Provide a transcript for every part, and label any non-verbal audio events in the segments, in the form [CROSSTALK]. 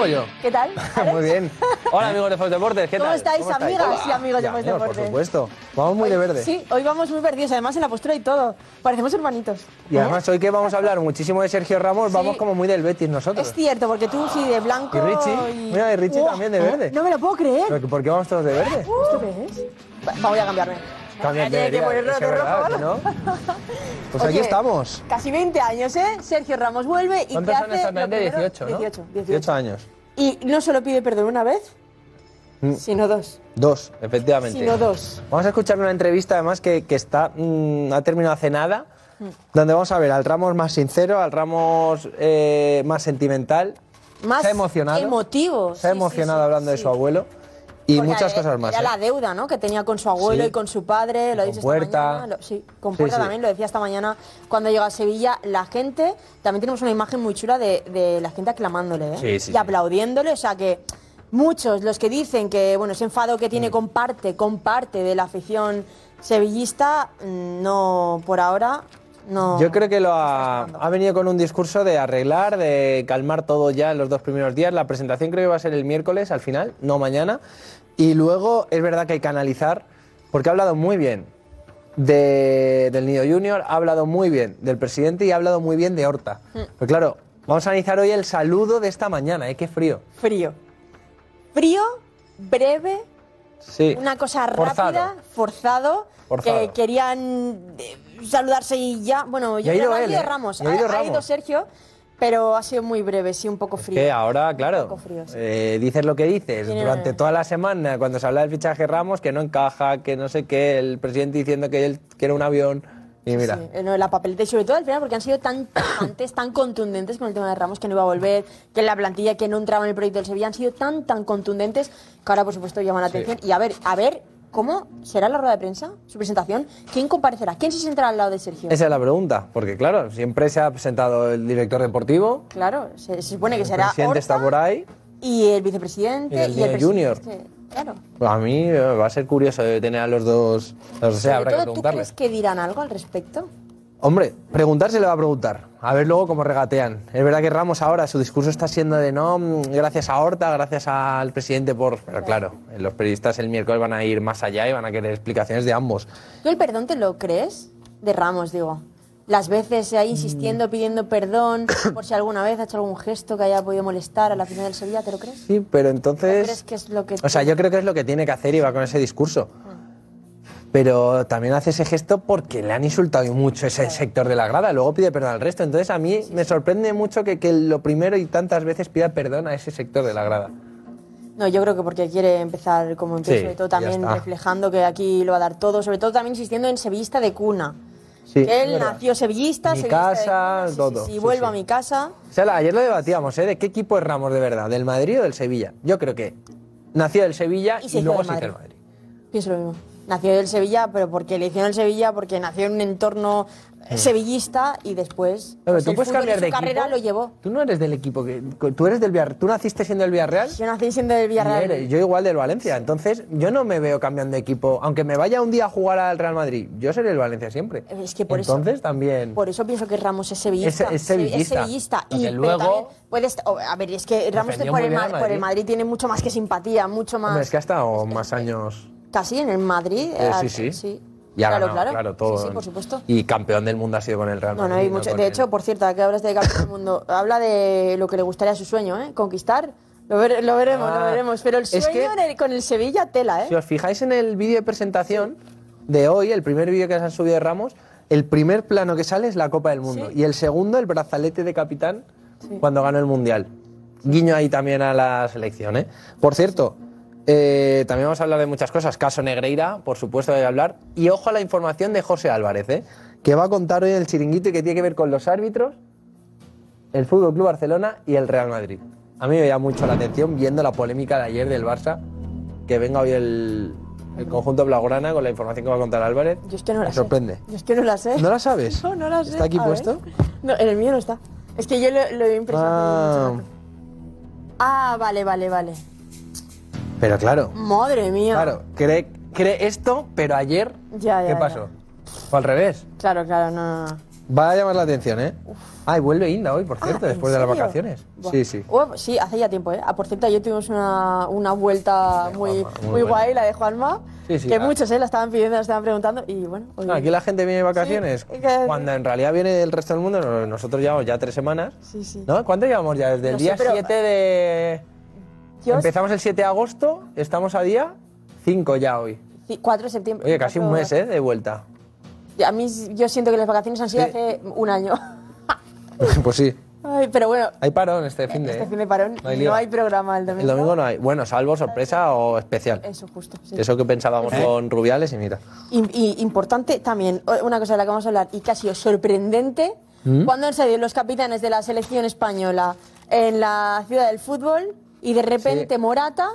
[LAUGHS] o yo. ¿Qué tal? Alex? Muy bien. Hola amigos de Fox Deportes, ¿qué ¿Cómo tal? Ah, estáis, amigas y amigos de Ya, Fox amigos, Deportes? Por supuesto. Vamos muy de verde. Sí, hoy vamos muy perdidos, además en la postura y todo. Parecemos hermanitos. Y además hoy que vamos a [LAUGHS] hablar muchísimo de Sergio Ramos, vamos Sí. como muy del Betis nosotros. Es cierto, porque tú sí de blanco. Y Richie. y- Mira, y Richie Uah, también de verde. No me lo puedo creer. Pero que- ¿Por qué vamos todos de verde? ¿Esto qué es? Va, va, voy a cambiarme. También tiene Ah, que debería, ponerlo es de verdad, rojo, [LAUGHS] que ¿no? ¿no? Pues aquí Oye, estamos. Casi 20 años, ¿eh? Sergio Ramos vuelve y te ¿Cuántos años hace. lo exactamente? primero- 18, ¿no? 18, 18. 18 años. Y no solo pide perdón una vez, Mm. sino dos. Dos, efectivamente. Sino dos. Vamos a escuchar una entrevista además que, que está, mm, ha terminado hace nada, Mm. donde vamos a ver al Ramos más sincero, al Ramos eh, más sentimental. Más se ha emocionado. emotivo. Se ha Oh, Sí, sí, emocionado sí, hablando de sí. su abuelo y Porque muchas era- cosas más. Era ¿eh? la deuda, ¿no? Que tenía con su abuelo Sí. y con su padre. Lo ha Con dicho Puerta. esta mañana. Lo- sí, con Sí, Puerta sí. también. Lo decía esta mañana cuando llegó a Sevilla. La gente. También tenemos una imagen muy chula de, de la gente aclamándole, ¿eh? Sí, sí, y sí. aplaudiéndole. O sea que muchos los que dicen que, bueno, ese enfado que Mm. tiene con parte, con parte de la afición sevillista, mm, no, por ahora, no. Yo creo que lo ha, ha venido con un discurso de arreglar, de calmar todo ya en los dos primeros días. La presentación creo que va a ser el miércoles al final, no mañana. Y luego es verdad que hay que analizar, porque ha hablado muy bien de- del Nido Junior, ha hablado muy bien del presidente y ha hablado muy bien de Horta. Pero claro, vamos a analizar hoy el saludo de esta mañana, ¿eh? Qué frío. Frío. Frío, breve, Sí. una cosa Forzado. rápida, forzado, Forzado. que querían eh, saludarse y ya. Bueno, yo ha ido creo que él, ha ido ¿eh? Ramos, Y ha ido ido Ramos. Sergio, pero ha sido muy breve, sí, un poco frío. Que ahora, claro, poco frío, sí. eh, dices lo que dices Tiene- durante toda la semana, cuando se habla del fichaje Ramos, que no encaja, que no sé qué, el presidente diciendo que él quiere un avión. Y mira, Sí, eh, no, la papeleta y sobre todo al final porque han sido tan tajantes, tan contundentes con el tema de Ramos que no iba a volver, que en la plantilla que no entraba en el proyecto del Sevilla han sido tan tan contundentes que ahora por supuesto llaman la atención y a ver, a ver cómo será la rueda de prensa, su presentación, quién comparecerá, quién se sentará al lado de Sergio. esa es la pregunta, porque claro, siempre se ha presentado el director deportivo, Claro, se, se supone que el será presidente está Horta, por ahí. Y el vicepresidente Y el y el Nino Junior. presidente, Claro. A mí eh, va a ser curioso de tener a los dos. No sé, Sobre habrá que todo, ¿Tú preguntarle. crees que dirán algo al respecto? Hombre, preguntar se le va a preguntar. A ver luego cómo regatean. Es verdad que Ramos ahora, su discurso está siendo de no, mm, gracias a Horta, gracias al presidente por... Pero claro, eh, los periodistas el miércoles van a ir más allá y van a querer explicaciones de ambos. ¿Tú el perdón te lo crees? De Ramos, digo. Las veces Mm. ahí insistiendo, pidiendo [COUGHS] perdón por si alguna vez ha hecho algún gesto que haya podido molestar a la final del Sevilla, ¿te lo crees? Sí, pero ¿Tú entonces... crees que es lo que.? Ah. O sea, yo creo que es lo que tiene que hacer y va con ese discurso. Pero también hace ese gesto porque le han insultado y mucho ese sector de la grada. Luego pide perdón al resto. Entonces a mí me sorprende mucho que, que lo primero y tantas veces pida perdón a ese sector de la grada. No, yo creo que porque quiere empezar como empieza, Sí, sobre todo ya también está. reflejando que aquí lo va a dar todo, sobre todo también insistiendo en sevillista de cuna. Sí, Que es Él verdad. nació sevillista, Mi sevillista de casa, cuna, sí, sí, todo, sí, sí, vuelvo sí. a mi casa. O sea, ayer lo debatíamos, ¿eh? ¿De qué equipo es Ramos de verdad? ¿Del Madrid o del Sevilla? Yo creo que nació del Sevilla Y y, se hizo luego del se hizo el Madrid. Madrid. Pienso lo mismo. Nació del Sevilla, pero porque le hicieron el Sevilla, porque nació en un entorno eh, sevillista y después No, pero pues, tú el puedes fútbol cambiar y de su carrera equipo. lo llevó. Tú no eres del equipo que. Tú eres del Villarreal. Tú naciste siendo del Villarreal. Yo nací siendo del y Villarreal. eres- yo igual del Valencia. Entonces, yo no me veo cambiando de equipo. Aunque me vaya un día a jugar al Real Madrid, yo seré el Valencia siempre. Eh, Es que por eso- Entonces, también. Por eso pienso que Ramos es sevillista. Es- es Se- sevillista. sevillista. Lo que pero luego- también puedes- o, a ver, es que Ramos Defendió por muy el, bien Ma- al por el Madrid. Madrid tiene mucho más que simpatía, mucho más. Hombre, es que ha estado más años. Casi en el Madrid. Eh, eh, sí, sí. sí. Y ha claro, ganado, claro. todo. Sí, sí, por supuesto. Y campeón del mundo ha sido con el Real No, Madrid. no hay mucho. con De el- hecho, por cierto, que hablas de campeón del mundo, habla de lo que le gustaría a su sueño, ¿eh? Conquistar. Lo, ver- lo veremos, Ah, lo veremos. Pero el es que- sueño en el- con el Sevilla, tela, ¿eh? Si os fijáis en el vídeo de presentación de hoy, el primer vídeo que se han subido de Ramos, el primer plano que sale es la Copa del Mundo y el segundo el brazalete de capitán cuando ganó el Mundial. Guiño ahí también a la selección. ¿eh? Por cierto, eh, también vamos a hablar de muchas cosas. Caso Negreira, por supuesto, hay que hablar. Y ojo a la información de José Álvarez, ¿eh? que va a contar hoy en el chiringuito y que tiene que ver con los árbitros, el Fútbol Club Barcelona y el Real Madrid. A mí me llama mucho la atención viendo la polémica de ayer del Barça que venga hoy el, el conjunto Blaugrana con la información que va a contar Álvarez. Yo es que no la Me sé. sorprende. Yo es que no la sé. ¿No la sabes? [LAUGHS] No, no la sé. ¿Está aquí A ver. puesto? No, en el mío no está. Es que yo lo, lo he impreso. Ah, Ah, vale, vale, vale. pero claro, Madre mía. claro, cree, cree esto, pero ayer, Ya, ya, ¿qué ya. pasó? O al revés. Claro, claro, no, no, no. Va a llamar la atención, ¿eh? Ay, vuelve Inda hoy, por cierto, Ah, ¿en después de las serio? vacaciones. Buah. Sí, sí. Oh, sí, hace ya tiempo, ¿eh? Ah, por cierto, ayer tuvimos una, una vuelta muy, Juanma, muy muy, buena. guay, la de Juanma. Sí, sí, que ah. muchos, ¿eh? La estaban pidiendo, la estaban preguntando. Y bueno, hoy- No, aquí la gente viene de vacaciones. Sí, es que- Cuando en realidad viene el resto del mundo, no- nosotros llevamos ya tres semanas. Sí, sí. ¿No? ¿Cuánto llevamos ya? Desde el No sé, día pero- 7 de. Dios, Empezamos el 7 de agosto, estamos a día 5 ya hoy. sí, 4 de septiembre. Oye, casi un cuatro- mes, ¿eh? De vuelta. A mí, yo siento que las vacaciones han sido Sí. hace un año. [LAUGHS] [LAUGHS] pues sí. Ay, pero bueno, Hay parón este fin de. este ¿eh? fin de parón No no hay hay, liga. programa el domingo. El domingo no hay. Bueno, salvo sorpresa o especial. Eso, justo. Eh, sí. Eso que pensábamos con Rubiales y mira. Y- y importante también, o- una cosa de la que vamos a hablar y que ha sido sorprendente, ¿Mm? cuando han salido los capitanes de la selección española en la ciudad del fútbol y de repente Sí. Morata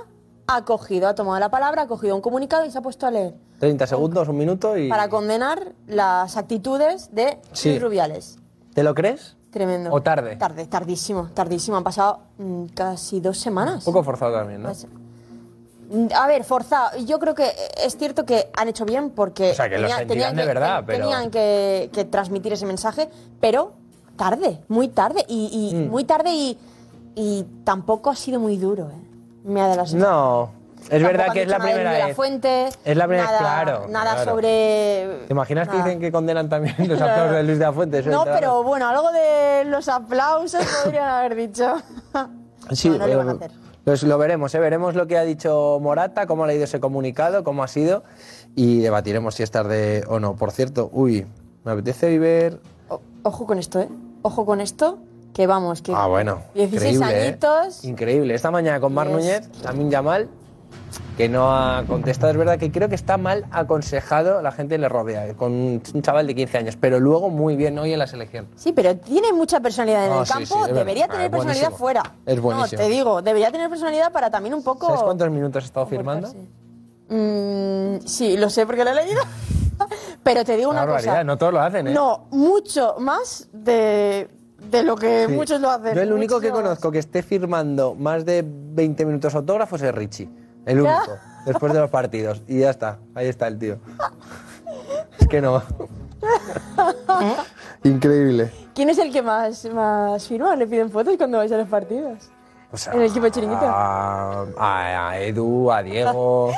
ha cogido, ha tomado la palabra, ha cogido un comunicado y se ha puesto a leer 30 segundos, un minuto y. para condenar las actitudes de Sí. Luis Rubiales. ¿Te lo crees? Tremendo. ¿O tarde? Tarde, tardísimo, tardísimo. Han pasado mm, casi dos semanas. Un poco forzado también, ¿no? Pues, mm, A ver, forzado. Yo creo que es cierto que han hecho bien porque O sea, que lo sentirán de verdad, ten- pero- tenían que, que transmitir ese mensaje, pero tarde, muy tarde. Y, Mm. y muy tarde y, y tampoco ha sido muy duro, ¿eh? Me ha dado la sensación. No. Es Tampoco verdad han que es dicho la nada de primera Miguel vez. Lafuente, Es la primera vez, nada- claro, Nada claro. sobre. ¿Te imaginas que nada. dicen que condenan también [LAUGHS] los No, no. actores de Luis de la Fuente? Eso No, está- pero bueno, algo de los aplausos [LAUGHS] podrían haber dicho. Sí, no, no lo pero- van a hacer. pues lo veremos, ¿eh? veremos lo que ha dicho Morata, cómo ha leído ese comunicado, cómo ha sido y debatiremos si es tarde o no. Por cierto, uy, me apetece hoy ver. O- ojo con esto, ¿eh? Ojo con esto, que vamos, que... Ah, bueno, 16 increíble, ¿eh? añitos. Increíble. Esta mañana con Mar Es- Núñez, también Yamal, que no ha contestado. Es verdad que creo que está mal aconsejado, la gente le rodea, eh, con un un chaval de 15 años, pero luego muy bien hoy en la selección. Sí, pero tiene mucha personalidad en Ah, el sí, sí, campo, es verdad. debería Ah, tener es personalidad buenísimo. fuera. Es buenísimo. No, te digo, debería tener personalidad para también un poco... ¿Sabes cuántos minutos ha estado firmando? comportarse. Mm, sí, lo sé porque lo he leído. [LAUGHS] pero te digo una cosa. no todos lo hacen, ¿eh? No, mucho más de, de lo que Sí. eh, muchos lo hacen. Yo el único que Muchos. conozco que esté firmando más de 20 minutos autógrafos es Richie. El Ya. único. Después de los partidos. Y ya está. Ahí está [LAUGHS] el tío. Es que no. Increíble. [LAUGHS] ¿Quién es el que más, más firma? ¿Le piden fotos cuando vais a los partidos? O sea, ah. ¿En el equipo chiringuito? [LAUGHS] A, a- a Edu, a Diego,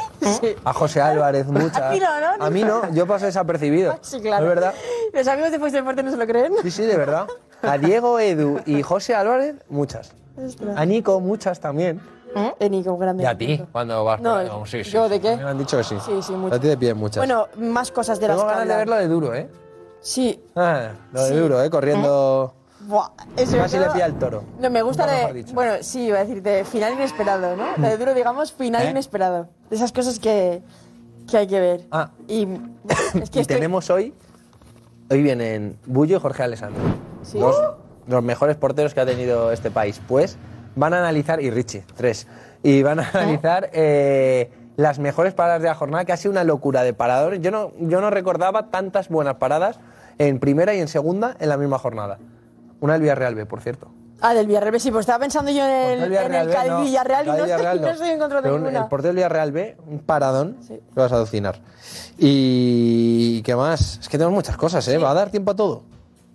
a José Álvarez, muchas. [LAUGHS] A ti no, ¿no? Ah, A mí no, yo paso desapercibido. Sí, claro. ¿No es verdad? Los amigos de Fuerza Deporte no se lo creen. Sí, sí, de verdad. A Diego, Edu y José Álvarez, muchas. Ostras. A Nico, muchas también. Eh, Nico, grande. ¿Y a ti? Cuando vas No, por ahí, vamos, sí, sí, ¿yo sí. de qué? Me han dicho que sí. Sí, sí, mucho. A ti te piden muchas. Bueno, más cosas de las tengo que ganas de hablar. verlo de duro, ¿eh? Sí. Ah, lo de Sí. duro, ¿eh? Corriendo. Buah, eso Casi yo- le pilla el toro. No, me gusta Nunca de... mejor dicho. Mm. Bueno, sí, iba a decir de final inesperado, ¿no? La de duro, digamos, final ¿Eh? inesperado. De esas cosas que, que hay que ver. Ah. Y es que y estoy- tenemos hoy. Hoy vienen Bullo y Jorge Alessandro. Sí. Dos de los mejores porteros que ha tenido este país. Pues van a analizar. Y Richie, tres. Y van ¿Ah? a analizar. eh, las mejores paradas de la jornada, que ha sido una locura de paradores. Yo no, yo no recordaba tantas buenas paradas en primera y en segunda en la misma jornada. Una del Villarreal B, por cierto. Ah, del Villarreal, sí, pues estaba pensando yo en el, Portero en el B, Cádiz no. Villarreal y no, Cádiz Villarreal estoy, no estoy en contra de Pero un- eh, ninguna. El portero del Villarreal B, un paradón, Sí. lo vas a alucinar. ¿Y qué más? Es que tenemos muchas cosas, ¿eh? ¿Va a dar tiempo a todo?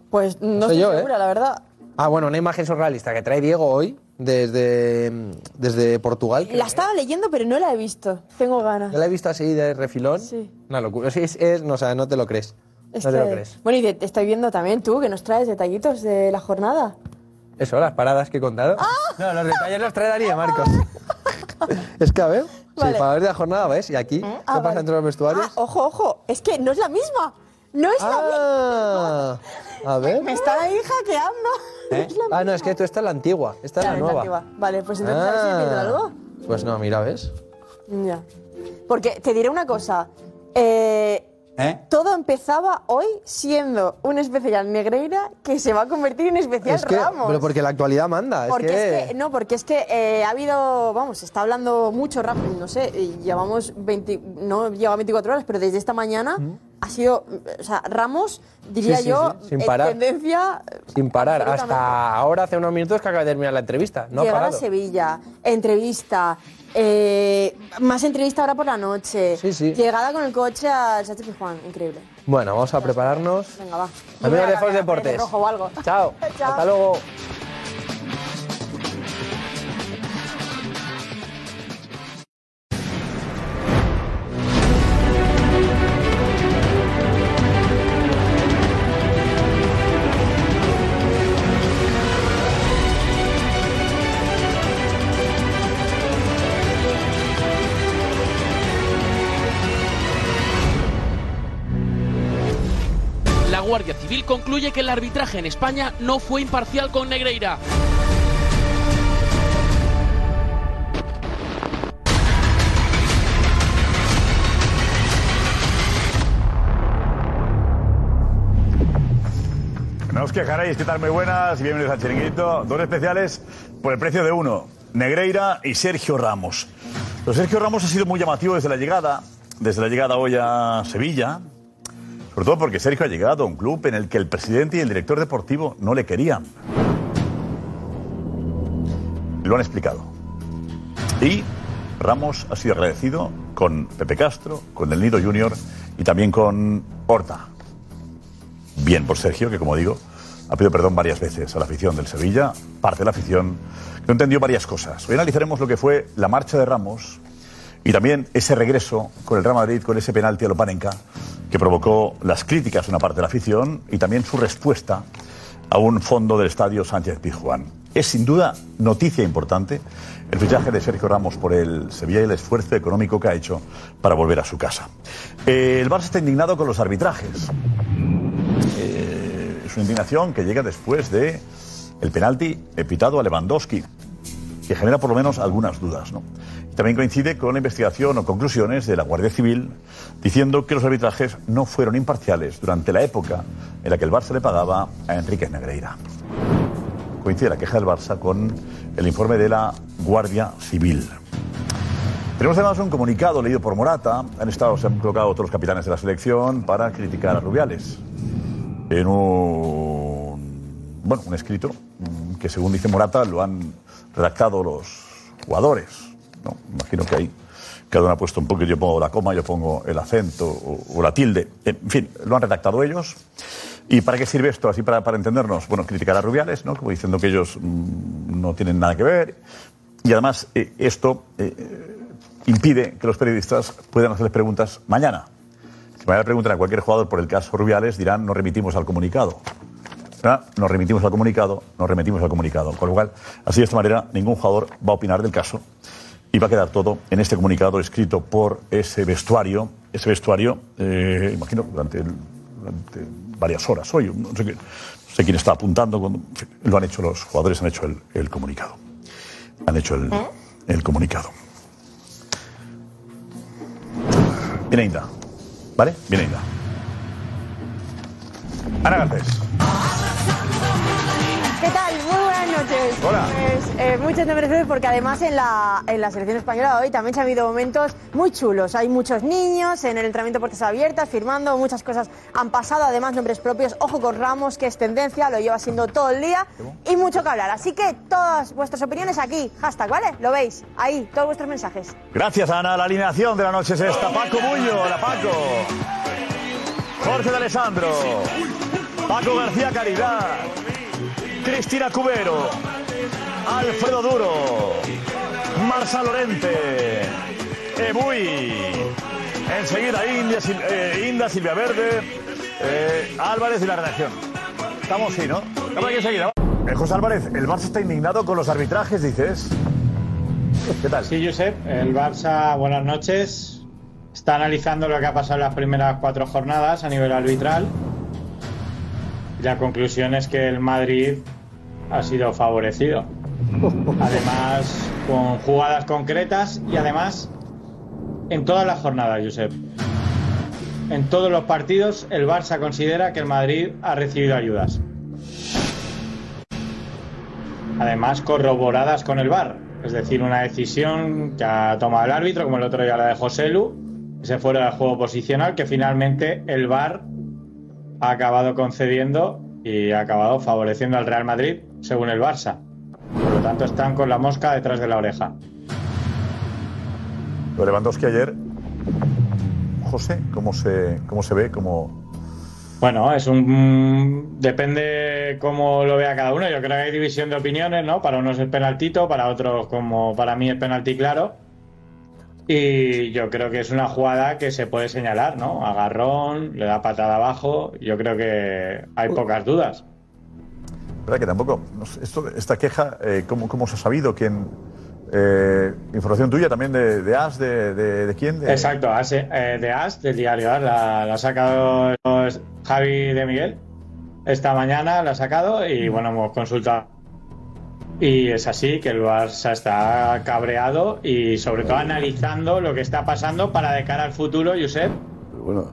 Pues no estoy soy yo, ¿eh? segura, la verdad. Ah, bueno, una imagen surrealista que trae Diego hoy desde, desde Portugal. creo, La ¿eh? estaba leyendo, pero no la he visto. Tengo ganas. Yo la he visto así de refilón. Sí. Una locura. Sí, es, es- no, o sea, no te lo crees. Es no te lo que- crees. Este, Bueno, y de- te estoy viendo también tú, que nos traes detallitos de la jornada. Eso, las paradas que he contado. ¡Ah! No, los detalles los trae Dani [LAUGHS] de Marcos. es que, a ver, Vale. sí, para ver la jornada, ¿ves? Y aquí, ¿qué Ah, pasa vale. entre los vestuarios? Ah, ojo, ojo, es que no es la misma. No es la misma. Ah, a ver. Me está ahí hackeando. No es la Ah, no, es que tú esta es la antigua, esta Claro, es es la la nueva. Ah. antigua. Vale, pues entonces a ver si he perdido algo. Pues no, mira, ¿ves? Ya. Porque te diré una cosa. eh, ¿Eh? Todo empezaba hoy siendo un especial Negreira que se va a convertir en especial Es que, Ramos. pero porque la actualidad manda. Es Porque que, es que, no, porque es que eh, ha habido, vamos, se está hablando mucho Ramos, no sé, y llevamos 20, no lleva 24 horas, pero desde esta mañana ha sido, o sea, Ramos, diría ¿Mm? Sí, sí, yo, sí, sin en parar. tendencia sin parar. absolutamente. Hasta ahora, hace unos minutos que acaba de terminar la entrevista. No ha Llegar parado. a Sevilla, entrevista, eh, más entrevista ahora por la noche, Sí, sí. llegada con el coche al Sánchez Pizjuán, increíble. Bueno, vamos a prepararnos. Venga, va. Amigos de Fox Pérez Deportes. Rojo o algo. Chao. [LAUGHS] Chao. Hasta luego. La Guardia Civil concluye que el arbitraje en España no fue imparcial con Negreira. No os quejaréis, ¿qué tal? Muy buenas, bienvenidos al Chiringuito. Dos especiales por el precio de uno, Negreira y Sergio Ramos. Pero Sergio Ramos ha sido muy llamativo desde la llegada, desde la llegada hoy a Sevilla, sobre todo porque Sergio ha llegado a un club en el que el presidente y el director deportivo no le querían. Lo han explicado. Y Ramos ha sido agradecido con Pepe Castro, con El Nido Junior y también con Horta bien por Sergio, que como digo, ha pedido perdón varias veces a la afición del Sevilla, parte de la afición, que entendió varias cosas. Hoy analizaremos lo que fue la marcha de Ramos y también ese regreso con el Real Madrid, con ese penalti a Lopanenka, que provocó las críticas de una parte de la afición y también su respuesta a un fondo del estadio Sánchez Pizjuán. Es sin duda noticia importante el fichaje de Sergio Ramos por el Sevilla y el esfuerzo económico que ha hecho para volver a su casa. Eh, El Barça está indignado con los arbitrajes. Eh, es una indignación que llega después de el penalti pitado a Lewandowski, que genera por lo menos algunas dudas. ¿no? Y también coincide con la investigación o conclusiones de la Guardia Civil diciendo que los arbitrajes no fueron imparciales durante la época en la que el Barça le pagaba a Enrique Negreira. Coincide la queja del Barça con el informe de la Guardia Civil. Tenemos además un comunicado leído por Morata. Han estado, se han colocado todos los capitanes de la selección para criticar a Rubiales en un, bueno, un escrito mm, que según dice Morata lo han redactado los jugadores. ¿no? Imagino que ahí cada uno ha puesto un poco, yo pongo la coma, yo pongo el acento o, o la tilde. En fin, lo han redactado ellos. ¿Y para qué sirve esto? Así para, para entendernos. Bueno, criticar a Rubiales, ¿no? como diciendo que ellos mm, no tienen nada que ver. Y además eh, esto eh, eh, impide que los periodistas puedan hacerles preguntas mañana. Si mañana preguntan a cualquier jugador por el caso Rubiales, dirán, nos remitimos al comunicado. Ah, Nos remitimos al comunicado, nos remitimos al comunicado. Con lo cual, así de esta manera, ningún jugador va a opinar del caso y va a quedar todo en este comunicado escrito por ese vestuario. Ese vestuario, eh, imagino, durante, el- durante varias horas hoy. No sé, qué- no sé quién está apuntando. cuando- en fin, lo han hecho los jugadores, han hecho el, el comunicado. Han hecho el, el comunicado. Viene Inda. ¿Vale? Viene Inda. Ana Garcés. ¿Qué tal? Muy buenas noches. Hola. Pues, eh, muchas te mereces porque además en la, en la selección española hoy también se han habido momentos muy chulos. Hay muchos niños en el entrenamiento puertas abiertas, firmando, muchas cosas han pasado, además nombres propios. Ojo con Ramos, que es tendencia, lo lleva siendo todo el día y mucho que hablar. Así que todas vuestras opiniones aquí, hashtag, ¿vale? Lo veis, ahí, todos vuestros mensajes. Gracias, Ana. La alineación de la noche es esta. Paco Bullo, hola Paco. Jorge de Alessandro. Paco García Caridad. Cristina Cubero. Alfredo Duro. Marsa Lorente. Ebuy. Enseguida India, Sil- eh, Inda, Silvia Verde. eh, Álvarez y la redacción. Estamos sí, ¿no? Estamos aquí enseguida. Eh, José Álvarez, el Barça está indignado con los arbitrajes, dices. ¿Qué tal? Sí, Josep, el Barça, buenas noches. Está analizando lo que ha pasado en las primeras cuatro jornadas a nivel arbitral. Y la conclusión es que el Madrid ha sido [LAUGHS] favorecido. Además, con jugadas concretas y además en todas las jornadas, Josep. En todos los partidos, el Barça considera que el Madrid ha recibido ayudas. Además, corroboradas con el VAR. Es decir, una decisión que ha tomado el árbitro, como el otro día la de José Lu, ese fuera del juego posicional, que finalmente el VAR ha acabado concediendo y ha acabado favoreciendo al Real Madrid, según el Barça. Por lo tanto, están con la mosca detrás de la oreja. Lo Lewandowski ayer, José, ¿cómo se, cómo se ve? ¿Cómo... Bueno, es un. Depende cómo lo vea cada uno. Yo creo que hay división de opiniones, ¿no? Para unos es penaltito, para otros, como para mí, es penalti claro. Y yo creo que es una jugada que se puede señalar, ¿no? Agarrón, le da patada abajo. Yo creo que hay pocas dudas. ¿Verdad que tampoco? no sé, esto- esta queja, eh, ¿cómo, cómo se ha sabido? ¿Quién, eh, ¿Información tuya también de, de As? ¿De, de, de quién? De- Exacto, As- eh, de As, del diario As, la, la ha sacado los- Javi de Miguel. Esta mañana la ha sacado y bueno, hemos consultado. Y es así que el Barça está cabreado y sobre todo analizando lo que está pasando para de cara al futuro, Josep, Pero bueno.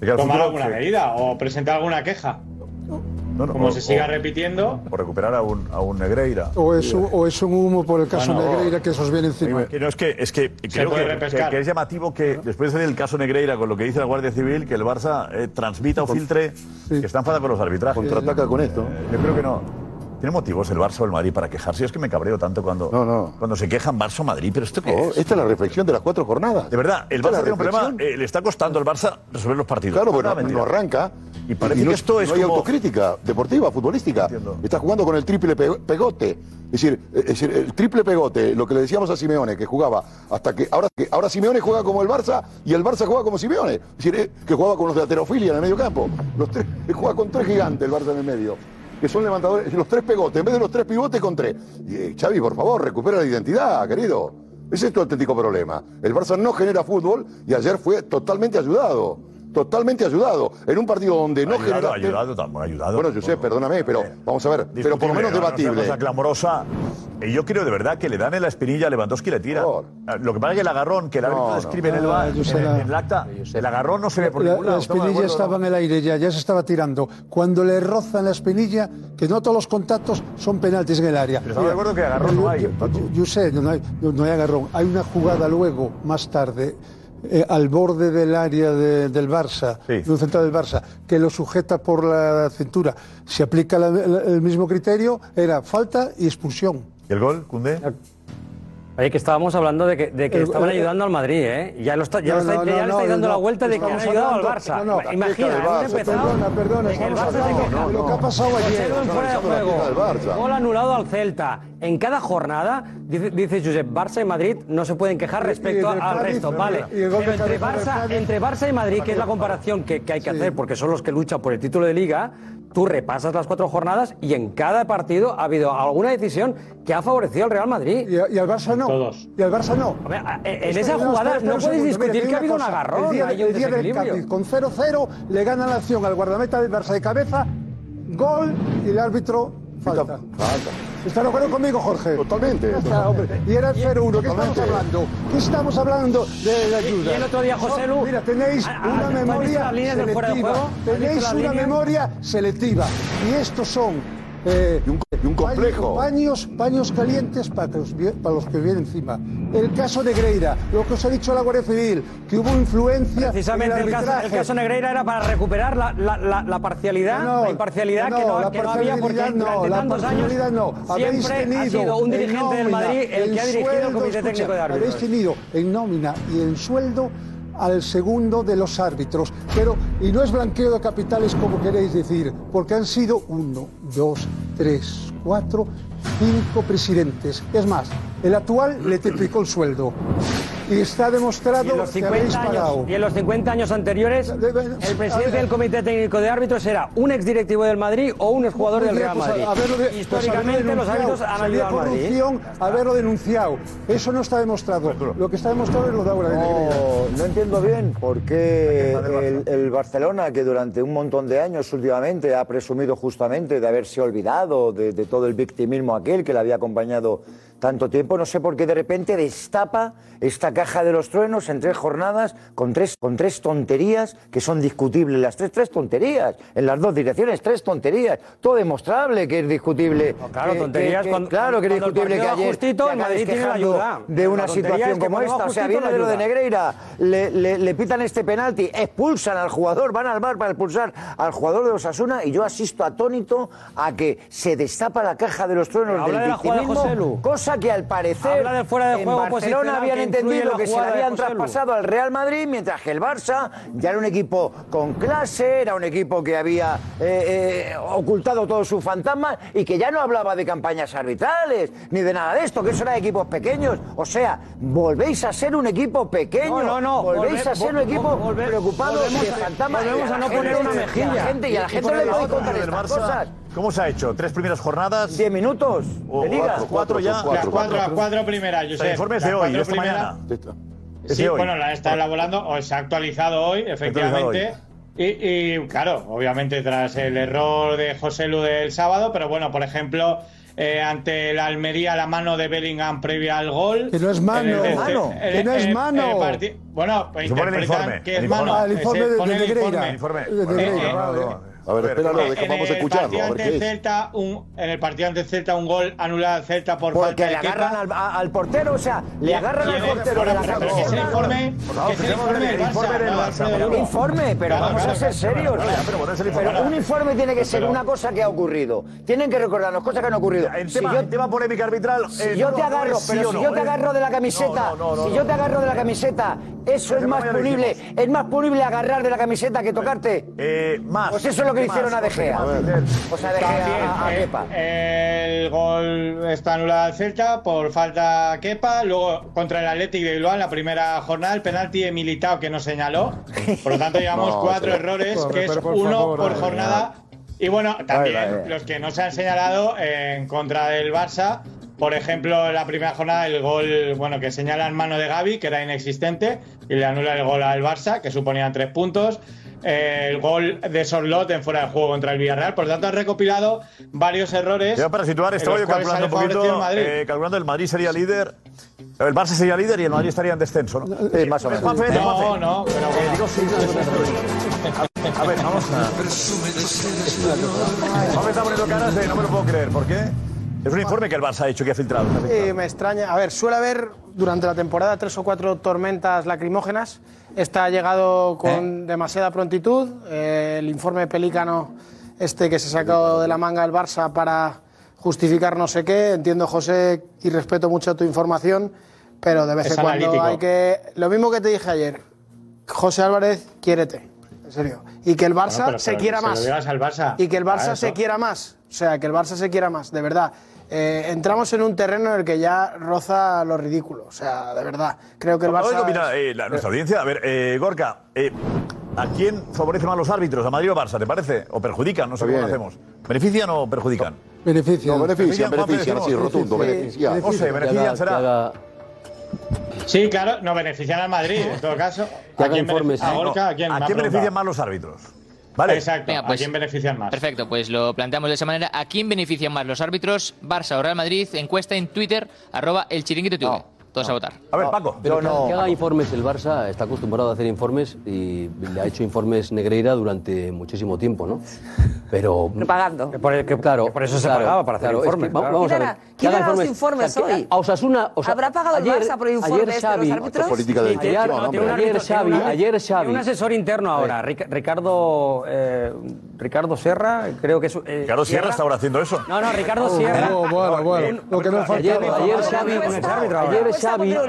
De cara al tomar futuro, alguna sí. medida o presentar alguna queja. No, no, Como o- se siga o- repitiendo, o recuperar a un, a un Negreira. O es, un, o es un humo por el caso Bueno, Negreira que se os viene encima. Que no, es que, es que creo puede que, repescar. que- que es llamativo que después del caso Negreira, con lo que dice la Guardia Civil, que el Barça eh, transmita o filtre que está enfadado con los arbitrajes. Contraataca con esto. Eh, yo creo que no. ¿Tiene motivos el Barça o el Madrid para quejarse? Yo es que me cabreo tanto cuando, No, no. cuando se quejan Barça o Madrid, pero esto qué Oh, es? esta es la reflexión de las cuatro jornadas. De verdad, Esta el es Barça la tiene un problema, reflexión. eh, le está costando al Barça resolver los partidos. Claro, bueno, Nada, mentira. no arranca. Y parece no, que esto es no hay como- autocrítica deportiva, futbolística. Entiendo. Está jugando con el triple pe- pegote. Es decir, eh, es decir, el triple pegote, lo que le decíamos a Simeone, que jugaba hasta que ahora, que ahora Simeone juega como el Barça y el Barça juega como Simeone. Es decir, eh, que jugaba con los de laterofilia en el medio campo. Los tres, eh, juega con tres gigantes el Barça en el medio. Que son levantadores, los tres pegotes, en vez de los tres pivotes con tres. Y, eh, Xavi, por favor, recupera la identidad, querido. Ese es tu auténtico problema. El Barça no genera fútbol y ayer fue totalmente ayudado. Totalmente ayudado. En un partido donde no ayudado, genera. ayudado, tampoco ayudado. Bueno, Josep, perdóname, pero vamos a ver, pero por lo menos Discutible, ¿no? No es debatible. una cosa clamorosa. Eh, Yo creo de verdad que le dan en la espinilla a Lewandowski y le tira. Ah, Por Lo que pasa es que el agarrón que el árbitro No, no. describe en el, Ah, va- en, Josep. el- en el acta, el agarrón no se ve por La, ningún la lado. Estamos de espinilla acuerdo, estaba ¿no? en el aire ya, ya se estaba tirando. Cuando le rozan la espinilla, que no todos los contactos son penaltis en el área. Pero estamos de acuerdo que agarrón Yo- no hay, yo- Paco. Yo sé, no hay, no- no hay agarrón. Hay una jugada luego, más tarde, eh, al borde del área de- del Barça, Sí. de un central del Barça, que lo sujeta por la cintura. Si aplica la- la- el mismo criterio, era falta y expulsión. ¿Y el gol, Cundé? Oye, que estábamos hablando de que, de que El- estaban el- ayudando al Madrid, ¿eh? Ya, lo está, ya, Eh, No, lo no, está- ya no, le estáis no, dando no. la vuelta de que han Estamos ayudado al hablando- Barça. no, no, Imagina, del hemos Barça, empezado. Perdona, perdona, en que el estamos Barça se hablando queja. de lo que ha pasado ayer. Cero en fuera de estamos hablando juego. del Barça. Gol anulado al Celta. En cada jornada, dice, dice Josep, Barça y Madrid no se pueden quejar Y- y respecto del al Cádiz, resto. perdona. Vale. Y el gol Pero de entre Cádiz, Barça, Cádiz. entre Barça y Madrid, que es la comparación que, que hay que Sí. hacer, porque son los que luchan por el título de liga, tú repasas las cuatro jornadas y en cada partido ha habido alguna decisión que ha favorecido al Real Madrid. Y, y al Barça no. Todos. Y al Barça no. Hombre, a- eh, en Espera, esa espera, jugada espera, espera no un puedes segundo. Mira, te discutir que ha digo habido un una cosa. agarrón, El día, hay del- un el día del desequilibrio. Cádiz, con 0-0, le gana la acción al guardameta del Barça de cabeza, gol y el árbitro falta. Falta. ¿Están de acuerdo conmigo, Jorge? Totalmente, Ya está, hombre. Y era el 0-1. ¿Qué estamos Totalmente. hablando? ¿Qué estamos hablando de la Y- ayuda? y el otro día, José Lu, Mira, tenéis ¿ha- ha- una has visto memoria las líneas del fuera de selectiva. juego? ¿Has Tenéis visto las una líneas? memoria selectiva. Y estos son... eh, Y un- y un complejo. Paños, paños, paños calientes para los, vi- para los que vienen encima. El caso de Greira, lo que os ha dicho la Guardia Civil, que hubo influencia Precisamente en el el caso, arbitraje. el caso Negreira era para recuperar la, la, la, la parcialidad, No, la imparcialidad que no, no, la que no había porque parcialidad no, durante la tantos años parcialidad no. Habéis siempre ha tenido sido un en dirigente del nómina, Madrid el en que ha dirigido el sueldo, Comité escucha, Técnico de Habéis Árbitros. tenido en nómina y en sueldo al segundo de los árbitros, pero y no es blanqueo de capitales como queréis decir, porque han sido uno, dos, tres, cuatro, cinco presidentes. Es más, el actual le triplicó el sueldo y está Y en demostrado los que habéis 50 pagado. años, y en los 50 años anteriores, De- de- el a ver. presidente del Comité Técnico de Árbitros era un exdirectivo del Madrid o un exjugador Muy del bien, Real pues, Madrid. a- haberlo de- Históricamente pues, haberlo los árbitros denunciado. han Sería ayudado al Madrid. corrupción haberlo denunciado. Eso no está demostrado. Lo que está demostrado es lo de ahora. Oh. de Negreira. No, no entiendo bien por qué el, el Barcelona, que durante un montón de años últimamente ha presumido justamente de haberse olvidado de, de todo el victimismo aquel que le había acompañado tanto tiempo, no sé por qué de repente destapa esta caja de los truenos en tres jornadas con tres, con tres tonterías que son discutibles. Las tres, tres tonterías, en las dos direcciones, tres tonterías. Todo demostrable que es discutible. claro, Que- tonterías que- que- cuando- claro que es cuando el discutible que partido va ayer justito, te acabes el Madrid tiene la quejando ayuda. De una La tontería situación es que como cuando esta. va O sea, justito, viene de la lo de ayuda. Negreira, le, le- le pitan este penalti, expulsan al jugador, van al bar para expulsar al jugador de Osasuna y yo asisto atónito a que se destapa la caja de los truenos Habla del de la jugada de victimismo, Joselu. cosa que al parecer Habla del fuera de en juego Barcelona posicional habían que influye en entendido la que se la jugada de habían Joselu. traspasado al Real Madrid, mientras que el Barça ya era un equipo con clase, era un equipo que había eh, eh, ocultado todos sus fantasmas y que ya no hablaba de campañas arbitrales ni de nada de esto, que eso era de equipos pequeños. O sea, volvéis a ser un equipo pequeño, No, no, no, volvéis volve- a ser un vol- equipo vol- volve- preocupado volvemos de a- fantasmas. volvemos Y a no gente- poner una y a la mejilla. gente- Y a la Y- y gente poner no le la podéis otra. contar del estas Barça, cosas. ¿Cómo se ha hecho? ¿Tres primeras jornadas? ¿Diez minutos O de liga? cuatro, cuatro ya. las cuatro, las cuatro primeras, O Josep. sea, El informe es las de hoy, cuatro de esta primeras- mañana. Es Sí, de hoy. bueno, la está elaborando o se ha actualizado hoy, actualizado efectivamente. Y, y, claro, obviamente tras el error de José Lu del sábado, pero bueno, por ejemplo, eh, ante la Almería la mano de Bellingham previa al gol. Que no es mano, En el- mano, en- que no es en- en mano. el parti- bueno, pues Se pone el interpretan informe, que el es informe. mano. Eh, Ah, el informe Se de- pone de el Negreira. informe. Eh, Informe. De- de- Bueno, de- no, de- no, no. A ver, espéralo, En deja- vamos a el escucharlo, partido a ver ante el qué es. Celta, un- en el partido ante el Celta, un gol anulado al Celta por Porque falta de le agarran Kepa. al, a- al portero, o sea, le agarran Y al el- portero de la pero- pero que es el camiseta. informe, que es el informe del Barça, no del Alfredo Un Lugo. informe, pero Claro, vamos a claro, ser claro, serios. claro, pero bueno, es el informe. Pero un informe tiene que ser Pero- una cosa que ha ocurrido. Tienen que recordarnos cosas que han ocurrido. En Si tema, yo- en tema polémica arbitral. si eh, yo no, te no agarro, es sí pero o si no, yo te eh. agarro de la camiseta, No, no, no, si no, yo no. te agarro de la camiseta, eso El es tema más ya lo punible, dijimos. es más punible agarrar de la camiseta que tocarte. Eh, más. Pues eso es lo que ¿Qué le hicieron más? a De Gea. Jorge, ¿qué más? O sea, De También, Gea a- a eh, Kepa. El gol está anulado al Celta por falta a Kepa. Luego contra el Athletic de Bilbao en la primera jornada, el penalti de Militao que no señaló. [LAUGHS] Por lo tanto, llevamos No, cuatro pero- errores, Hombre, que es pero por uno favor, por eh, dale, jornada. Y bueno, también Dale, dale. los que no se han señalado en contra del Barça. Por ejemplo, en la primera jornada el gol, bueno, que señala en mano de Gaby, que era inexistente, y le anula el gol al Barça, que suponían tres puntos. Eh, el gol de Sorlot en fuera de juego contra el Villarreal. Por lo tanto, han recopilado varios errores. Ya para situar, en estaba los yo cuales calculando un sale favorecido el poquito. Madrid. eh, calculando, el Madrid sería líder. El Barça sería líder y el Madrid estaría en descenso, ¿no? Sí, Eh, más o Pues, menos. Juanfe, no, Juanfe. no, pero Eh, bueno. digo, sí, a, a ver, vamos a. Juanfe está poniendo caras de no me lo puedo creer. ¿Por qué? Es un informe que el Barça ha hecho, que ha filtrado. Sí, Eh, me extraña. A ver, suele haber durante la temporada tres o cuatro tormentas lacrimógenas. Esta ha llegado ¿Eh? con demasiada prontitud. Eh, el informe Pelícano, este que se sacó de la manga el Barça para justificar no sé qué. Entiendo, José, y respeto mucho tu información, pero de vez Es en cuando analítico. hay que. Lo mismo que te dije ayer. José Álvarez, quiérete. En serio. Y que el Barça Bueno, pero- se pero quiera se lo más. digas al Barça. Y que el Barça Claro, se eso. quiera más. O sea, que el Barça se quiera más, de verdad. Eh, entramos en un terreno en el que ya roza lo ridículo. O sea, de verdad. Creo que el Vamos a Barça. ver, mira, es- eh, la- nuestra audiencia, a ver, eh, Gorka, eh, ¿a quién favorecen más los árbitros? ¿A Madrid o Barça, te parece? ¿O perjudican? No sé cómo lo Bien. hacemos. ¿Benefician o perjudican? Beneficia. No, benefician, Juanfe, benefician, decimos. así, rotundo, Sí, sí, benefician. sí. No sé, benefician será. Sí, claro, nos benefician al Madrid, en todo caso. Que haga quién informes, bene- a sí. Gorka? ¿A quién? ¿A Me ha quién preguntado. benefician más los árbitros? ¿Vale? Exacto, Venga, ¿a pues- quién benefician más? Perfecto, pues lo planteamos de esa manera. ¿A quién benefician más los árbitros? Barça o Real Madrid, encuesta en Twitter, arroba el chiringuito TV. Todos a votar. A ver, Paco. Yo no. Que haga informes el Barça, está acostumbrado a hacer informes y le ha hecho informes Negreira durante muchísimo tiempo, ¿no? [LAUGHS] Pero. Pagando. Que por, el- que- Claro, que por eso se claro, pagaba, para hacer claro, es que informes. va- claro. vamos a ¿Quién ver, hará- que quién haga hará los informes que hoy? a Osasuna, o sea, ¿Habrá pagado el ayer- Barça por el informe ayer este de los Xavi- árbitros? Esto es política de Ayer- detención, no, hombre. tiene un ayer árbitro, Xavi, tiene un- ayer tiene un Xavi. asesor interno ahora, Ric- Ricardo, eh, Ricardo Sierra, creo que es. eh, Ricardo Sierra está ahora haciendo eso. No, no, Ricardo Sierra. Oh, bueno, bueno, lo que no falta. Ayer, ayer Ahora Xavi, cuesta- ayer cuesta Xavi, comprar un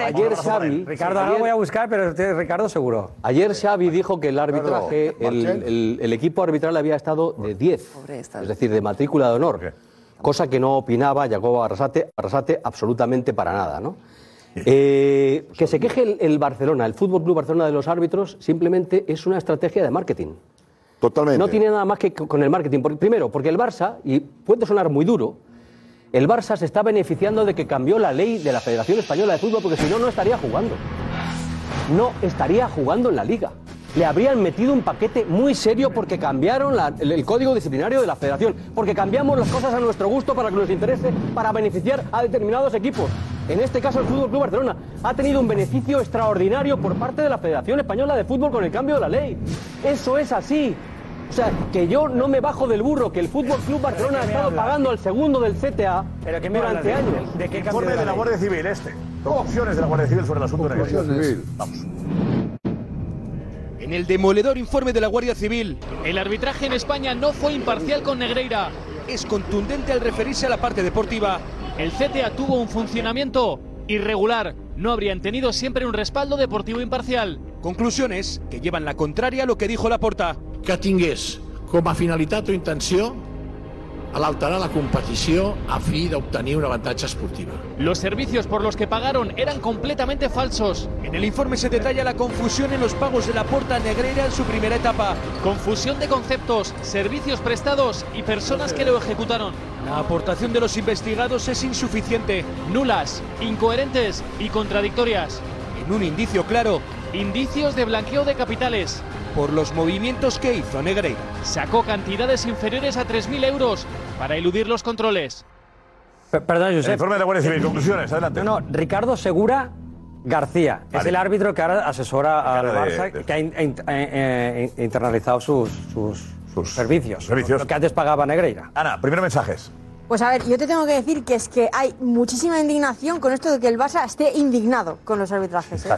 ayer equipo. Xavi, Ricardo, ahora lo voy a buscar, pero este es Ricardo seguro. ayer Xavi dijo que el arbitraje, el, el- el equipo arbitral había estado de 10, Pobre esta. es decir, de matrícula de honor, cosa que no opinaba Jacobo Arrasate, Arrasate absolutamente para nada, ¿no? Eh, que se queje el, el Barcelona, el Fútbol Club Barcelona de los árbitros, simplemente es una estrategia de marketing. Totalmente. No tiene nada más que con el marketing. Porque- primero, porque el Barça, y puede sonar muy duro, el Barça se está beneficiando de que cambió la ley de la Federación Española de Fútbol, porque si no, no estaría jugando. No estaría jugando en la liga. le habrían metido un paquete muy serio porque cambiaron la- el, el código disciplinario de la federación, porque cambiamos las cosas a nuestro gusto para que nos interese, para beneficiar a determinados equipos. En este caso, el Fútbol Club Barcelona ha tenido un beneficio extraordinario por parte de la Federación Española de Fútbol con el cambio de la ley. Eso es así. O sea, que yo no me bajo del burro, que el Fútbol Club Barcelona ha me estado hablas? pagando al segundo del CTA ¿Pero qué me durante hablas de- años. de qué Informe de la Guardia Civil este. Opciones de la Guardia Civil sobre el asunto de la Guardia Civil. Vamos. En el demoledor informe de la Guardia Civil, el arbitraje en España no fue imparcial con Negreira. Es contundente al referirse a la parte deportiva. El CTA tuvo un funcionamiento irregular. No habrían tenido siempre un respaldo deportivo imparcial. Conclusiones que llevan la contraria a lo que dijo Laporta. que tingués com a finalitat o intenció l'alterar la competició a fi d'obtenir una avantatge esportiva. Los servicios por los que pagaron eran completamente falsos. En el informe se detalla la confusión en los pagos de la Porta Negreira en su primera etapa. Confusión de conceptos, servicios prestados y personas que lo ejecutaron. La aportación de los investigados es insuficiente, nulas, incoherentes y contradictorias. En un indicio claro, indicios de blanqueo de capitales. Por los movimientos que hizo Negreira. Sacó cantidades inferiores a 3.000 euros para eludir los controles. Perdón, Josep. El informe de la Guardia Civil, conclusiones, adelante. No, no, Ricardo Segura García es el árbitro que ahora asesora al Cara de- Barça, de- que ha in- in- eh, eh, internalizado sus, sus, sus servicios. servicios. Lo que antes pagaba Negreira. Ana, primero mensajes. Pues a ver, yo te tengo que decir que es que hay muchísima indignación con esto de que el Barça esté indignado con los arbitrajes. ¿eh?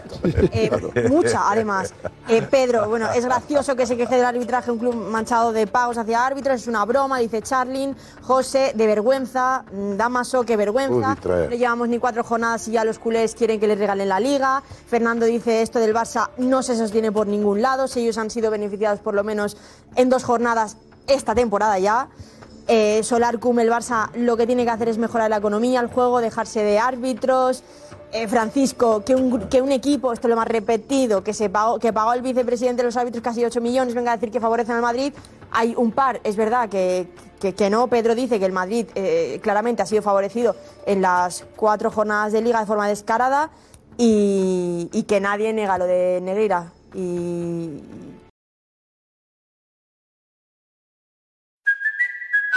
Eh, mucha, además. Eh, Pedro, bueno, es gracioso que se queje del arbitraje un club manchado de pagos hacia árbitros, es una broma, dice Charlin, José, de vergüenza, mm, Damaso, qué vergüenza, Uy, distraer. no llevamos ni cuatro jornadas y ya los culés quieren que les regalen la liga, Fernando dice esto del Barça no se sostiene por ningún lado, si ellos han sido beneficiados por lo menos en dos jornadas esta temporada ya. Eh, Solar Cum, el Barça lo que tiene que hacer es mejorar la economía, el juego, dejarse de árbitros. Eh, Francisco, que un, gru- que un equipo, esto es lo más repetido, que, se pagó, que pagó el vicepresidente de los árbitros casi 8 millones, venga a decir que favorecen al Madrid, hay un par, es verdad que, que, que no, Pedro dice que el Madrid eh, claramente ha sido favorecido en las cuatro jornadas de liga de forma descarada y, y que nadie nega lo de Negreira. Y,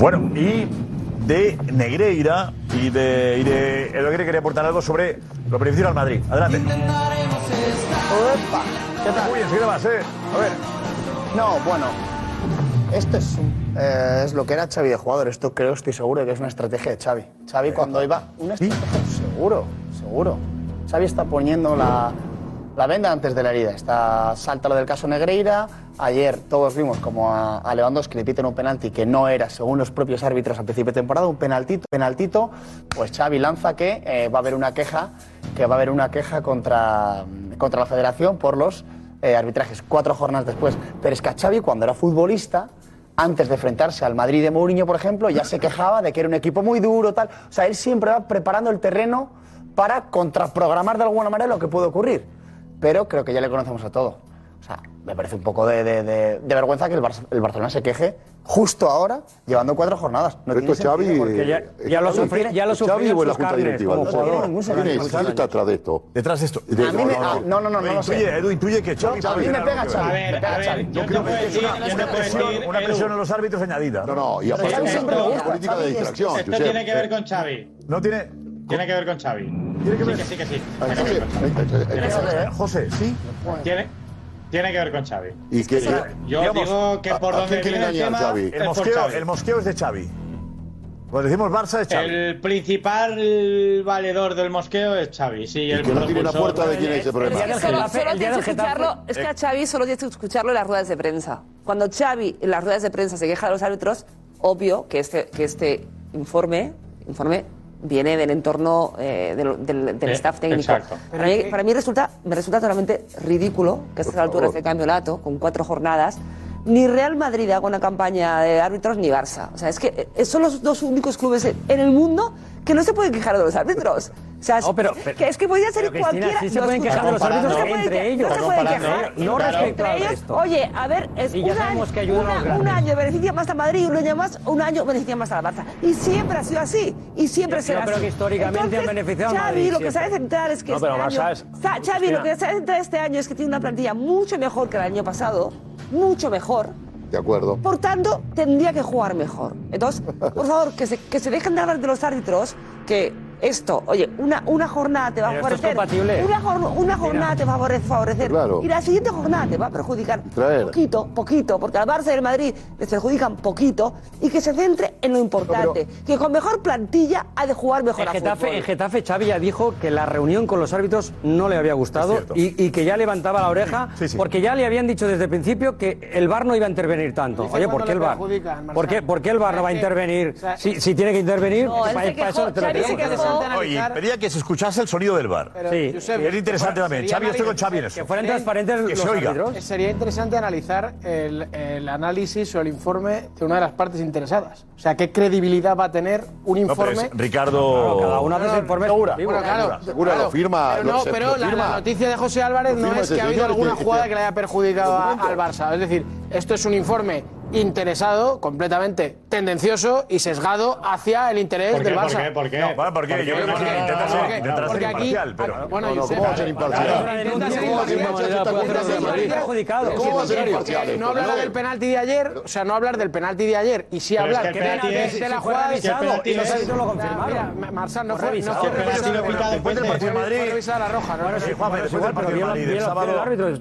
Bueno, y de Negreira y de, y de el Negreira quería aportar algo sobre los beneficios al Madrid. Adelante. Opa, ¿qué tal? Uy, enseguida vas, ¿eh? A ver. No, bueno. Esto es, un- eh, es lo que era Xavi de jugador. Esto creo, estoy seguro que es una estrategia de Xavi. Xavi cuando iba... Una estrategia, seguro, seguro. Xavi está poniendo la, la venda antes de la herida. Está, salta lo del caso Negreira. Ayer todos vimos como a, a Lewandowski le piten un penalti que no era, según los propios árbitros al principio de temporada, un penaltito, penaltito. Pues Xavi lanza que eh, va a haber una queja, que va a haber una queja contra, contra la federación por los eh, arbitrajes cuatro jornadas después. Pero es que a Xavi, cuando era futbolista, antes de enfrentarse al Madrid de Mourinho, por ejemplo, ya se quejaba de que era un equipo muy duro, tal. O sea, él siempre va preparando el terreno para contraprogramar de alguna manera lo que puede ocurrir. Pero creo que ya le conocemos a todo. O sea, me parece un poco de, de- de- de vergüenza que el, Barça- el Barcelona se queje justo ahora, llevando cuatro jornadas. No Esto tiene es Xavi, sentido, porque- eh, Xavi- Xavi o en la junta directiva. No, ¿Quién es? ¿Quién está atrás de esto? Detrás de esto. A mí me- ah, no, no, no, no lo sé. Intuye, Edu, intuye que Yo- Xavi... a mí me pega Xavi, A me ver, pega a ver. Xavi. Yo Yo creo te que puedo es una, decir, yo una te puedo presión, decir, una Edu. presión a los árbitros añadida. No, no, y Pero aparte- Xavi siempre le gusta. política de distracción, Esto Josep. tiene que ver Eh, con Xavi. No tiene. Tiene que ver con Xavi. sí, que sí, que sí. Tiene que ver con Xavi. José, sí. Tiene, tiene que ver con Xavi. ¿Y que, Yo- yo digo que por donde viene el tema es El por mosqueo, Xavi. el mosqueo es de Xavi. Cuando decimos Barça es Xavi. El principal valedor del mosqueo es Xavi. Sí, el que no tiene la propulsor- puerta de quién es el Pero problema. es que Solo, Getafe- solo el día tienes que del Getafe- escucharlo, es que a Xavi solo tienes que escucharlo en las ruedas de prensa. Cuando Xavi en las ruedas de prensa se queja de los árbitros, obvio que este, que este informe, informe viene del entorno eh, del, del- del Eh, staff técnico. exacto. Para mí, para mí resulta, me resulta totalmente ridículo que a estas alturas del campeonato, con cuatro jornadas, ni Real Madrid haga una campaña de árbitros ni Barça. O sea, es que eh, son los dos únicos clubes en el mundo que no se pueden quejar de los árbitros. O sea, que es que podría pero, ser Cristina, cualquiera. sí se no, pueden escucha, quejar de los no se árbitros pueden entre que- ellos. No se Está pueden comparando, quejar. ¿eh? No respecto entre al ellos, resto. Oye, a ver, es Y ya un, año, sabemos que ayudan a los una- grandes. un año beneficia más a Madrid y un año más, un año beneficia más a la Barça. Y siempre ha sido así. Y siempre Yo- yo será creo así. que históricamente han beneficiado a Xavi, Madrid, lo que siempre. sabe central es que No, pero este Barça año, es- Sa- Xavi, Cristina. lo que sabe central este año es que tiene una plantilla mucho mejor que el año pasado, mucho mejor. De acuerdo. Por tanto, tendría que jugar mejor. Entonces, [LAUGHS] por favor, que se, que se dejen de hablar de los árbitros, que esto, oye, una, una jornada te va a Pero esto es favorecer. compatible. Una, jorn- una jornada te va a favore- favorecer. Claro. Y la siguiente jornada te va a perjudicar Traer. poquito, poquito, porque al Barça y al Madrid les perjudican poquito y que se centre en lo importante, que con mejor plantilla ha de jugar mejor En a Getafe, fútbol. en Getafe, Xavi ya dijo que la reunión con los árbitros no le había gustado y, y que ya levantaba la oreja porque ya le habían dicho desde el principio que el VAR no iba a intervenir tanto. Dice Oye, cuando ¿por le qué el VAR? perjudican, Marsal. ¿Por qué, por qué el VAR no va a Es que- intervenir? o sea, si, si tiene que intervenir, No, él pa- se pa- eso quejó, te lo Xavi se tenemos. quejó. Interesante Oye, analizar- pedía que se escuchase el sonido del bar. Pero, sí, Josep, era interesante fuera- también. sería Xavi, yo estoy con analiz- Xavi en eso. que fueran transparentes que se oiga. Sería interesante analizar el, el análisis o el informe de una de las partes interesadas. O sea, ¿qué credibilidad va a tener un No, pero informe? es Ricardo. cada uno hace su informe. Segura. Bueno, claro, Seguro claro. lo firma. Pero no, se- pero lo la, firma. la noticia de José Álvarez Lo no firma es que ese ha habido señor, alguna este- jugada este que le haya perjudicado a- documento. al Barça. Es decir, esto es un informe interesado, completamente tendencioso y sesgado hacia el interés ¿Por qué? del ¿Por Barça. qué? ¿Por qué? No, ¿por qué? Yo creo que intenta ser- intenta ser porque aquí- imparcial, pero. bueno, No, no, Josep, ¿cómo va a ser claro, imparcial? claro, Intenta ser ¿cómo va a ser imparcial? imparcial? Está contra el Real Madrid. perjudicado. ¿Cómo va a ser Porque imparcial? No hablar del penalti de ayer, o sea, no hablar del penalti de ayer y sí Pero es hablar que el de- penalti es- de, de si la fuera jugada avisado, avisada. y los árbitros lo confirmaron. Mira, Marsal no Fue fue avisado, no fue el penalti revisado, lo pero quitado fue- después del fue- partido de fue Madrid. revisada la roja, ¿no? Bueno, sí, Juan, pero después del partido del Madrid el sábado,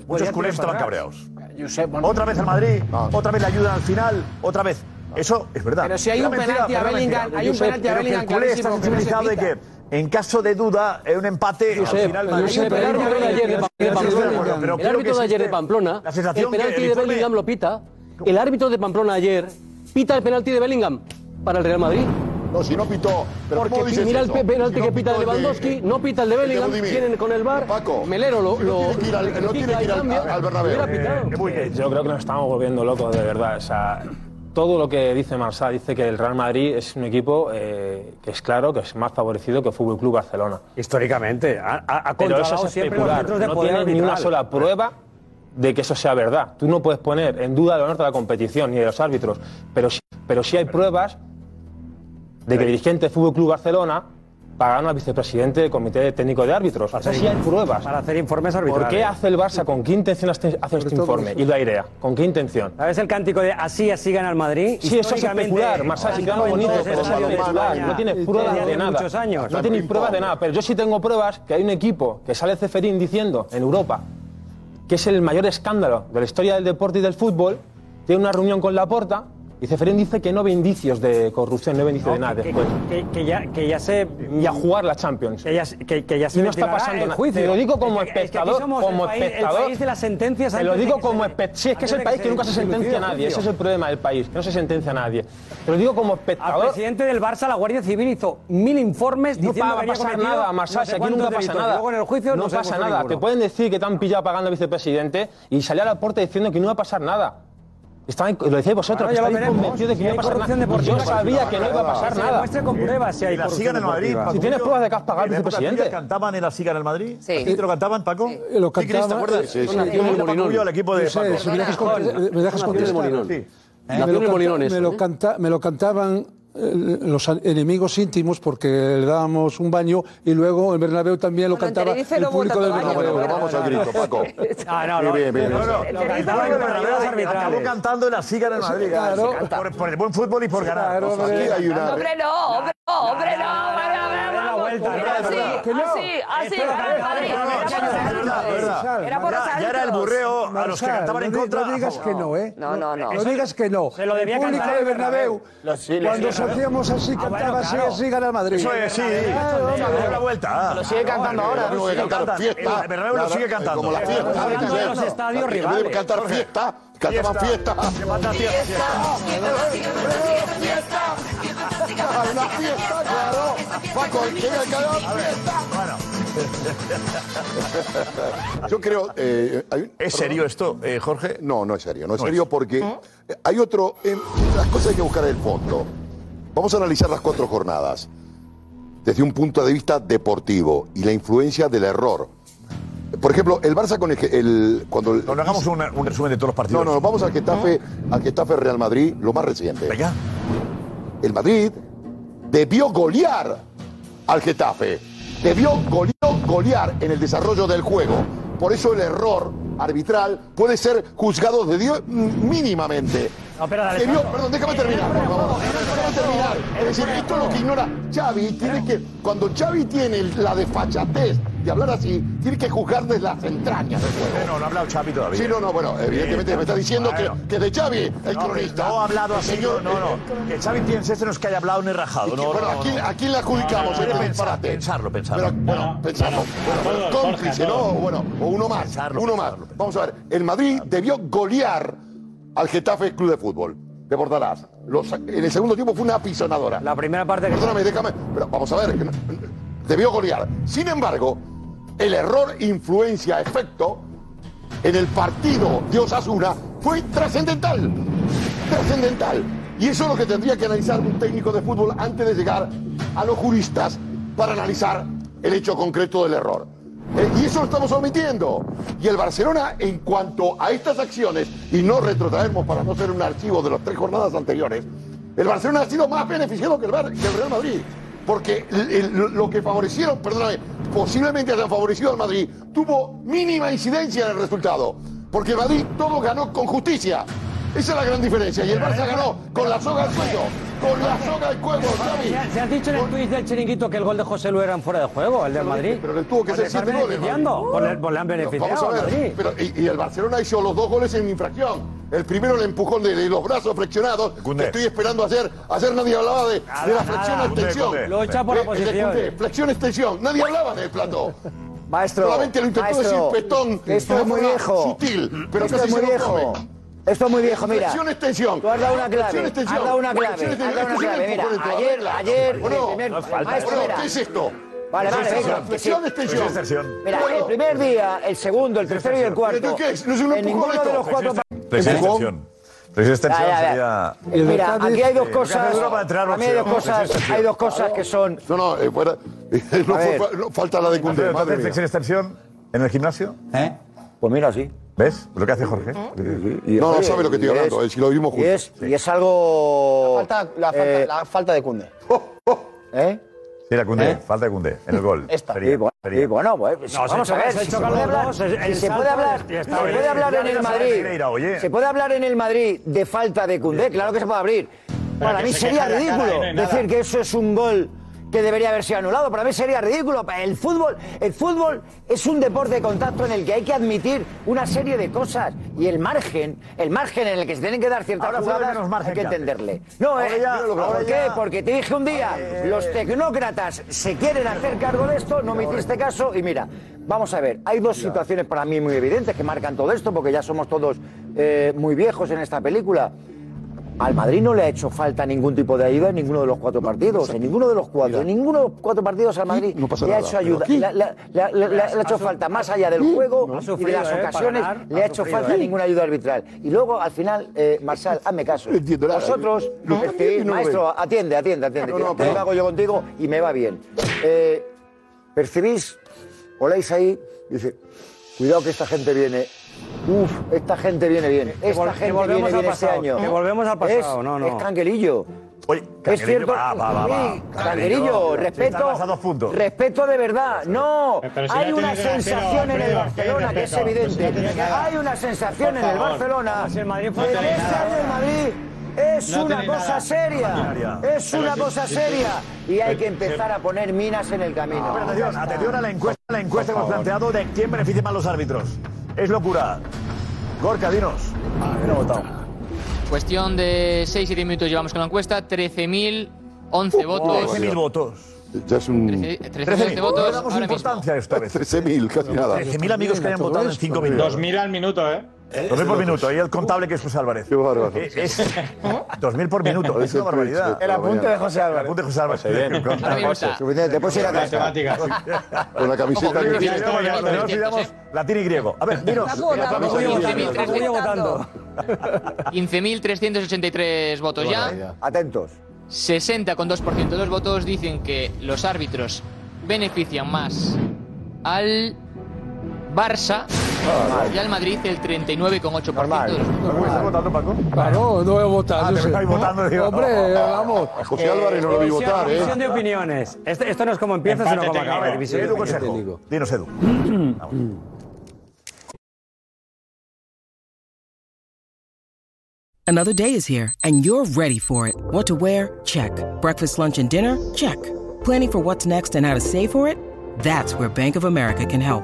muchos culés estaban cabreados. Josep, bueno. Otra vez al Madrid, otra vez la ayuda al final, otra vez. Eso es verdad. Pero si hay Era un mentira, penalti a pero era Bellingham, mentira. hay un Josep, penalti a pero que Bellingham El culé está clarísimo que no se sensibilizado de que, en caso de duda, en un empate, al Josep, final... Josep, el árbitro de ayer de Pamplona, Pero el creo árbitro que de ayer de existe Pamplona, la el sensación que penalti el de informe- Bellingham lo pita, el árbitro de Pamplona ayer pita el penalti de Bellingham para el Real Madrid. No, si no pitó. Pero Porque ¿cómo dices mira el eso? pe- penalti Si no que pitó pita el de- Lewandowski, no pita el de el de Bellingham, Budimir. vienen con el bar, Melero lo, si no lo tiene que ir al- no tiene quita que y ir al- cambia, al Bernabéu. hubiera pitado. Yo creo que nos estamos volviendo locos, de verdad. O sea, todo lo que dice Marsá dice que el Real Madrid es un equipo eh, que es claro que es más favorecido que el Fútbol Club Barcelona. Históricamente, ha, ha, ha Pero eso controlado es siempre los especular. centros de no poder tiene ni una arbitral. sola prueba de que eso sea verdad. Tú no puedes poner en duda el honor de la competición ni de los árbitros, pero sí, pero sí hay pruebas de que el dirigente del Fútbol Club Barcelona pagaron al vicepresidente del Comité Técnico de Árbitros. Eso sí hay pruebas. Para hacer informes ¿Por arbitrales. qué hace el Barça? ¿Con qué intención hace hace este informe? Y la idea. ¿Con qué intención? ¿Sabes el cántico de así, así gana el Madrid? Sí, eso es Históricamente, especular, Marsal, si queda en bonito, todos los pero estadios de especular, España, no tienes desde pruebas hace de nada. Muchos años. No tienes pruebas de nada, pero yo sí tengo pruebas que hay un equipo que sale Ceferín diciendo en Europa que es el mayor escándalo de la historia del deporte y del fútbol, tiene una reunión con Laporta y Ceferín dice que no ve indicios de corrupción, no ve indicios de nada que- después. Que, que ya, que ya se. Y a jugar la Champions. Que ya, que, que ya se Y no está ventilará pasando el nada. juicio. Te lo digo como Es que- es que aquí espectador, somos como el país, espectador. El país de las sentencias. Te antes lo de digo que como se- espectador. Si es que es antes de el país que nunca se sentencia a inicie el nadie. Ese juicio. es el problema del país, que no se sentencia a nadie. Te lo digo como Al espectador. Ah, presidente del Barça, la Guardia Civil hizo mil informes No diciendo va a que había pasar cometido nada, Marsal, no sé si aquí cuántos nunca pasa delitos. nada. Luego en el juicio no, se pasa demostró nada. ninguno. Te pueden decir que te han pillado pagando al vicepresidente y salía a la puerta diciendo que no iba a pasar nada. Estaba inc- lo decíais vosotros, Ahora ya que lo estáis veremos. convencidos de que Si no iba hay a pasar corrupción nada. Y Yo deportiva, sabía si que no no, iba a no, pasar se nada. demuestra con pruebas si hay Y la corrupción sigan en el Madrid. deportiva. Paco, Si tienes yo- pruebas de que has pagado al en la época vicepresidente. tuya cantaban en la sigan en el Madrid? Sí. ¿A ti te lo cantaban, Paco? Lo ¿Sí, Cris, cantaba, ¿Te acuerdas? Sí, sí. Yo Nación le de Paco Molinón. Julio al equipo de Sí, Paco. si me dejas contestar- me dejas Nación de contestar. Molinón. Sí. Me lo canta- me lo canta- me lo cantaban eh, los an- enemigos íntimos porque le dábamos un baño y luego en Bernabéu también lo Bueno, en cantaba Tenerife el no hubo público del tanto baño, Ah, bueno, Bernabéu. pero vamos al grito, Paco. Ah, no, Bien, no. bien, bien. no, no. El Lo Tenerife cantaban en las Acabó arbitrales. cantando en la sigan en el Madrid. Claro. Por, por el buen fútbol y por ganar. Claro, O sea, hombre. aquí hay una- Hombre, no, hombre, no, hombre, no. la vuelta, Era no, así, no, así, que no. así, Espera, era espera, Madrid, espera, era por espera, los árbitros. espera, Era por los Ya era el árbitros. burreo a los que Marsal, cantaban en no di- contra. No digas a que no, ¿eh? No, no, no. No digas que no. Se lo debía El público cantar de el Bernabéu, Lo- sí, lo cuando sí, claro. hacíamos así, Ah, bueno, cantaba así, claro. así gana el Madrid. Eso es, sí. Claro, Eso es, hombre. da la vuelta. Lo sigue cantando Claro, ahora. el Bernabéu Sigue cantando fiesta. El Bernabéu lo sigue Claro, cantando. como la fiesta, Estamos hablando de los estadios En vez de rivales. cantar fiesta, cantaban fiesta. Mata a tierra. Fiesta. a una fiesta, claro. Va cualquiera que haga fiesta. Yo creo. eh, ¿Es serio esto, eh, Jorge? No, no es serio. No es No es. serio porque hay otro. em, las cosas hay que buscar el fondo. Vamos a analizar las cuatro jornadas desde un punto de vista deportivo y la influencia del error. Por ejemplo, el Barça con el. que- el- cuando el- hagamos una- un resumen de todos los partidos. No, no, vamos al Getafe, al Getafe Real Madrid, lo más reciente. Venga. El Madrid debió golear al Getafe. Debió goleó, golear en el desarrollo del juego. Por eso el error arbitral puede ser juzgado de Dios mm, mínimamente. No, pero dale, Franco. perdón, déjame terminar, por favor. Déjame terminar. Es decir, esto es lo que ignora Xavi. Tiene que, cuando Xavi tiene la desfachatez de hablar así, tiene que juzgar desde las entrañas del juego. No, no ha hablado Xavi todavía. Sí, no, no, bueno, evidentemente me está diciendo que- Bueno. que es de Xavi, el No, hombre, cronista. No ha hablado El así, señor- no, no. Que Xavi piense esto no es que haya hablado ni rajado. No, bueno, no, no, ¿a quién- no. a quién le adjudicamos Puede este pensar, disparate? pensarlo, pensarlo. Bueno, pensamos. Bueno, todos, Jorge, cómplice, a ¿no? todos. Bueno, o uno más. uno más. Vamos a ver. El Madrid debió golear al Getafe Club de Fútbol. De Bordalás. Los- en el segundo tiempo fue una apisonadora. La primera parte. Perdóname, déjame. Pero vamos a ver. que no- Debió golear. Sin embargo, el error influencia efecto en el partido de Osasuna fue trascendental. Trascendental. Y eso es lo que tendría que analizar un técnico de fútbol antes de llegar a los juristas para analizar el hecho concreto del error. Eh, y eso lo estamos omitiendo. Y el Barcelona, en cuanto a estas acciones, y no retrotraemos para no ser un archivo de las tres jornadas anteriores, el Barcelona ha sido más beneficiado que el, Bar- que el Real Madrid. Porque el- el- lo que favorecieron, perdóname, posiblemente hayan favorecido al Madrid, tuvo mínima incidencia en el resultado. Porque el Madrid todo ganó con justicia. Esa es la gran diferencia. Y el Barça ganó con la soga al cuello. Con la soga al cuello, Xavi. Se, se ha dicho en el tuit del chiringuito que el gol de José Lu era en fuera de juego, el del Madrid. Pero le tuvo que Pues ser le están siete goles. beneficiando, Madrid. pues le- pues le han Pero beneficiado Vamos a al Madrid. ver. Pero, y, y el Barcelona hizo los dos goles en infracción. El primero el empujón de, de los brazos flexionados. Cundé. Que estoy esperando hacer. Ayer nadie hablaba de, Nada, de la flexión nada. a extensión. Cundé, Cundé. Lo echa por De- la de posición. Cundé, flexión extensión. Nadie hablaba en el plató. [LAUGHS] Maestro, Solamente lo intentó maestro, decir Petón. Esto de es muy forma viejo. Sutil. Pero esto casi es muy se lo viejo. come. Esto es muy viejo, mira. Flexión, extensión. Tú has dado una Flexión, clave. Has extensión. dado una clave. Flexión, Has dado extensión. una Eso es un clave. Mira, empujón en toda ayer, regla. ayer, Bueno, el primer no es falta. maestro, Bueno, mira. ¿qué es esto? Vale, Es vale, extensión, venga. flexión, Sí. extensión. Es extensión. Mira, el primer día, el segundo, el tercero y el cuarto. ¿Pero qué es? No es un en empujón ninguno de esto. los cuatro Flexión extensión. Flexión extensión Ya, ya, sería. ya. Mira, aquí hay dos Sí, cosas. lo que hace Europa para entrenar a mí hay dos boxeo. Flexión cosas. Hay extensión. dos cosas que son. No, no, eh, fuera. [LAUGHS] No A fue- ver. no, falta la de Cundé. Alfredo, ¿tú madre haces mía. flexión extensión en el gimnasio? ¿Eh? Pues mira, sí. ¿Ves? Lo que hace Jorge. No, no sabe lo que estoy y es- hablando, eh, si lo vimos Y juntos. es, y es algo. La falta, falta- [LAUGHS] de Cunde. Oh, ¿Eh? Sí, la Cundé, falta de Cundé en el gol. Esta. Sería, Y bueno, sería. y bueno, pues, No, se vamos a choca- ver. se Si se chocan puede los hablar, dos, el- si el se puede salto hablar, y ya se está, oye, puede hablar ya en el no sabe Madrid. Pereira, oye. Se puede hablar en el Madrid de falta de Cundé, claro que se puede abrir. Pero Para que mí se queja sería la cara y no hay ridículo nada. decir que eso es un gol que debería haber sido anulado. Para mí sería ridículo. El fútbol, el fútbol es un deporte de contacto en el que hay que admitir una serie de cosas y el margen, el margen en el que se tienen que dar ciertas Ah, Ahora puede haber jugadas, menos margen hay que que antes. entenderle. No, Ahora eh, ya- ahora ¿por qué? ya- Porque te dije un día, los tecnócratas se quieren hacer cargo de esto, no me hiciste caso y mira, vamos a ver, hay dos situaciones para mí muy evidentes que marcan todo esto porque ya somos todos eh, muy viejos en esta película. Al Madrid no le ha hecho falta ningún tipo de ayuda en ninguno de los cuatro partidos, en ninguno de los cuatro, en ninguno de los cuatro partidos al Madrid no pasa le ha nada, hecho pero ayuda, aquí- le, ha- le ha- le ha- le ha- le ha hecho falta más allá del juego Ha y de sufrido, las eh, para ocasiones, ganar, le ha, ha hecho sufrido, falta eh. ninguna ayuda arbitral. Y luego al final, eh, [LAUGHS] Marsal, hazme caso. entiendo nada. Vosotros, Lo los que que entiendo no escribís, lo maestro, veo. atiende, atiende, atiende. No, no, que lo pero- hago yo contigo y me va bien. Eh, percibís, oléis ahí, dice, cuidado que esta gente viene. Uf, esta gente viene bien. que Esta vol- que gente volvemos viene al bien este pasado, año. que volvemos al pasado, Es- no, no. Es canguelillo. Oye, es Canguelillo, cierto. va, va, va, va. Sí, Canguelillo, Canguelillo, sí, respeto. estás a dos puntos. Respeto de verdad. No. Pero si Hay no una tiene delantero, sensación en el Alfredo, Barcelona que es Alfredo, pero si no tiene evidente. nada. Hay una sensación Por en el favor. Barcelona. Si el Madrid de fuera- que No tiene este nada. año el Madrid es No una tiene cosa nada. seria. Contraria. Es Pero una si- cosa si- seria. Y hay pero- que empezar a poner minas en el camino. Pero Ah, atención, atención a la encuesta, a la encuesta que hemos planteado de quién beneficia más los árbitros. Es locura. Gorka, dinos. Ah, ¿Quién ha votado? Cuestión de 6-7 minutos llevamos con la encuesta. 13.011 Uh, votos. 13.000 votos. Ya es un. 13.011 No le votos. damos ahora mismo. importancia a esto. a veces. 13.000, casi nada. 13.000 amigos que hayan votado en 5 minutos. al minuto, ¿eh? 2.000 por minuto. Ahí el contable que es José Álvarez. Eh, Qué bárbaro. Es 2.000 por minuto. Es una barbaridad. El apunte de José Álvarez. El apunte de José Álvarez. Suficiente, te puedes ir a casa. Con la Ojo, camiseta que que tienes tiene. todo No ya, nos olvidamos latín y griego. A ver, dinos. Está votando, Vamos a votar. 15.383 votos Qué ya. barbaridad. Atentos. 60,2% de los votos dicen que los árbitros benefician más al Barça y al Madrid el 39,8% de los votos. ¿Estás votando, Paco? Claro, no voy a votar. Ah, yo te sé. estáis votando, digo. Hombre, vamos. José Álvarez no lo vi División- votar, ¿eh? división de opiniones. Este- esto no es como empieza, sino como A acaba. ver, división de Edu, opiniones. consejo. Dinos, Edu. Another day is here, and you're ready for it. What to wear? Check. Breakfast, lunch, and dinner? Check. Planning for what's next and how to save for it? That's where Bank of America can help.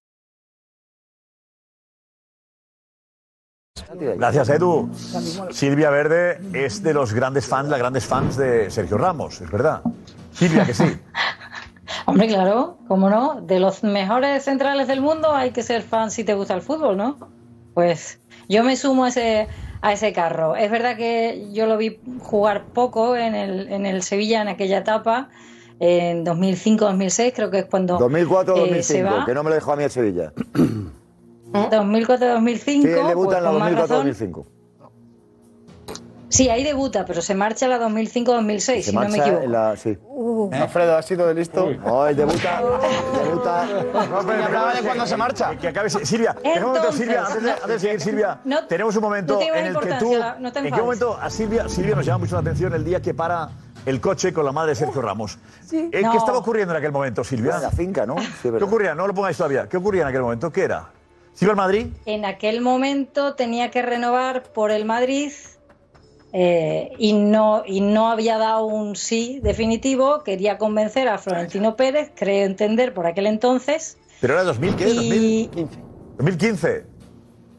Gracias, Edu. Silvia Verde es de los grandes fans, las grandes fans de Sergio Ramos, es verdad. Silvia, que sí. Hombre, claro, cómo no. De los mejores centrales del mundo hay que ser fan si te gusta el fútbol, ¿no? Pues yo me sumo a ese, a ese carro. Es verdad que yo lo vi jugar poco en el, en el Sevilla en aquella etapa, en 2005-2006, creo que es cuando eh, se va. 2004-2005, que no me lo dejó a mí el Sevilla. Sí, 2004-2005. él debuta pues en la con más razón. 2004-2005. Sí, ahí debuta, pero se marcha la 2005-2006, Se si no me equivoco. marcha en la... Sí. Uh. ¿Eh? Alfredo, has sido de listo. Oh, No, él [LAUGHS] debuta... Oh. debuta... hablaba de cuando se marcha. Que acabe, Silvia, déjame un momento, Entonces, Silvia, antes de, antes de seguir, Silvia. [LAUGHS] no- tenemos un momento no tiene en el que importancia, tú. no te ¿En qué enfades. momento a Silvia, Silvia nos llama mucho la atención el día que para el coche con la madre de Sergio Ramos? Eh, No. ¿Qué estaba ocurriendo en aquel momento, Silvia? En la finca, ¿no? ¿Qué ocurría? No lo pongáis todavía. ¿Qué ocurría en aquel momento? ¿Qué era? ¿Se iba al Madrid? En aquel momento tenía que renovar por el Madrid eh, y, no, y no había dado un sí definitivo. Quería convencer a Florentino Pérez, creo entender por aquel entonces. ¿Pero era 2000 qué? Y- 2015. 2015.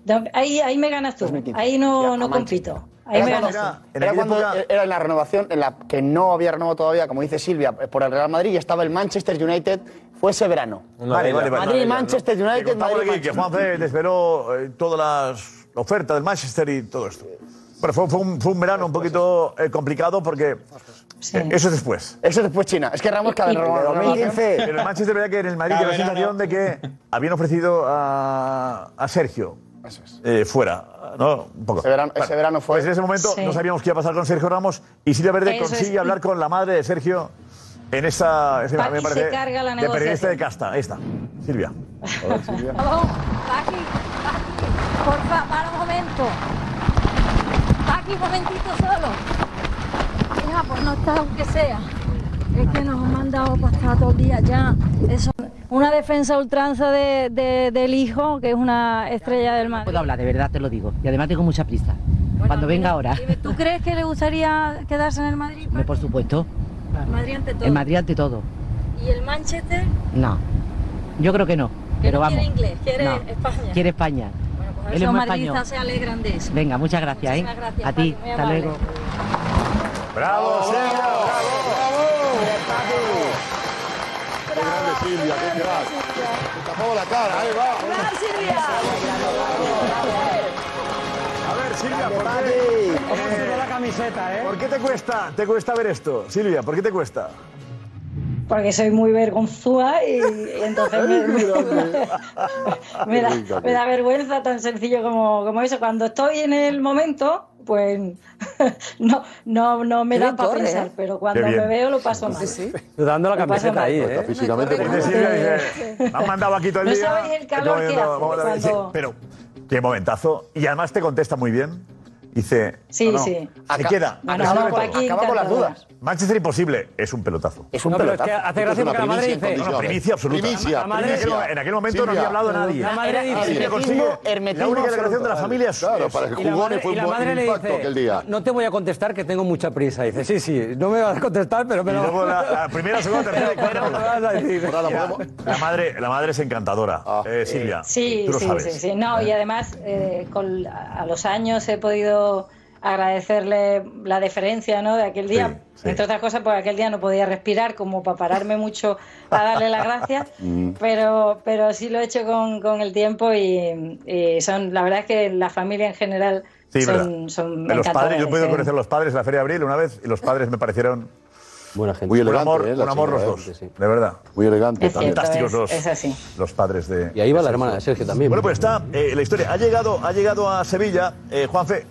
Do- Ahí, ahí me ganas tú, ahí no, no compito. Ahí Era me cuando, ganas tú. era cuando era en la renovación, en la que no había renovado todavía, como dice Silvia, por el Real Madrid y estaba el Manchester United, fue ese verano. vale, vale, vale. Madrid, Manchester United, Estamos Madrid, aquí, que Juan Fe desveló eh, todas las ofertas del Manchester y todo esto. Bueno, fue, fue un, fue un verano un poquito eh, complicado porque eh, eso es después. Eso es después China. Es que Ramos cada renovado. [LAUGHS] Pero el Manchester veía que en el Madrid Cada tenía la verano. sensación de que habían ofrecido a, a Sergio eh, fuera. ¿no? Un poco. Ese verano- ese verano fue- Pues en ese momento Sí. no sabíamos qué iba a pasar con Sergio Ramos y Silvia Verde Eso es. consigue hablar con la madre de Sergio en esa. ese- Paqui me se parece, carga la de periodista negociación. de casta. Ahí está, Silvia. Perdón, Paqui, Paqui, porfa, para un momento. Paqui, un momentito solo. Hija, pues no está aunque sea. Es que nos han mandado pastar todo el día ya. Eso, una defensa a ultranza de, de- del hijo, que es una estrella del mar. Puedo hablar, de verdad te lo digo. Y además tengo mucha prisa. Cuando venga ahora. ¿Tú crees que le gustaría quedarse en el Madrid? No, por supuesto. Madrid ante todo. En Madrid ante todo. ¿Y el Manchester? No. Yo creo que no. Pero no vamos. quiere inglés, quiere No. España. Quiere España. Por Él eso es muy los español. madridistas se alegran de eso. Venga, muchas gracias, ¿eh? Muchísimas gracias, A ti. Paqui, muy Hasta amable. luego. ¡Bravo, Silvia! ¡Qué grande Silvia! ¡Qué crack! Te tapó la cara, ahí va. A ver, Silvia, ¿por qué? la camiseta, ¿eh? ¿Por qué te cuesta, te cuesta ver esto? Silvia, ¿por qué te cuesta? Porque soy muy vergonzúa y, y entonces [LAUGHS] me, [LAUGHS] me da, me da vergüenza tan sencillo como, como eso. Cuando estoy en el momento, pues [LAUGHS] no, no, no me Qué da bien para corre, pensar, ¿eh? pero cuando Qué bien. me veo lo paso mal. Dando la Lo pasa camiseta mal. ahí, Está ¿eh? físicamente Es decir, Silvia dice, Pues me han mandado aquí todo el No día. sabéis el calor Estoy que hace vamos a ver, cuando- sí, pero, qué momentazo. Y además te contesta muy bien. Dice. Sí, no, no, sí. Se Acá- queda. Bueno, acaba Resuelve aquí, todo. acaba con las dudas. Manchester imposible es un pelotazo. Es un No, pero es que pelotazo. hace gracia porque la madre dice- No, no, primicia absoluta. Primicia, En aquel- primicia. en aquel momento no Silvia. había hablado nadie. La madre Era- Ah, dice- Silvia consigue Hermetismo- La hermetismo única declaración absoluto. de la familia es Claro, para el Y la madre, y la madre le dice, "No- no te voy a contestar que tengo mucha prisa. Dice, sí, sí, no me vas a contestar, pero me Y lo... luego la, [LAUGHS] la primera, segunda, tercera y Pero- cuarta. pero me vas a decir. La, la madre, la madre es encantadora, eh, Silvia. Sí, tú lo sí, sabes. sí, sí. No, y además eh, con, a los años he podido agradecerle la deferencia ¿no? de aquel día. Entre otras cosas, porque aquel día no podía respirar como para pararme mucho a darle las gracias. Mm. Pero, pero sí lo he hecho con, con el tiempo y, y son, la verdad es que la familia en general Sí, son, verdad. son Los padres, yo he podido encantadores, conocer a los padres en la Feria de Abril una vez y los padres me parecieron. Buena gente. Muy elegante, un amor, eh, la un amor señora, eh, los dos, de verdad. Muy elegante. Es cierto, Fantásticos es- los, es así. los padres de. Y ahí va la hermana de Sergio también. Bueno, pues está eh, la historia. Ha llegado, ha llegado a Sevilla, eh, Juanfe,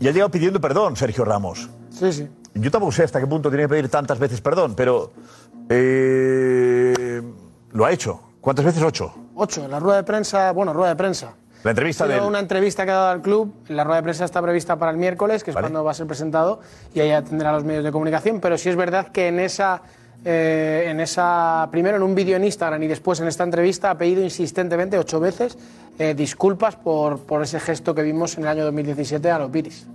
y ha llegado pidiendo perdón, Sergio Ramos. Sí, sí. Yo tampoco sé hasta qué punto tiene que pedir tantas veces perdón, pero eh, lo ha hecho. ¿Cuántas veces? Ocho. Ocho, en la rueda de prensa, bueno, rueda de prensa. La entrevista Ha sido de una entrevista que ha dado al club. La rueda de prensa está prevista para el miércoles, que es cuando va a ser presentado, y ahí atenderá a los medios de comunicación. Pero sí es verdad que en esa, eh, en esa primero en un vídeo en Instagram y después en esta entrevista ha pedido insistentemente ocho veces eh, disculpas por, por ese gesto que vimos en el año 2017 a los Piris.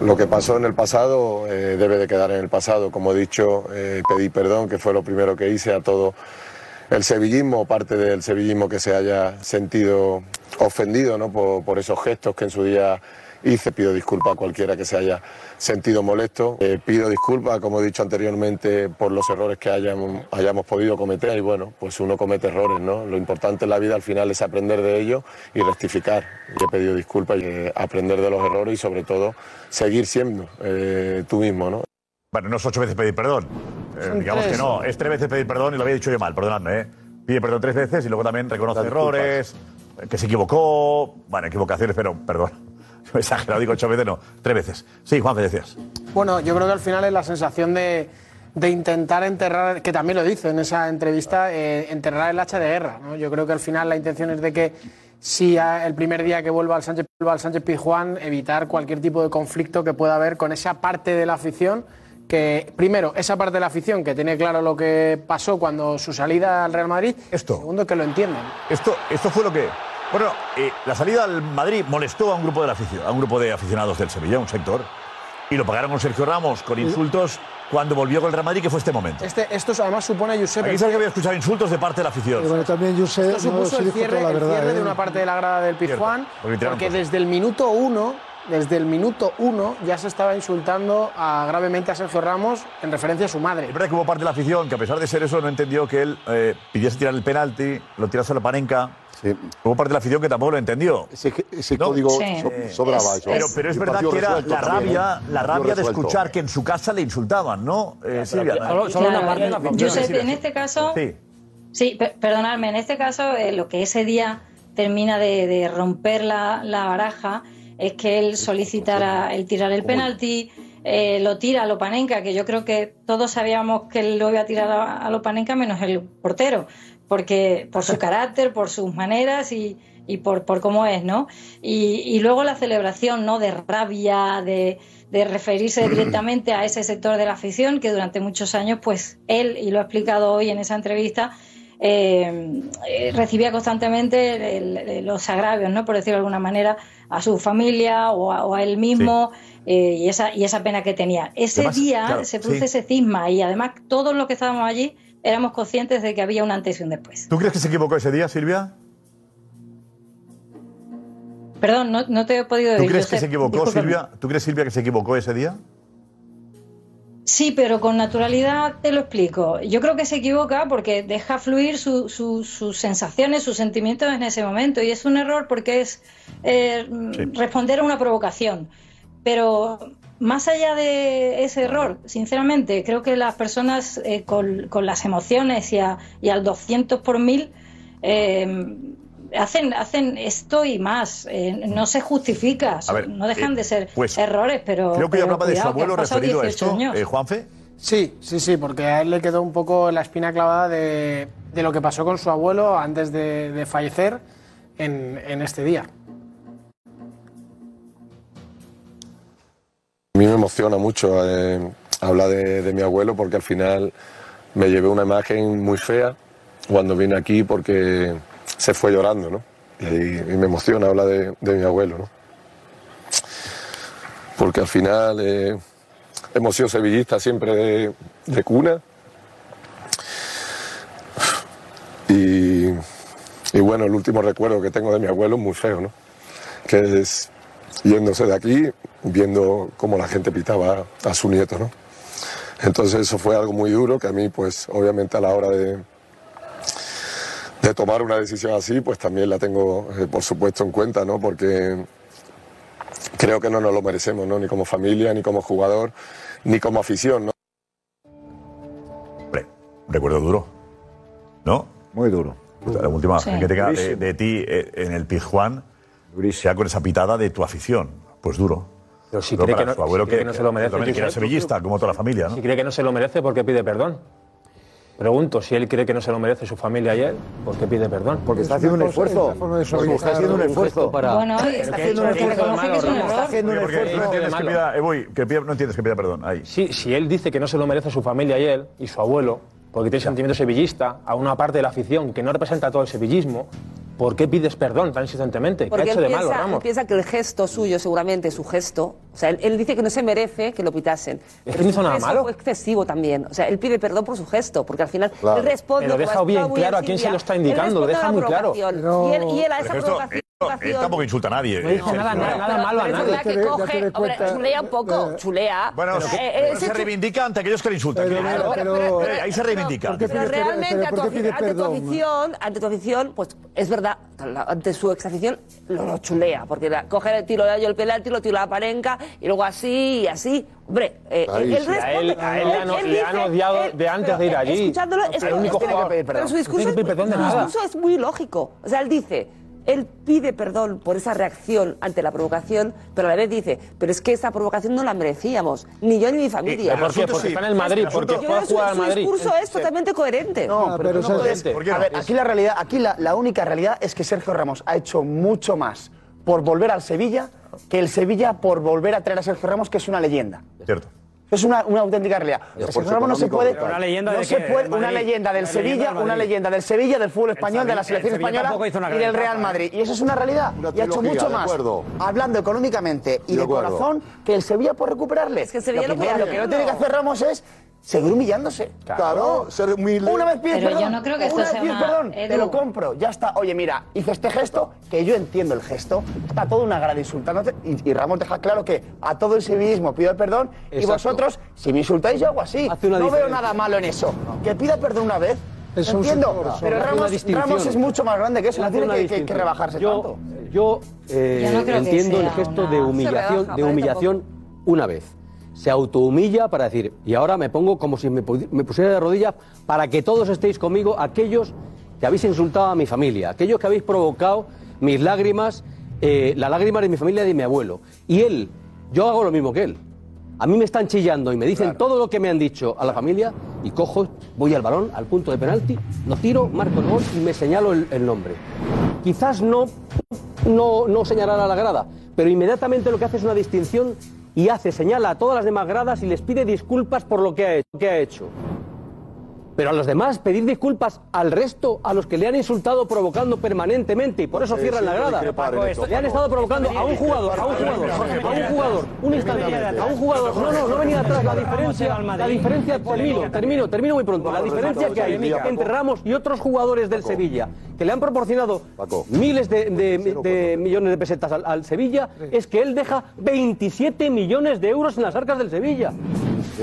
Lo que pasó en el pasado eh, debe de quedar en el pasado. Como he dicho, eh, pedí perdón, que fue lo primero que hice a todo el sevillismo, parte del sevillismo que se haya sentido ofendido ¿no? por, por esos gestos que en su día hice. Pido disculpas a cualquiera que se haya sentido molesto. Eh, pido disculpas, como he dicho anteriormente, por los errores que hayamos, hayamos podido cometer. Y bueno, pues uno comete errores, ¿no? Lo importante en la vida al final es aprender de ellos y rectificar. Y he pedido disculpas y eh, aprender de los errores y sobre todo seguir siendo eh, tú mismo, ¿no? Bueno, no es ocho veces pedir perdón. Eh, Son digamos tres. que no, es tres veces pedir perdón y lo había dicho yo mal, perdonadme. ¿eh? Pide perdón tres veces y luego también reconoce Las disculpas. errores, eh, que se equivocó, bueno, equivocaciones, pero perdón. [LAUGHS] Yo he exagerado, digo ocho veces, no, tres veces. Sí, Juan, ¿qué decías? Bueno, yo creo que al final es la sensación de, de intentar enterrar, que también lo dice en esa entrevista, eh, enterrar el hacha de guerra. ¿no? Yo creo que al final la intención es de que si a- el primer día que vuelva al Sánchez, vuelva al Sánchez Pizjuán, evitar cualquier tipo de conflicto que pueda haber con esa parte de la afición. Que primero, esa parte de la afición que tiene claro lo que pasó cuando su salida al Real Madrid. Esto. Segundo, que lo entiendan. Esto, esto fue lo que. Bueno, eh, la salida al Madrid molestó a un grupo de la afición- a un grupo de aficionados del Sevilla, un sector, y lo pagaron con Sergio Ramos con insultos cuando volvió con el Real Madrid, que fue este momento. Este, esto además supone, Josep, Aquí el- sabes que había escuchado insultos de parte de la afición. Pero bueno, también yo sé, Esto supuso el cierre, el cierre de una parte de la grada del Pizjuán, porque tiraron porque desde el minuto uno, desde el minuto uno, ya se estaba insultando a- gravemente a Sergio Ramos en referencia a su madre. Es verdad que hubo parte de la afición que, a pesar de ser eso, no entendió que él eh, pidiese tirar el penalti, lo tirase a la panenca. Hubo parte de la afición que tampoco lo entendió. Ese, código Sí. so- sobraba, eso. Pero, pero es Y verdad partido que era resuelto la también, rabia, ¿eh? la rabia Partido de resuelto. escuchar que en su casa le insultaban, ¿no? Eh, Silvia, aquí- solo- solo una Claro, parte de la afición. Josep, en este caso, Sí. Sí, pe- perdonadme, en este caso eh, lo que ese día termina de, de romper la, la baraja es que él solicitara el tirar el penalti, eh, lo tira a Lopanenka, que yo creo que todos sabíamos que él lo iba a tirar a, a Lopanenka menos el portero, porque por [LAUGHS] su carácter, por sus maneras y, y por, por cómo es, ¿no? Y, y luego la celebración, ¿no? De rabia, de, [CLEARS THROAT] de referirse directamente a ese sector de la afición que durante muchos años, pues él, y lo ha explicado hoy en esa entrevista, eh, eh, recibía constantemente el- el- los agravios, ¿no? por decirlo de alguna manera, a su familia o a, o a él mismo eh, y, esa, y esa pena que tenía. Ese Además, día claro, se produce sí. ese cisma y además todos los que estábamos allí éramos conscientes de que había un antes y un después. ¿Tú crees que se equivocó ese día, Silvia? Perdón, no, no te he podido ¿Tú decir. crees que se equivocó, Silvia? ¿Tú crees, Silvia, que se equivocó ese día? Sí, pero con naturalidad te lo explico. Yo creo que se equivoca porque deja fluir su- su- sus sensaciones, sus sentimientos en ese momento. Y es un error porque es eh, responder a una provocación. Pero más allá de ese error, sinceramente, creo que las personas eh, con, con las emociones y, a- y al 200 por mil eh, hacen, hacen esto y más. Eh, no se justifica, A ver, no dejan eh, de ser pues, errores, pero. creo que pero ya hablaba de su cuidado, que abuelo han pasado referido a 18 esto, años. eh, Juanfe. Sí, sí, sí, porque a él le quedó un poco la espina clavada de, de lo que pasó con su abuelo antes de, de fallecer en, en este día. mí me emociona mucho eh, hablar de, de mi abuelo porque al final me llevé una imagen muy fea cuando vine aquí porque se fue llorando, ¿no? Y, y me emociona hablar de, de mi abuelo, ¿no? Porque al final eh, hemos sido sevillistas siempre de, de cuna. Y, y bueno, el último recuerdo que tengo de mi abuelo es muy feo, ¿no? Que es yéndose de aquí, viendo cómo la gente pitaba a su nieto, ¿no? Entonces eso fue algo muy duro que a mí, pues obviamente a la hora de, de tomar una decisión así, pues también la tengo, eh, por supuesto, en cuenta, ¿no? Porque creo que no nos lo merecemos, ¿no? Ni como familia, ni como jugador, ni como afición, ¿no? Recuerdo duro. ¿No? Pues, Muy duro. La última Sí. imagen que tenga de, Durísimo. de ti eh, en el Pizjuán sea con esa pitada de tu afición. Pues duro. Pero si Duro cree para que no- su abuelo si cree que no se lo merece, también, que era Josep. sevillista, como toda la familia, ¿no? Si cree que no se lo merece, ¿por qué pide perdón? Pregunto si él cree que no se lo merece su familia ayer, ¿por qué pide perdón? Porque está haciendo un esfuerzo. Porque está haciendo un esfuerzo. Está haciendo un esfuerzo. Está haciendo un Oye, porque no esfuerzo. entiendes que pida- eh, voy, que pida- no entiendes que pida perdón. Ahí. Sí, si él dice que no se lo merece su familia y él y su abuelo, porque tiene sentimiento sevillista, a una parte de la afición que no representa todo el sevillismo, ¿por qué pides perdón tan insistentemente? ¿Qué ha Porque hecho él de malo, piensa, él Ramos? piensa que el gesto suyo, seguramente su gesto, o sea, él, él dice que no se merece que lo pitasen. que Pero no su hizo nada gesto malo. Fue excesivo también. O sea, él pide perdón por su gesto, porque al final Claro. él responde. Pero con deja la bien espada muy claro a quién encendida. se lo está Él indicando, responde deja a la muy claro. provocación. Y, él, y él a esa Pero esto- provocación. Él, él tampoco insulta a nadie. No dijo eh, nada, sí, nada, sí. nada malo a Pero es nadie. verdad que Pero- coge- pero- hombre, chulea un poco, chulea. Bueno, Pero- se- eh, eh, pero ese se chu- reivindica ante aquellos que le insultan. Pero- Claro, pero- pero- eh, ahí se reivindica. Pero realmente a tu afi- ante tu afición, ante tu afición, pues es verdad, la- ante su ex afición lo, lo chulea, porque la- coge el tiro de ello el penalti, lo tiro a la parenca y luego así y así. Hombre, eh, Ahí él, él sí. A él- responde- a él le han- él le han dice- odiado de antes pero de ir allí. Escuchándolo, El es único es- jugador. Pero su No discurso, tiene es, que pedir perdón de su nada. discurso es muy lógico. O sea, él dice. Él pide perdón por esa reacción ante la provocación, pero a la vez dice, pero es que esa provocación no la merecíamos, ni yo ni mi familia. pero ¿por qué? El asunto Porque sí. está en el Madrid, porque Yo fue a creo que su- jugar al Su Madrid. discurso es totalmente coherente. No, Ah, pero, no puedes- A ver, aquí la realidad, aquí la, la única realidad es que Sergio Ramos ha hecho mucho más por volver al Sevilla que el Sevilla por volver a traer a Sergio Ramos, que es una leyenda. Cierto. Es una, una auténtica realidad. Y esfuerzo Sergio Ramos no se económico puede. brutal. ¿Una leyenda no de se qué? puede- ¿Del una Madrid? leyenda del ¿Una Sevilla, leyenda del una Madrid? leyenda del Sevilla, del fútbol español, de la Sevilla- selección el Sevilla española tampoco hizo una y del gran Real etapa, Madrid. ¿eh? Y eso es una realidad. Una y ha hecho trilogía, mucho de más acuerdo. hablando económicamente y De de, acuerdo. corazón que el Sevilla por recuperarle. que el Sevilla lo, no que, puede lo que no tiene que hacerlo. hacer Ramos es seguir humillándose. Claro, ser humilde. Una vez pides Pero yo perdón, no creo que esto una vez sea pides una- perdón, Edu. te lo compro, ya está. Oye, mira, hice este gesto, que yo entiendo el gesto, está toda una grada insultándote y, y Ramos deja claro que a todo el civilismo pido el perdón y Exacto. vosotros, si me insultáis, yo hago así. No Hace una veo diferencia. nada malo en eso. Que pida perdón una vez, Es lo un entiendo, sector, eso. pero Hace una Ramos, distinción. Ramos es mucho más grande que eso, no Hace tiene una que- que, que distinción. rebajarse Yo- tanto. Yo eh, Yo no creo que entiendo el sea gesto una- de Se humillación, rebaja, de pero humillación una vez. Se autohumilla para decir, y ahora me pongo como si me, pudi- me pusiera de rodillas para que todos estéis conmigo, aquellos que habéis insultado a mi familia, aquellos que habéis provocado mis lágrimas, eh, las lágrimas de mi familia y de mi abuelo. Y él, yo hago lo mismo que él. A mí me están chillando y me dicen todo lo que me han dicho a la familia y cojo, voy al balón, al punto de penalti, lo tiro, marco el gol y me señalo el- el nombre. Quizás no no, no señalará a la grada, pero inmediatamente lo que hace es una distinción y hace, señala a todas las demás gradas y les pide disculpas por lo que ha hecho. Que ha hecho. Pero a los demás, pedir disculpas al resto, a los que le han insultado provocando permanentemente y por eso Eh, cierran sí, la no grada. discrepar en esto. le han estado provocando a un jugador, a un jugador, a un jugador, un instante, a un jugador. No, no, no venía atrás. La diferencia, la diferencia, termino, termino, termino muy pronto. La diferencia que hay entre Ramos y otros jugadores del Sevilla que le han proporcionado miles de, de- de millones de pesetas al, al Sevilla es que él deja 27 millones de euros en las arcas del Sevilla.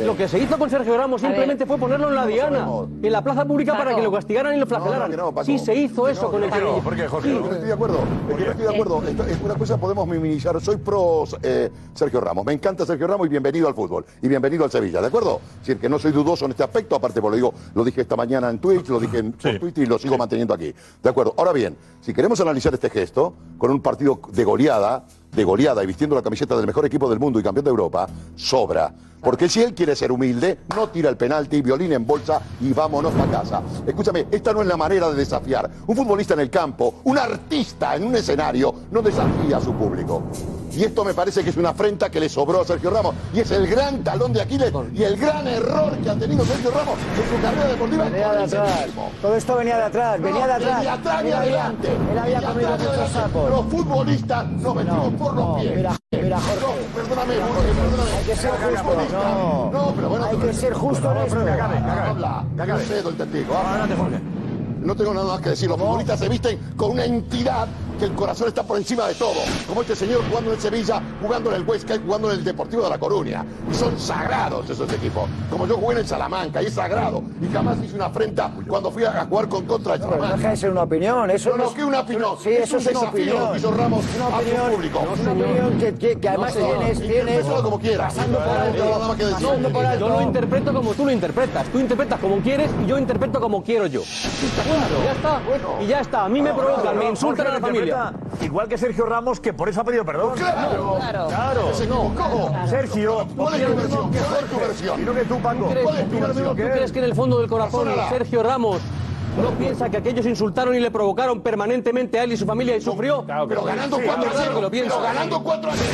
Lo que se hizo con Sergio Ramos A ver. simplemente fue ponerlo en la diana, en la plaza pública para que lo castigaran y lo flagelaran. que no, Paco. sí se hizo eso con el Sevilla. Sí. Yo no estoy de acuerdo. es que no estoy de acuerdo. Esto- es una cosa podemos minimizar. Soy pro eh, Sergio Ramos. Me encanta Sergio Ramos y bienvenido al fútbol. Y bienvenido al Sevilla, ¿de acuerdo? Es decir, que no soy dudoso en este aspecto. Aparte, por lo digo, lo dije esta mañana en Twitch, lo dije en por Twitter y lo sigo manteniendo aquí. ¿De acuerdo? Ahora bien, si queremos analizar este gesto con un partido de goleada, de goleada y vistiendo la camiseta del mejor equipo del mundo y campeón de Europa, sobra. Porque si él quiere ser humilde, no tira el penalti, violín en bolsa y vámonos para casa. Escúchame, esta no es la manera de desafiar. Un futbolista en el campo, un artista en un escenario, no desafía a su público. Y esto me parece que es una afrenta que le sobró a Sergio Ramos. Y es el gran talón de Aquiles y el gran error que ha tenido Sergio Ramos en su carrera deportiva. Venía de atrás. Todo esto venía de atrás, venía de atrás. Ni atrás ni Él había- adelante. Él había Ni comido atrás ni muchos adelante. sapos. Los futbolistas nos metimos por los pies. Mira, mira, Jorge. perdóname, Mira, Jorge, Jorge. perdóname. Hay que ser Los justo. futbolistas- No. No, pero bueno. Hay que ser justo Por favor, en esto. pero que acabe, que acabe. Habla, que Yo acabe. cedo el testigo. No tengo nada más que decir. Los futbolistas se visten con una entidad que el corazón está por encima de todo. Como este señor jugando en Sevilla, jugando en el Huesca y jugando en el Deportivo de La Coruña. Y son sagrados esos equipos. Como yo jugué en el Salamanca y es sagrado. Y jamás hice una afrenta cuando fui a jugar con contra el No, pero no Salamanca. deja de ser una opinión. Eso No, no, no es que una opinión. Sí, Es eso un es una desafío opinión. que hizo Ramos Es una a su opinión. público. No, Es una señor. opinión que, que- que No, además señor. tienes, tienes Interprétalo como quieras. pasando por Claro, alto, no tengo nada más que decir. pasando por alto. Yo lo interpreto como tú lo interpretas. Tú interpretas como quieres y yo interpreto como quiero yo. Punto. Ya está. Y ya está. A mí me provocan, me insultan a la familia. Igual que Sergio Ramos, que por eso ha pedido perdón. Pues Claro, claro. claro. Se equivocó. Sergio, ¿Cuál es tu opina lo versión? mismo que ¿Cuál es tu Jorge, versión? y no que tú, Paco. ¿Tú crees, ¿Cuál es tu tú versión? creón, tú crees que en el fondo del corazón Sergio Ramos no piensa que aquellos insultaron y le provocaron permanentemente a él y su familia y sufrió? Pero ganando Sí, 4 a claro 0. que lo piensa. pero ganando 4 a 0.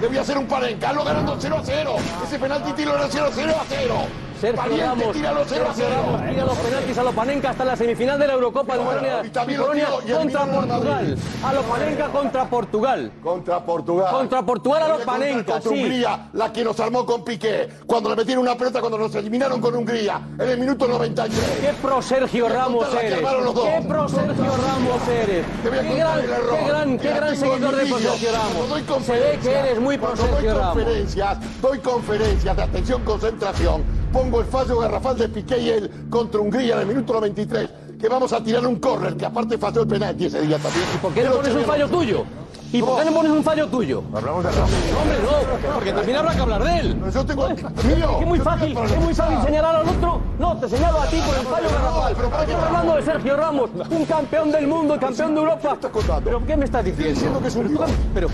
Debía hacer un par en Carlos ganando 0 a 0. Ese penalti tiro era 0 a 0 a 0. Sergio Pariente, Ramos, tíralo 0 a 0. Sergio Ramos tira los penaltis a los Panenka hasta la semifinal de la Eurocopa de Polonia, y también lo Polonia tiró, y el contra Milan Real Portugal. Madrid. A los Panenka contra Portugal. Contra Portugal. Contra Portugal a los Contra- Panenka, Contra sí. Hungría, la que nos armó con Piqué. Cuando le metieron una pelota, cuando nos eliminaron con Hungría. En el minuto 93. ¡Qué pro Sergio Ramos contra la que eres! armaron los dos. ¡Qué pro Sergio Ramos eres! Te voy a ¡Qué contar gran, el error. qué gran, Que qué la gran tengo seguidor en de mis pro vídeos. Sergio Cuando doy Ramos! Se ve conferencias, que eres muy pro cuando doy Sergio Ramos. conferencias, doy conferencias de atención, concentración. Pongo el fallo garrafal de Piqué y él contra Hungría en el minuto 93. Que vamos a tirar un córner, que aparte falló el penalti ese día también. ¿Y por qué no pones un fallo tuyo? ¿Y por qué no pones un fallo tuyo? Hablamos de Hombre, no, porque también habrá que hablar de él. Yo tengo Es muy fácil, es muy fácil señalar al otro. No, te señalo a ti por el fallo garrafal. Estamos hablando de Sergio Ramos, un campeón del mundo y campeón de Europa. ¿Pero qué me estás diciendo? diciendo que es un Pero, pero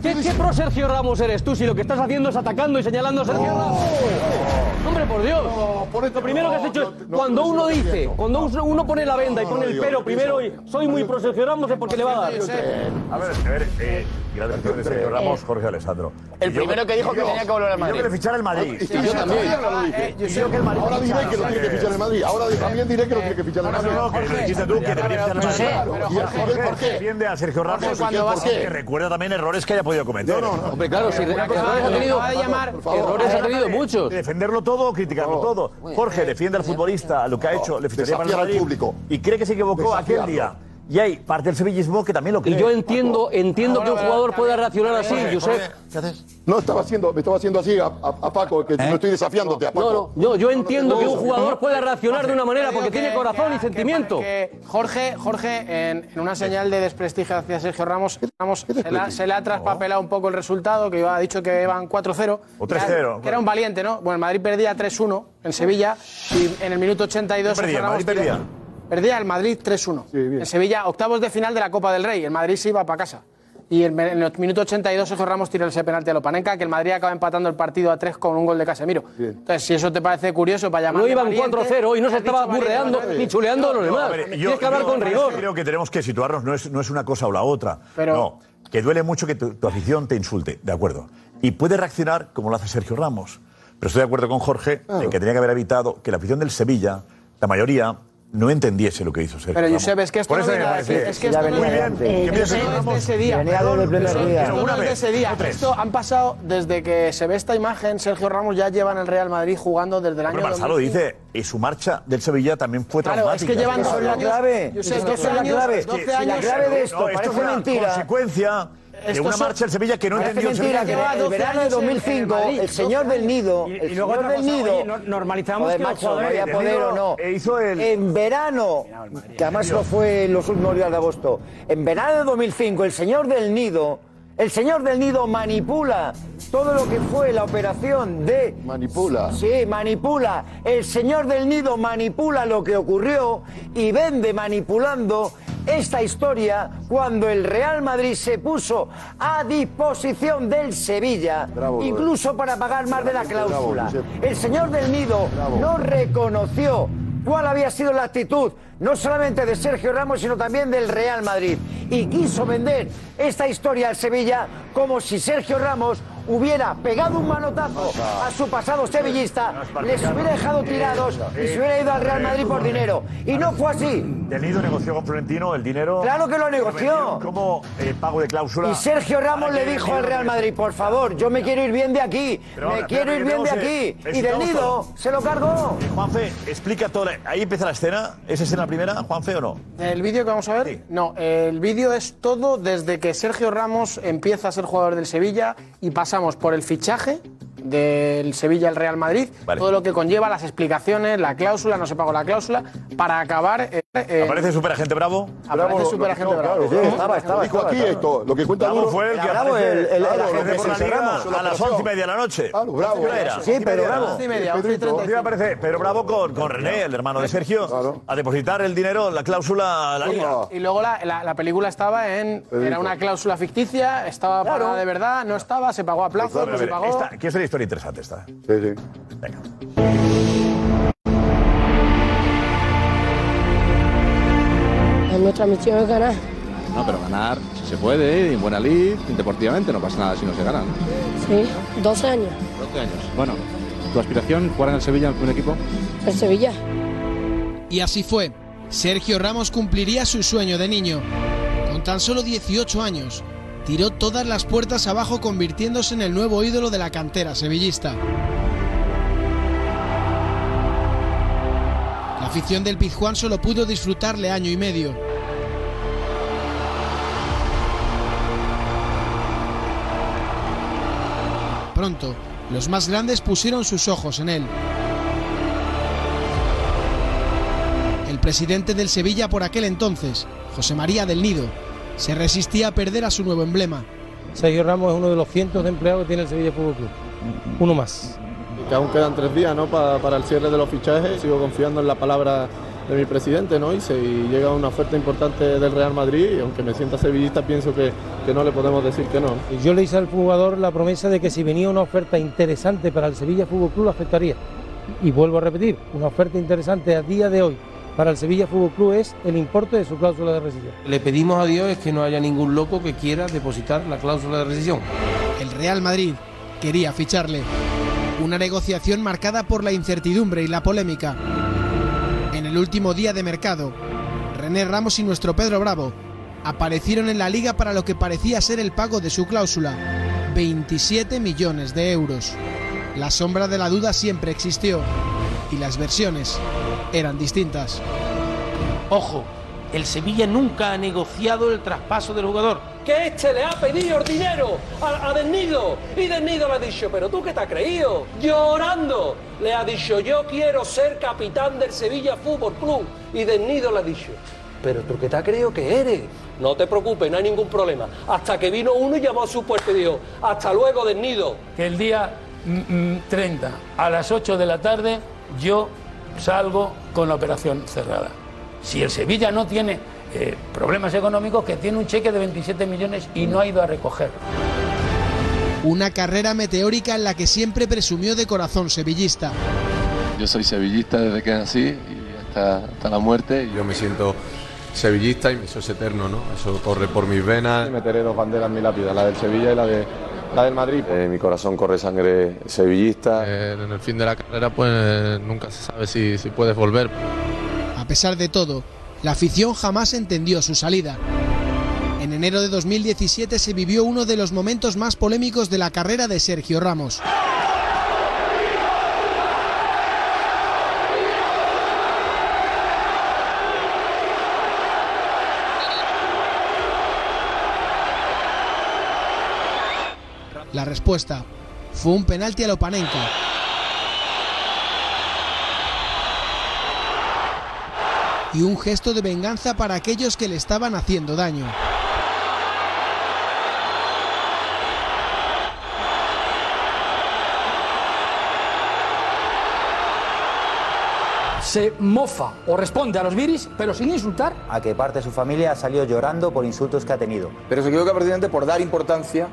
¿qué, qué pro Sergio Ramos eres tú si lo que estás haciendo es atacando y señalando a Sergio Ramos? Hombre, por Dios. lo primero que has hecho es cuando uno dice, cuando uno- uno pone la venda y pone el pero primero y soy muy pro Sergio Ramos es porque le va a A dar. ver, a ver, eh, gracias por Sergio Ramos, Jorge Alessandro. El Y yo- primero que dijo y que yo- tenía que volver al y Yo Madrid. que le fichara el Madrid. Y yo también. Ahora diré que lo tiene que fichar el Madrid. Ahora también diré que lo tiene que fichar el No, Madrid. no, no, que lo dijiste tú, que debería fichar el Madrid. Claro, Pero y al final, Jorge ¿por qué? defiende a Sergio Ramos Jorge, porque cuando vas- porque recuerda también errores que haya podido cometer. No, no, no. Hombre, claro, si Una cosa- errores ha tenido- Acaba de llamar- Por favor. Acaba de- de Defenderlo todo o criticarlo todo. Jorge defiende al futbolista, a lo que ha hecho, le ficharía para el Desafiar al Madrid. público. Y cree que se equivocó aquel día. Y hay parte del sevillismo que también lo cree. Y yo entiendo, entiendo que un jugador pueda reaccionar así, Josep. ¿Qué haces? No, estaba haciendo, me estaba haciendo así a, a- a Paco, que no estoy desafiándote a Paco. No, no, yo entiendo que un eso. jugador pueda reaccionar de una manera Te digo porque tiene que- corazón que- y que- sentimiento. que Jorge, Jorge en, en una señal de desprestigio hacia Sergio Ramos, Ramos se, le ha- se le ha traspapelado un poco el resultado, que ha dicho que iban 4-0. O que era- 3-0, Que era un valiente, ¿no? Bueno, el Madrid perdía 3-1 en Sevilla y en el minuto 82 ¿Qué perdía? Sergio Ramos ¿Madrid perdía? tiró- Perdía el Madrid 3-1. en Sevilla, octavos de final de la Copa del Rey. El Madrid se iba para casa. Y en en el minuto 82 Sergio Ramos tiró ese penalti a Lopanenka, que el Madrid acaba empatando el partido a 3 con un gol de Casemiro. Entonces, si eso te parece curioso para llamar... No iban 4-0 y no se estaba burreando ni chuleando a los demás. A ver, yo- Tienes que hablar yo con rigor. Creo que tenemos que situarnos, no es, no es una cosa o la otra. Pero- no, que duele mucho que tu, tu afición te insulte, de acuerdo. Y puede reaccionar como lo hace Sergio Ramos. Pero estoy de acuerdo con Jorge en que tenía que haber evitado que la afición del Sevilla, la mayoría, no entendiese lo que hizo Sergio Pero Ramos. Josep, es que esto Por no eso me viene de parece- aquí, es Ya que esto no venía viene antes. de aquí. Que mire, Esto Sergio no es de Ramos ese día. venía desde el primer Esto- día. Esto Una no es de vez, ese día. no tres. Esto han pasado desde que se ve esta imagen, Sergio Ramos ya lleva en el Real Madrid jugando desde el año Pero Marzalo 2005. dice, eh, y su marcha del Sevilla también fue Claro, traumática. es que llevan Esa es la clave. Yo sé, Esa es 12 la años, clave. 12 Si la años. clave de No, esto esto es parece una mentira. consecuencia de Esto una son- marcha del Sevilla que no Parece entendió el mentira Sevilla. que en el verano de 2005 el señor del Nido, Y- y el luego señor otra del cosa, Nido, oye, no- normalizamos joder, que los macho, no jugadores había del poder Nido o no. E hizo el- En verano, que además no fue en los últimos días de agosto, en verano de 2005 el señor del Nido, el señor del Nido manipula todo lo que fue la operación de Manipula. Sí, manipula. El señor del nido manipula lo que ocurrió y vende manipulando esta historia cuando el Real Madrid se puso a disposición del Sevilla, Bravo, incluso para pagar más de la Bravo, cláusula. Josep. El señor del nido no reconoció cuál había sido la actitud, no solamente de Sergio Ramos, sino también del Real Madrid. Y quiso vender esta historia al Sevilla como si Sergio Ramos hubiera pegado un manotazo a su pasado sevillista, les hubiera dejado tirados y se hubiera ido al Real Madrid por dinero. Y no fue así. Del Nido negoció con Florentino el dinero. Claro que lo negoció. Como eh, pago de cláusula. Y Sergio Ramos Para le que dijo el al Nido Real no- Madrid, por favor, yo me quiero ir bien de aquí, Pero me ahora, quiero espérate, que ir bien de aquí. tenemos, eh, Y del exitamos nido todo. se lo cargó. Eh, Juanfe, explica todo. Ahí empieza la escena. ¿Es escena la primera, Juanfe, o no? ¿El vídeo que vamos a ver? No, el vídeo es todo desde que Sergio Ramos empieza a ser jugador del Sevilla y pasamos por el fichaje del Sevilla al Real Madrid, todo lo que conlleva las explicaciones, la cláusula, no se pagó la cláusula, para acabar... eh, en- Aparece Superagente Bravo. Aparece lo- Superagente lo- no, Bravo. claro, Ujú. estaba, estaba, Lo dijo estaba, aquí eh, estaba. esto, lo que cuenta Bravo Duro. fue el que Bravo, aparece, el- el- Bravo, el agente aparece por la Sergio liga Ramos, a las operación. once y media de la noche. Claro, Bravo. ¿Qué hora era? Sí, Once y pero media, Bravo. ¿no? Once y media, once y treinta y Encima aparece Pedro Bravo con, con René, el hermano de Sergio, a depositar el dinero, la cláusula a la liga. Y luego la, la- la película estaba en. Te Era digo. una cláusula ficticia, estaba Claro. pagada de verdad, no estaba, se pagó a Pues plazo, no se pagó. Esta, que es una historia interesante esta. Sí, sí. Nuestra misión es ganar. No, pero ganar si se puede, en buena lid, deportivamente, no pasa nada si no se ganan. Sí, 12 años. 12 años. Bueno, ¿tu aspiración jugar en el Sevilla, en un equipo? El Sevilla. Y así fue. Sergio Ramos cumpliría su sueño de niño. Con tan solo 18 años, tiró todas las puertas abajo convirtiéndose en el nuevo ídolo de la cantera sevillista. La afición del Pizjuán solo pudo disfrutarle año y medio. Pronto, los más grandes pusieron sus ojos en él. El presidente del Sevilla por aquel entonces, José María del Nido, se resistía a perder a su nuevo emblema. Sergio Ramos es uno de los cientos de empleados que tiene el Sevilla Fútbol Club. Uno más. Que aún quedan tres días ¿no? para, para el cierre de los fichajes. Sigo confiando en la palabra de mi presidente ¿no? y si llega una oferta importante del Real Madrid, y aunque me sienta sevillista, pienso que, que no le podemos decir que no. Yo le hice al jugador la promesa de que si venía una oferta interesante para el Sevilla Fútbol Club, la aceptaría. Y vuelvo a repetir, una oferta e interesante a día de hoy para el Sevilla Fútbol Club es el importe de su cláusula de rescisión. Le pedimos a Dios que no haya ningún loco que quiera depositar la cláusula de rescisión. El Real Madrid quería ficharle. Una negociación marcada por la incertidumbre y la polémica. En el último día de mercado, René Ramos y nuestro Pedro Bravo aparecieron en la liga para lo que parecía ser el pago de su cláusula, 27 millones de euros. La sombra de la duda siempre existió y las versiones eran distintas. Ojo, el Sevilla nunca ha negociado el traspaso del jugador. Que este le ha pedido el dinero a, a Del Nido. Y Del Nido le ha dicho, pero tú qué te has creído. Llorando, le ha dicho, yo quiero ser capitán del Sevilla Fútbol Club. Y Del Nido le ha dicho, pero tú qué te has creído que eres. No te preocupes, no hay ningún problema. Hasta que vino uno y llamó a su puerta y dijo, hasta luego Del Nido. que el día mm, mm, 30 a las 8 de la tarde yo salgo con la operación cerrada. Si el Sevilla no tiene eh, problemas económicos, que tiene un cheque de 27 millones y no ha ido a recogerlo. Una carrera meteórica en la que siempre presumió de corazón sevillista. Yo soy sevillista desde que nací y hasta, hasta la muerte. Yo me siento sevillista y eso es eterno, ¿no? Eso corre por mis venas. Meteré dos banderas en mi lápida, la del Sevilla y la, de, la del Madrid. Eh, mi corazón corre sangre sevillista. en el fin de la carrera, pues nunca se sabe si, si puedes volver. A pesar de todo, la afición jamás entendió su salida. En enero de 2017 se vivió uno de los momentos más polémicos de la carrera de Sergio Ramos. La respuesta fue un penalti a Lopanenko. Y un gesto de venganza para aquellos que le estaban haciendo daño. Se mofa o responde a los viris, pero sin insultar. a que parte de su familia ha salido llorando por insultos que ha tenido. Pero se equivoca precisamente por dar importancia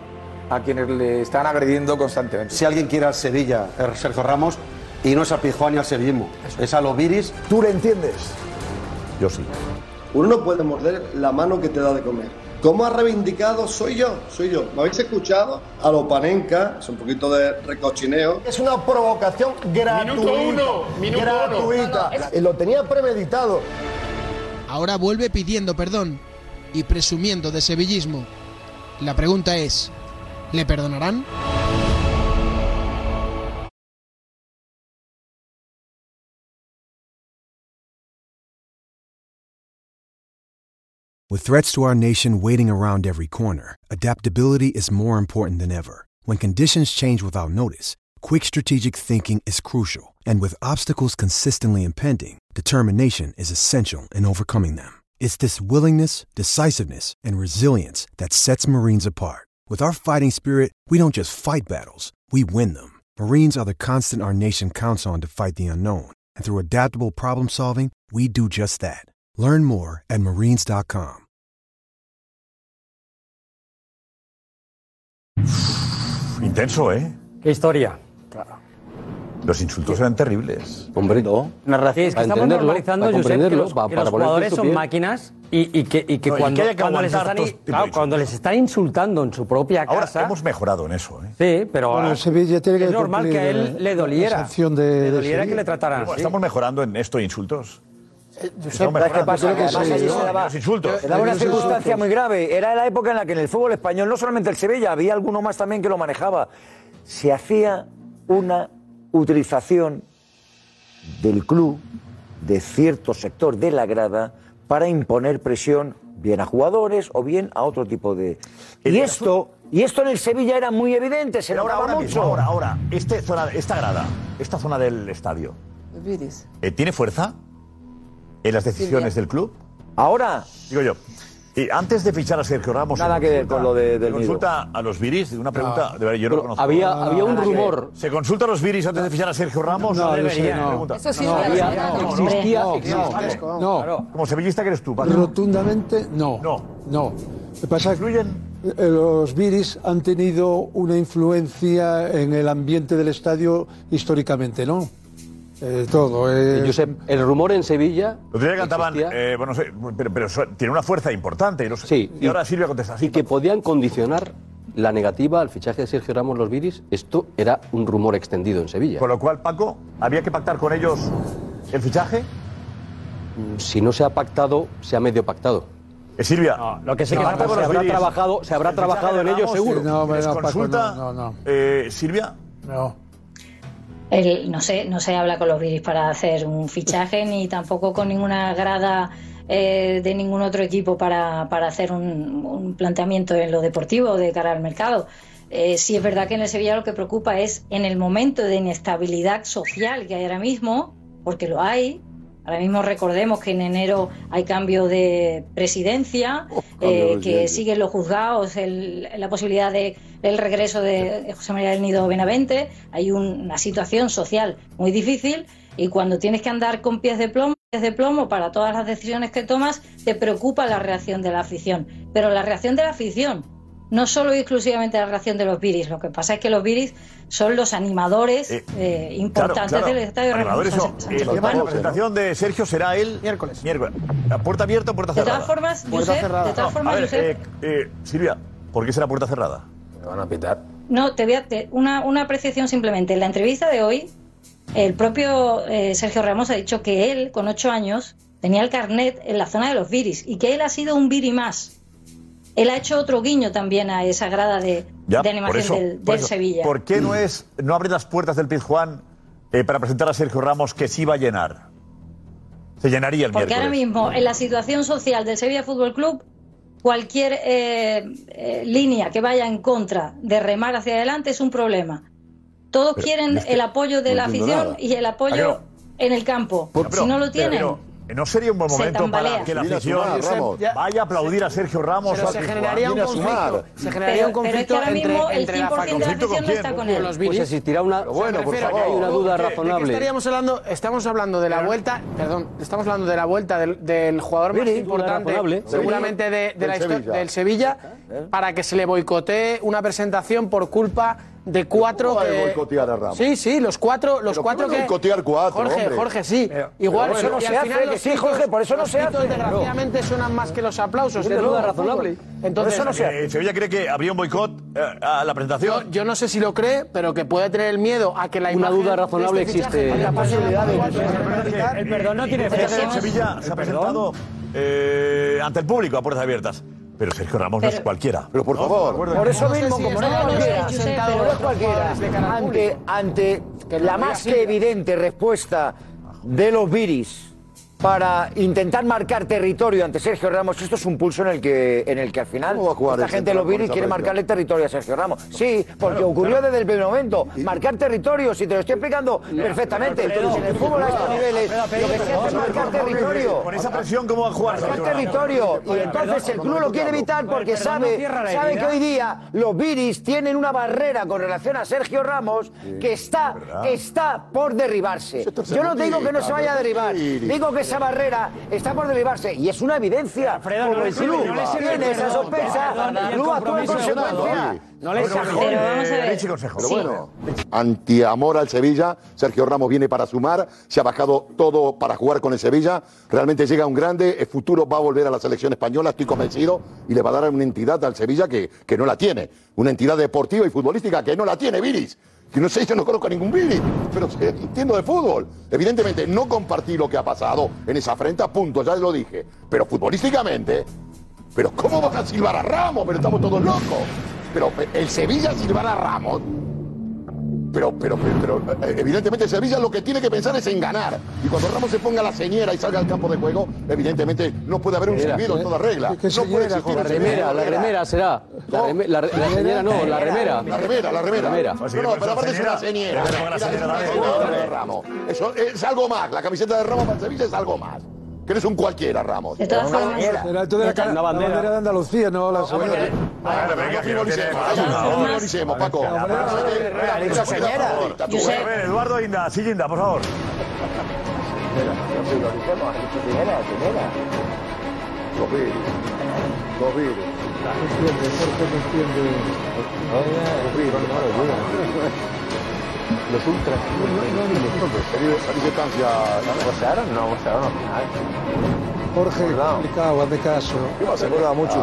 a quienes le están agrediendo constantemente. Si alguien quiere al Sevilla, eh, Sergio Ramos, Y no es a Pijuán ni al sevillismo, es a los viris. ¿Tú le entiendes? Yo sí. Uno no puede morder la mano que te da de comer. ¿Cómo ha reivindicado? Soy yo, soy yo. ¿Me habéis escuchado? A lo panenca, es un poquito de recochineo. Es una provocación gratuita. Minuto uno, minuto Gratuita. uno. Lo tenía premeditado. Ahora vuelve pidiendo perdón y presumiendo de sevillismo. La pregunta es, ¿le perdonarán? With threats to our nation waiting around every corner, adaptability is more important than ever. When conditions change without notice, quick strategic thinking is crucial, and with obstacles consistently impending, determination is essential in overcoming them. It's this willingness, decisiveness, and resilience that sets Marines apart. With our fighting spirit, we don't just fight battles, we win them. Marines are the constant our nation counts on to fight the unknown, and through adaptable problem solving, we do just that. Learn more at marines.com. Intenso, ¿eh? ¿Qué historia? Los insultos eran terribles. Hombre, no. Sí, es que estamos normalizando, Josep, que los, que los jugadores son máquinas y, y que, y que No, y cuando, que haya que cuando les aguantar están, todo i- este tipo de claro, insultos. cuando les están insultando en su propia Ahora casa... hemos mejorado en eso, ¿eh? Sí, pero Bueno, ahora- el Sevilla tiene que es normal cumplir que a él la- le doliera. la sanción de- le de doliera que Sevilla. Eh, le trataran Bueno, así. Estamos mejorando en esto de insultos. Josep, ¿sabes qué pasa? Que pasa que se ¿no? daba- Los insultos. se daba una circunstancia muy grave. Era la época en la que en el fútbol español, no solamente el Sevilla, había alguno más también que lo manejaba. Se hacía una utilización del club, de cierto sector de la grada, para imponer presión bien a jugadores o bien a otro tipo de... Y esto, y esto en el Sevilla era muy evidente, se Pero ahora, notaba ahora mismo, mucho. ahora, ahora. Este zona, esta grada, esta zona del estadio, eh, ¿tiene fuerza en las decisiones del club? Ahora. Digo yo. Y antes de fichar a Sergio Ramos. Nada se que ver consulta- con lo de- del se consulta a los viris, una pregunta. No. de verdad, yo no Pero conozco. había- Ah. No, no, había un nada que ver. rumor. ¿Se consulta a los viris antes de fichar a Sergio Ramos? No, A ver, no sé, venía, no. pregunta. Eso sí No, es había- verdad. no, no, existía. no, existe. no, fresco, No. claro. Como sevillista que eres tú, Paco. Rotundamente no. No. No. Lo que pasa es que eh, los viris han tenido una influencia en el ambiente del estadio históricamente, ¿no? Eh, todo. eh, Josep, el rumor en Sevilla. Los días cantaban, eh, bueno, no sé, pero, pero su- tiene una fuerza importante. y no sé. Sí. Y ahora Silvia contesta. Y que podían condicionar la negativa al fichaje de Sergio Ramos los Viris. Esto era un rumor extendido en Sevilla. Con lo cual, Paco, había que pactar con ellos el fichaje. Mm, Si no se ha pactado, se ha medio pactado. Eh, Silvia. lo que sé se que pacta con se los habrá Viris. trabajado, se habrá El fichaje trabajado en de ello Ramos, seguro. sí, no, hombre, ¿Les no, Paco, consulta? no, no, no. Eh, Silvia. No. El- no sé, no se habla con los Viris para hacer un fichaje ni tampoco con ninguna grada eh, de ningún otro equipo para, para hacer un, un planteamiento en lo deportivo de cara al mercado. Eh, sí es verdad que en el Sevilla lo que preocupa es en el momento de inestabilidad social que hay ahora mismo, porque lo hay. Ahora mismo recordemos que en enero hay cambio de presidencia, cambio de eh, que presidencia. siguen los juzgados, el- la posibilidad de- del regreso de José María del Nido Benavente. Hay un- una situación social muy difícil y cuando tienes que andar con pies de plomo, pies de plomo para todas las decisiones que tomas, te preocupa la reacción de la afición. Pero la reacción de la afición, no solo y exclusivamente la reacción de los viris. Lo que pasa es que los viris son los animadores eh, importantes Claro, claro. del estadio Animadores Ramón no. Sánchez El tema de Pizjuán. eh, la presentación de Sergio será el miércoles. Miércoles. La puerta abierta o puerta De cerrada. todas formas, Josep, de todas No, formas, a ver, Josep, eh, eh, Silvia, ¿por qué será puerta cerrada? Me van a pitar. No, te voy a te- una, una apreciación simplemente. En la entrevista de hoy, el propio eh, Sergio Ramos ha dicho que él, con ocho años, tenía el carnet en la zona de los viris y que él ha sido un viri más. Él ha hecho otro guiño también a esa grada de, Ya, por de animación eso, del, por del eso. Sevilla. ¿Por qué [CLEARS THROAT] no es no abre las puertas del Pizjuán eh, para presentar a Sergio Ramos que sí va a llenar? Se llenaría el Porque ahora miércoles. mismo, en la situación social del Sevilla Fútbol Club, cualquier eh, eh, línea que vaya en contra de remar hacia adelante es un problema. Todos Pero, quieren yo es que el apoyo de no la entiendo afición nada. y el Claro. apoyo en el campo. Pero, pero, si no lo pero, tienen, pero, eh, ¿No sería un buen se momento para tambalea. que la Mira, afición sumar, Ramos. Ya- vaya a aplaudir a Sergio Ramos? Pero o a se Pizjuán? generaría un Mira, conflicto, sumar. se generaría un Pero es que conflicto ahora entre, mismo el entre la 100% de la facción. afición no está con él. Los Pues viris. existirá una, Pero bueno, por me refiero a que favor. hay una duda ¿De qué- de qué razonable. estaríamos hablando, estamos hablando de la vuelta, perdón, estamos hablando de la vuelta del, del jugador más Viri, duda importante, razonable. seguramente de, de Del la historia Sevilla. del Sevilla, para que se le boicotee una presentación por culpa de cuatro ¿Cómo va a que- boicotear a Ramos? Sí, sí, los cuatro, los Pero cuatro ¿cómo que. boicotear cuatro, Jorge, hombre? Jorge, sí. Pero- Igual pero bueno, y se al hace, final que los sí, Jorge, por eso no los se gritos, hace. desgraciadamente suenan más que los aplausos. Tiene de nuevo, duda en el fútbol. razonable. Entonces, Eh, Sevilla cree que habría un boicot eh, a la presentación. Yo no sé si lo cree, pero que puede tener el miedo a que la Una imagen duda de razonable este fichaje existe. vaya a pasar Hay de- El perdón no tiene fecha. fecha. Sevilla se ha presentado eh, ante el público a puertas abiertas. Pero Sergio Ramos no es cualquiera. Pero por favor. Por eso mismo, como no es cualquiera, como no es cualquiera, ante, ante la más que evidente respuesta de los Viris para intentar marcar territorio ante Sergio Ramos, esto es un pulso en el que, en el que al final jugar esta el gente de los central con Viris esa quiere presión? marcarle territorio a Sergio Ramos. Sí, porque ocurrió desde el primer momento. Marcar territorio, si te lo estoy explicando perfectamente. en el fútbol a estos niveles, lo que se hace es marcar territorio. Con esa presión, ¿cómo va a jugar? Marcar Sergio Ramos? territorio. Y entonces el club lo quiere evitar porque Pero no sabe, cierra la sabe herida. que hoy día los Viris tienen una barrera con relación a Sergio Ramos que está, que está por derribarse. se Yo no digo que no complica, se vaya a pero derribar, Viris. digo que esa barrera está por derribarse y es una evidencia. no Como le el sirve, club no le sirve tiene el esa perdón, sospecha, perdón, y el el club actúa en compromiso de nada, consecuencia. oye. No le Bueno, exageres. pero vamos a ver. Richie Consejo. Pero bueno, antiamor al Sevilla, Sergio Ramos viene para sumar, se ha bajado todo para jugar con el Sevilla, realmente llega un grande, el futuro va a volver a la selección española, estoy convencido, y le va a dar una entidad al Sevilla que, que no la tiene, una entidad deportiva y futbolística que no la tiene, Viris. Que no sé, yo no conozco a ningún Viris, pero sí, entiendo de fútbol. Evidentemente, no compartí lo que ha pasado en esa afrenta, punto, ya lo dije. Pero futbolísticamente, pero ¿cómo vas a silbar a Ramos? Pero estamos todos locos. Pero eh, el Sevilla silbar a Ramos. Pero, pero, pero, pero, eh, evidentemente el Sevilla lo que tiene que pensar es en ganar. Y cuando Ramos se ponga la señera y salga al campo de juego, evidentemente no puede haber un Señera. silbido en toda regla. ¿Qué no puede señera, existir un Jorge? La silbido. remera, la remera será. La reme- la re- la señera no, la remera. La remera, la remera. La remera. No, no, pero aparte es una señera. Mira, es una señora de Ramos. Eso es algo más. La camiseta de Ramos para el Sevilla es algo más. Que eres un cualquiera, Ramos. Pero una bandera. Pero esto de la, ca- la bandera de Andalucía, no la No frivolicemos, Paco. A ver, Eduardo Inda, sí, Inda, por favor. Los ultras. No, Jorge, complicado, hazme caso.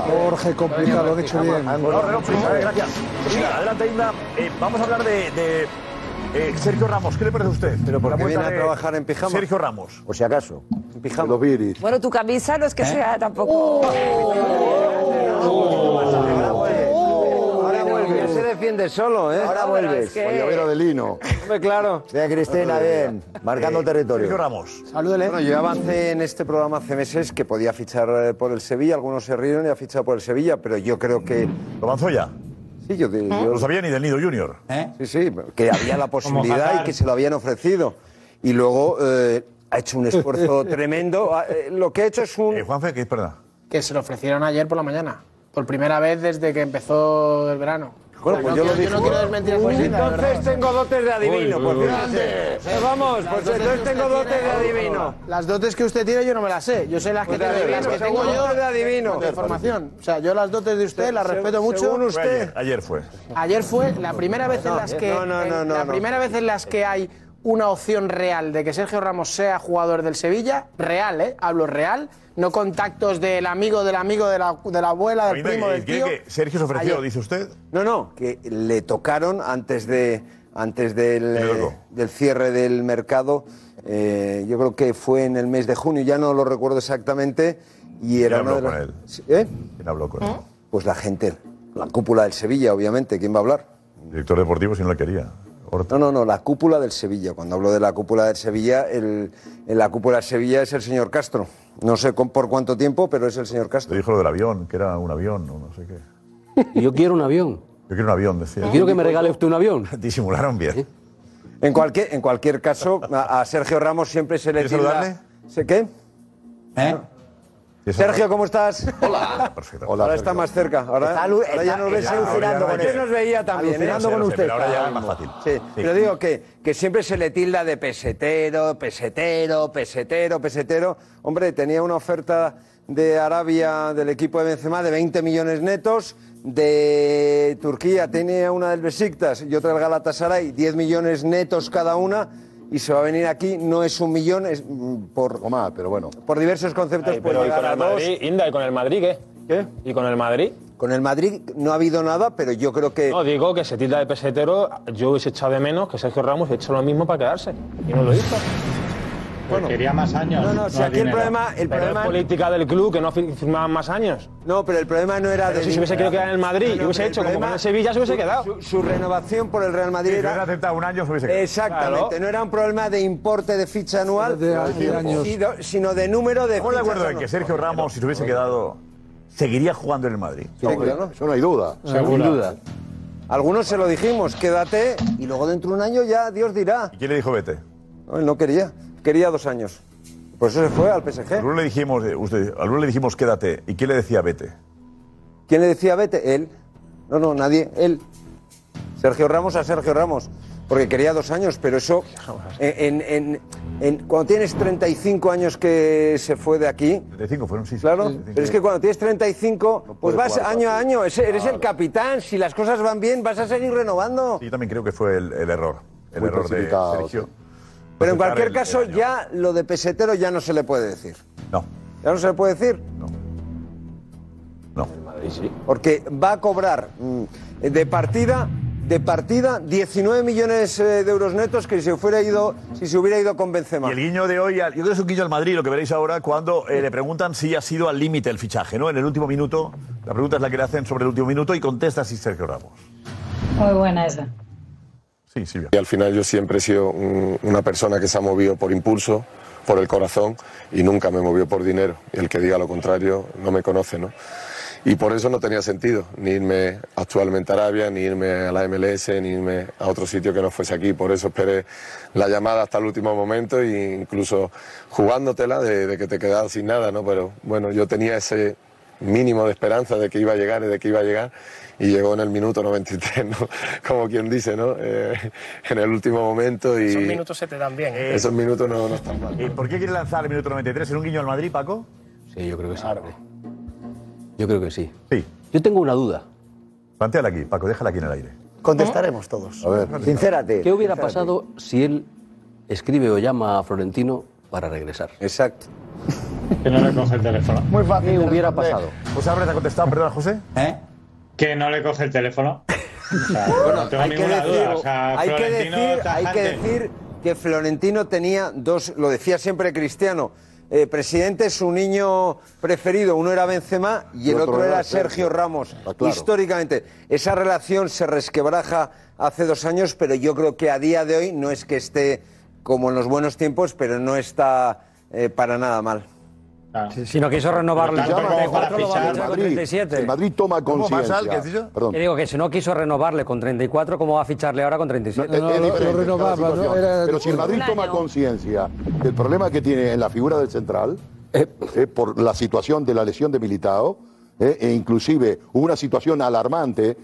Jorge, complicado, lo han hecho bien. No, reloj, prisa, eh, gracias. Inda, adelante, Inda. Eh, vamos a hablar de, de, eh, Sergio Ramos. ¿Qué le parece a usted? Pero porque viene a trabajar en pijama. Sergio Ramos. Por si acaso. Pijama. Los viris. Bueno, tu camisa no es que ¿Eh? sea tampoco. Uh. Ahora vuelve. se defiende solo, ¿eh? Ahora vuelves. Adelino. Hombre, claro. Vea, Cristina, bien. Marcando territorio. Salúdele. Bueno, Bueno, yo yo avancé avancé en este programa hace meses que podía fichar eh, por el Sevilla. Algunos se rieron y ha fichado por el Sevilla, pero yo creo que. ¿Lo avanzó ya? ¿Eh? Sí, yo. No sabía ni del Nido Junior. Sí, sí, que había la posibilidad y que se lo habían ofrecido. Y luego eh, ha hecho un esfuerzo tremendo. Ah, eh, Lo que ha hecho es un. Juanfe, que es verdad. Que se lo ofrecieron ayer por la mañana. Por primera vez desde que empezó el verano. Bueno, pues no yo lo quiero- dije. no quiero desmentir a Pues Cristina, de verdad. entonces tengo dotes de adivino. Uy, pues uy, uy. fíjate. Eh, Vamos, Las pues dotes entonces que tengo usted dotes de tiene- adivino. Las dotes que usted tiene yo no me las sé. Yo sé las que, Pues de tiene- adivino, las que según tengo yo usted de adivino. de formación. O sea, yo las dotes de usted las Se- respeto mucho. según usted. Fue Ayer, ayer fue. Ayer fue la primera vez en No, eh, las que no, no, en- no, no, la no. primera vez en las que hay una opción real de que Sergio Ramos sea jugador del Sevilla, real, ¿eh? Hablo real, no contactos del amigo del amigo de la, de la Ah, abuela, del primo, del tío. Sergio se ofreció, Ayer. dice usted. No, no, que le tocaron antes de antes del, eh, del cierre del mercado. eh, yo creo que fue en el mes de junio, ya no lo recuerdo exactamente. Y era habló una de con las- ¿Eh? ¿Quién habló con él? Pues la gente, la cúpula del Sevilla, obviamente, ¿quién va a hablar? Director deportivo, si no le quería. No, no, no, la cúpula del Sevilla. Cuando hablo de la cúpula del Sevilla, el, en la cúpula del Sevilla es el señor Castro. No sé con- por cuánto tiempo, pero es el señor Castro. Le dijo lo del avión, que era un avión, o no sé qué. Yo quiero un avión. Yo quiero un avión, decía. Yo quiero que me regale usted un avión. [LAUGHS] Disimularon bien. En cualquier, en cualquier caso, a, a Sergio Ramos siempre se le ¿Quieres tilda- saludarle? ¿Eh? ¿Sé qué? ¿Eh? Sergio, ¿cómo estás? Hola. [LAUGHS] Perfecto. ahora está más cerca. Ahora, Está alu- ahora ya está- nos ves está- alucinando ahora con ya- él. nos veía también. ¿eh? Alucinando con usted. fácil. Sí, pero digo que, que siempre se le tilda de pesetero, pesetero, pesetero, pesetero. Hombre, tenía una oferta de Arabia del equipo de Benzema de 20 millones netos. De Turquía tiene una del Besiktas y otra del Galatasaray, 10 millones netos cada una. Y se va a venir aquí, no es un millón, es mm, por, pero bueno. por diversos conceptos. Ay, pero puede ¿y con llegar el a dos. Madrid, Inda, ¿y con el Madrid qué? ¿Qué? ¿Y con el Madrid? Con el Madrid no ha habido nada, pero yo creo que... No, digo que se tilda de pesetero, yo hubiese echado de menos que Sergio Ramos hecho lo mismo para quedarse. Y no lo hizo. Pues quería más años. No, no, si no aquí el dinero. problema- el Pero problema- es política del club que no fi- firmaban más años. No, pero el problema no era de Si se hubiese querido quedar en el Madrid No, no, y hubiese pero el hecho como problema- con el Sevilla, se hubiese su- quedado. Su, su renovación por el Real Madrid Si era... hubiera aceptado un año, se hubiese quedado. Exactamente, no era un problema de importe de ficha anual, de sino- años. sino- sino de número de Estamos de fichas acuerdo en anuales. que Sergio Ramos, si se hubiese quedado, seguiría jugando en el Madrid. Eso no hay duda. Seguro. Sin duda. Algunos se lo dijimos, quédate y luego dentro de un año ya Dios dirá. ¿Y quién le dijo vete? No, él no quería, quería dos años. Por eso se fue al PSG. A Lula le dijimos, eh, usted, a Lula le dijimos quédate. ¿Y quién le decía vete? ¿Quién le decía vete? Él. No, no, nadie. Él. Sergio Ramos a Sergio Ramos. Porque quería dos años, pero eso. Eh, En, en- en- cuando tienes 35 años que se fue de aquí. 35 fueron, sí. Claro. Pero es que cuando tienes 35, pues puedes vas jugar año a año. es- Eres Claro. el capitán. Si las cosas van bien, vas a seguir renovando. Yo también creo que fue el, el error. El Muy error de precipitado, Sergio. Pero Aceptar en cualquier el- caso, ya lo de pesetero ya no se le puede decir. No. ¿Ya no se le puede decir? No. Porque va a cobrar mm, de partida de partida 19 millones eh, de euros netos que si hubiera ido si se hubiera ido con Benzema. Y el guiño de hoy, al- yo creo que es un guiño al Madrid, lo que veréis ahora, cuando eh, le preguntan si ha sido al límite el fichaje, ¿no? En el último minuto, la pregunta es la que le hacen sobre el último minuto y contesta si Sergio Ramos. Muy buena esa. Sí, sí. Y al final yo siempre he sido un- una persona que se ha movido por impulso, por el corazón y nunca me movió por dinero. Y el que diga lo contrario no me conoce, ¿no? Y por eso no tenía sentido ni irme actualmente a Arabia, ni irme a la MLS, ni irme a otro sitio que no fuese aquí. Por eso esperé la llamada hasta el último momento e incluso jugándotela de, de que te quedabas sin nada, ¿no? Pero bueno, yo tenía ese mínimo de esperanza de que iba a llegar y de que iba a llegar y llegó en el minuto 93, ¿no? [LAUGHS] como quien dice, ¿no? Eh, en el último momento y Esos minutos se te dan bien. Eso esos minutos no, no están mal. Eh, ¿Y por qué quiere lanzar el minuto 93 en un guiño al Madrid, Paco? Sí, yo creo que sí. Yo creo que sí. Sí. Yo tengo una duda. Plantéala aquí, Paco, déjala aquí en el aire. Contestaremos todos. A ver, sincérate. ¿Qué hubiera sincérate. pasado si él escribe o llama a Florentino para regresar? Exacto. Que no le coge el teléfono. Muy fácil. ¿Qué hubiera pasado? José Álvarez Pues ha contestado, perdona, José. ¿Eh? Que no le coge el teléfono. O sea, no tengo hay que ninguna decir, duda. O sea, hay, que Florentino decir, hay que tajante. decir que Florentino tenía dos, lo decía siempre Cristiano, eh, presidente, su niño preferido, uno era Benzema y el otro, era Sergio Ramos. Ah, claro. Históricamente, esa relación se resquebraja hace dos años, pero yo creo que a día de hoy no es que esté como en los buenos tiempos, pero no está eh, para nada mal. Si no quiso renovarlo Pero con tampoco 34, para lo va fichar. a fichar con Madrid, 37. el Madrid toma ¿Cómo, Marshall, conciencia. qué has dicho? Perdón. Que digo que si no quiso renovarle con 34, ¿cómo va a ficharle ahora con 37? No, no, lo- lo renovaba, ¿no? Era- Pero si el Madrid Un toma año. conciencia del problema que tiene en la figura del central, eh, por la situación de la lesión de Militao, eh, e inclusive hubo una situación alarmante,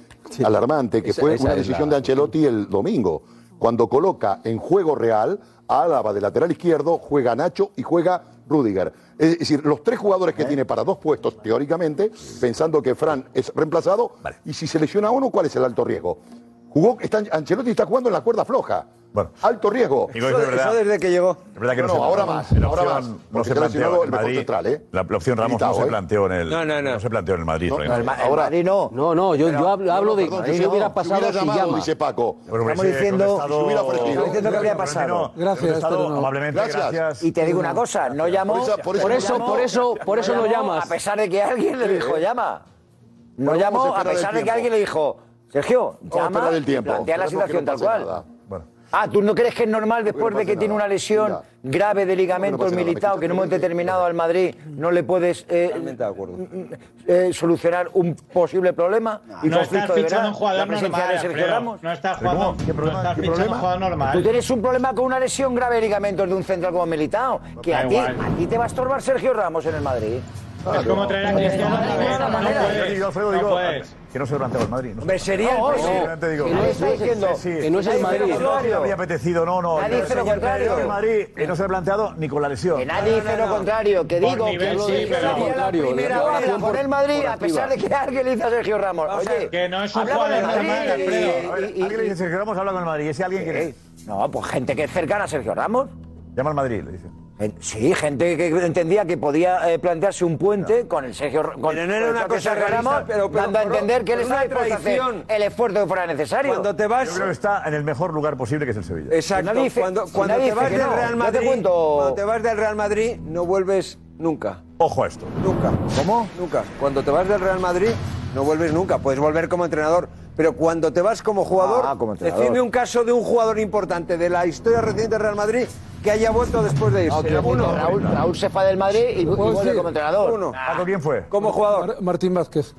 alarmante que Esa- fue esa una es decisión la- de Ancelotti el domingo, cuando coloca en juego real a Álava de lateral izquierdo, juega Nacho y juega Rudiger. Es decir, los tres jugadores ¿Eh? que tiene para dos puestos, teóricamente, pensando que Fran es reemplazado, y si se lesiona uno, ¿cuál es el alto riesgo? Jugó, está, Ancelotti está jugando en la cuerda floja. alto riesgo. Digo, es Eso- verdad. eso desde que llegó. Es verdad que no, no, se ahora planteó. más. La Ahora opción más. No porque se está lesionado planteó el en mejor Madrid. central, ¿eh? La, la opción Ramos no Militao, se ¿eh? planteó en el. No, no, no. se planteó en el Madrid. No, por no, ejemplo. el- ahora- Madrid no. No, no, yo, yo hablo, hablo de perdón, que si si no, hubiera si pasado hubiera si llamado, llama. dice Paco. Bueno, Estamos hubiese diciendo- contestado- si hubiera ofrecido- Estamos diciendo que habría pasado. Gracias, Contestado Esther, no. amablemente, Gracias. gracias. Y te digo una cosa, no llamó. Por esa- por esa- Por eso- por eso- por eso no llamó llamas. A pesar de que alguien le Sí, dijo, ¿eh? llama. No Bueno, vamos llamó a a esperar pesar el de que tiempo. alguien le dijo, Sergio, Vamos a llama. esperar el tiempo. Plantea la Esperemos que situación no tal pase cual. nada. Ah, ¿tú no crees que es normal después no de que pase tiene nada. una lesión Mira. grave de ligamento No, no el pase nada, militado me que en un momento determinado al Madrid no le puedes eh, mm, eh, solucionar un posible problema? y No estás conflicto de fichando verdad? un jugador La presencia normal, de Sergio Alfredo. Ramos. No estás jugando- ¿Cómo? ¿Qué no problema? estás ¿Qué fichando un problema? jugador normal. Tú tienes un problema con una lesión grave de ligamentos de un central como militado. Que Da a ti, igual. a ti te va a estorbar Sergio Ramos en el Madrid. Es como traer a Cristiano otra vez. No Yo puedes, digo, Alfredo, no digo, puedes. que no se levante el Madrid. No, Hombre, sería No, el sí, Madrid. adelante, digo. Que no está diciendo- que no es el Nadie Madrid. dice lo contrario. No me había apetecido, no, no. Nadie Yo dice lo creo que contrario. El Madrid eh, no se ha planteado ni con la lesión. Que nadie dice lo contrario, que digo que nivel, hablo sí, de pero- sería la contrario, primera la vez la relación pone el por- Madrid por a pesar de activa. que alguien le dice a Sergio Ramos. Oye, que no es un hablaba del jugador normal, Madrid, Alfredo. y- y- Alguien le dice, Sergio Ramos habla con el Madrid. ¿Y si alguien quiere? No, pues gente que es cercana a Sergio Ramos. Llama al Madrid, le dice. Sí, gente que entendía que podía eh, plantearse un puente con el Sergio con, Pero no era con una Sergio cosa realista, Ramos, pero- pero- dando a pero- entender que él pero estaba una dispuesto a hacer traición. el esfuerzo que fuera necesario. Cuando te vas- Yo creo que está en el mejor lugar posible, que es el Sevilla. Exacto. Pues Nadie dice- cuando cuando nadie te dice vas que del no. Real Yo te Madrid, cuento- cuando te vas del Real Madrid, no vuelves nunca. Ojo a esto. Nunca. ¿Cómo? Nunca. Cuando te vas del Real Madrid, no vuelves nunca. Puedes volver como entrenador, pero cuando te vas como jugador, Ah, como entrenador. decidme un caso de un jugador importante de la historia reciente del Real Madrid que haya vuelto después de irse. No, que uno, Raúl, Raúl se fue del Madrid y, y ¿Puedo vuelve decir? como entrenador. Uno. Ah, ¿Quién fue? Como jugador. Martín Vázquez.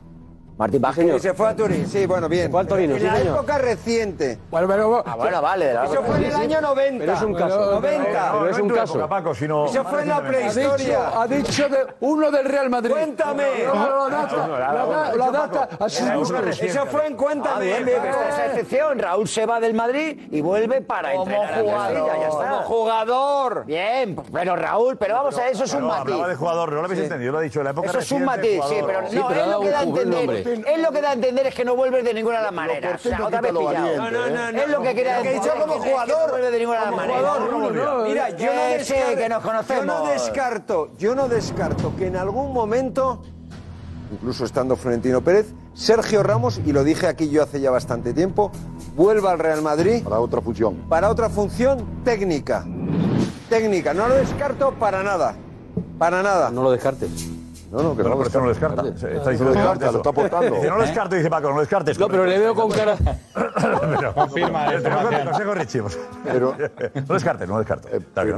Martín Vázquez. Y se fue a Turín, sí, bueno, bien. en la época reciente. Ah, bueno, vale. de la- Eso fue en el año 90. Pero es un caso. Pero- 90. Pero es un caso. Paco, sino... Eso fue en la prehistoria. Ha dicho de uno del Real Madrid. Cuéntame. No, no, la data. La, da- la data ha sido uno. Eso fue en Ah, Cuéntame. bien, bien, pero esta es la excepción. Raúl se va del Madrid y vuelve para entrenar al Sevilla, ya está. Como jugador. Bien, pero Raúl, pero vamos a ver, eso es un Bueno, matiz. Hablaba de jugador, no lo habéis entendido, lo ha dicho. en La época Eso es un reciente del matiz, sí, pero jugador. no, es lo que da a entender. Es lo que da a entender es que no vuelves de ninguna de las maneras. O sea, porteño otra vez quita lo pillado. valiente, No, no, no, Es lo que no. queda Lo que he dicho como jugador. No vuelves de ninguna de las maneras. Mira, yo no, Que sí, descarto- eh, que nos yo conocemos. no descarto, yo no descarto que en algún momento, incluso estando Florentino Pérez, Sergio Ramos, y lo dije aquí yo hace ya bastante tiempo, vuelva al Real Madrid. Para otra función. Para otra función técnica. Técnica, no lo descarto para nada. Para nada. No lo descartes. No, no, Ah, que no, no lo descarta. Está diciendo No lo descarta, descarta, lo está aportando. Dice, no ¿Eh? lo descarto, dice Paco, no lo descartes. No, pero le veo con cara. Confirma. la información. Consejo Richie. pues. No lo descartes, no lo descarto. Está bien.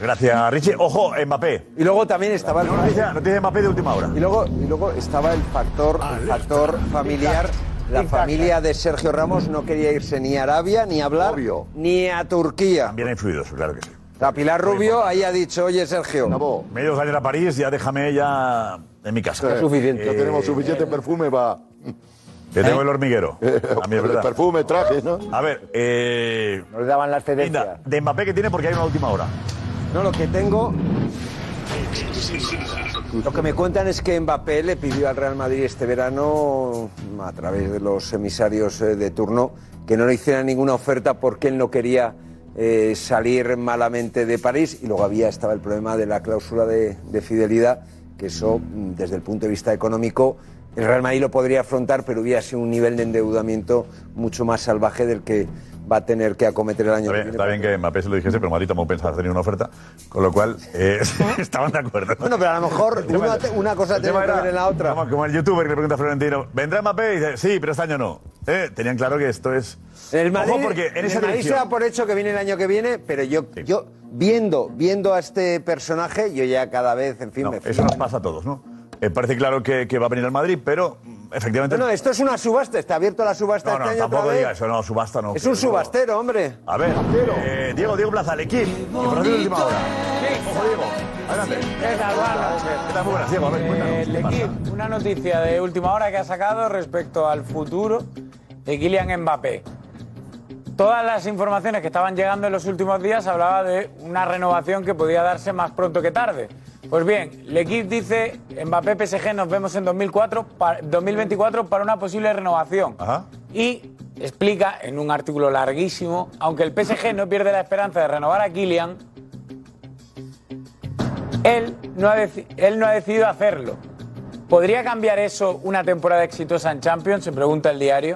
Gracias, Richie. Ojo, Mbappé. Y luego también estaba el noticia, noticia de Mbappé de última hora. Ah, Y luego, y luego estaba el factor, el factor familiar. La familia de Sergio Ramos no quería irse ni a Arabia, ni a hablar, ni a Turquía. Bien influidos, claro que sí. La Pilar Rubio ahí ha dicho, oye Sergio, Medio años a París, ya déjame ya en mi casa. Es suficiente. eh, Ya tenemos suficiente perfume para... Que tengo el hormiguero. A mí es verdad. Perfume, traje, ¿no? A ver, eh... Nos daban las tendencias. de Mbappé que tiene porque hay una última hora. no, lo que tengo... Lo que me cuentan es que Mbappé le pidió al Real Madrid este verano, a través de los emisarios eh, de turno, que no le hicieran ninguna oferta porque él no quería eh, salir malamente de París. Y luego había, estaba el problema de la cláusula de, de fidelidad, que eso, mm, desde el punto de vista económico, el Real Madrid lo podría afrontar, pero hubiera sido un nivel de endeudamiento mucho más salvaje del que va a tener que acometer el año Está que bien, viene. está bien que Mbappé se lo dijese, pero Madrid tampoco pensaba hacer una oferta, con lo cual eh, [LAUGHS] estaban de acuerdo. Bueno, pero a lo mejor El tema una era- te- una cosa el tiene tema que era ver en la otra. Como, como el youtuber que le pregunta a Florentino, ¿vendrá Mbappé? Y dice, sí, pero este año no. Eh, tenían claro que esto es... El Madrid, Ojo, porque en el esa Madrid se dirección... da por hecho que viene el año que viene, pero yo, yo viendo, viendo a este personaje, yo ya cada vez, en fin, me Eso nos pasa a todos, ¿no? Eh, parece claro que, que va a venir al Madrid, pero mm, efectivamente... No, no, esto es una subasta, está abierto la subasta No, no, este año tampoco otra vez. diga eso, no, subasta no. Es un subastero, hombre. A ver, eh, Diego, Diego Plaza, el equipo, y por de última hora. Ojo, Diego, adelante. Eh, ¿Qué tal? Muy buenas, Diego, a ver, cuéntanos. El equipo, Eh, una noticia de última hora que ha sacado respecto al futuro de Kylian Mbappé. Todas las informaciones que estaban llegando en los últimos días hablaba de una renovación que podía darse más pronto que tarde. Pues bien, L'Equipe dice Mbappé PSG nos vemos en 2004 pa- 2024 para una posible renovación. Y explica en un artículo larguísimo, aunque el PSG no pierde la esperanza de renovar a Kylian, él no ha deci- él no ha decidido hacerlo. ¿Podría cambiar eso una temporada exitosa en Champions? Se pregunta el diario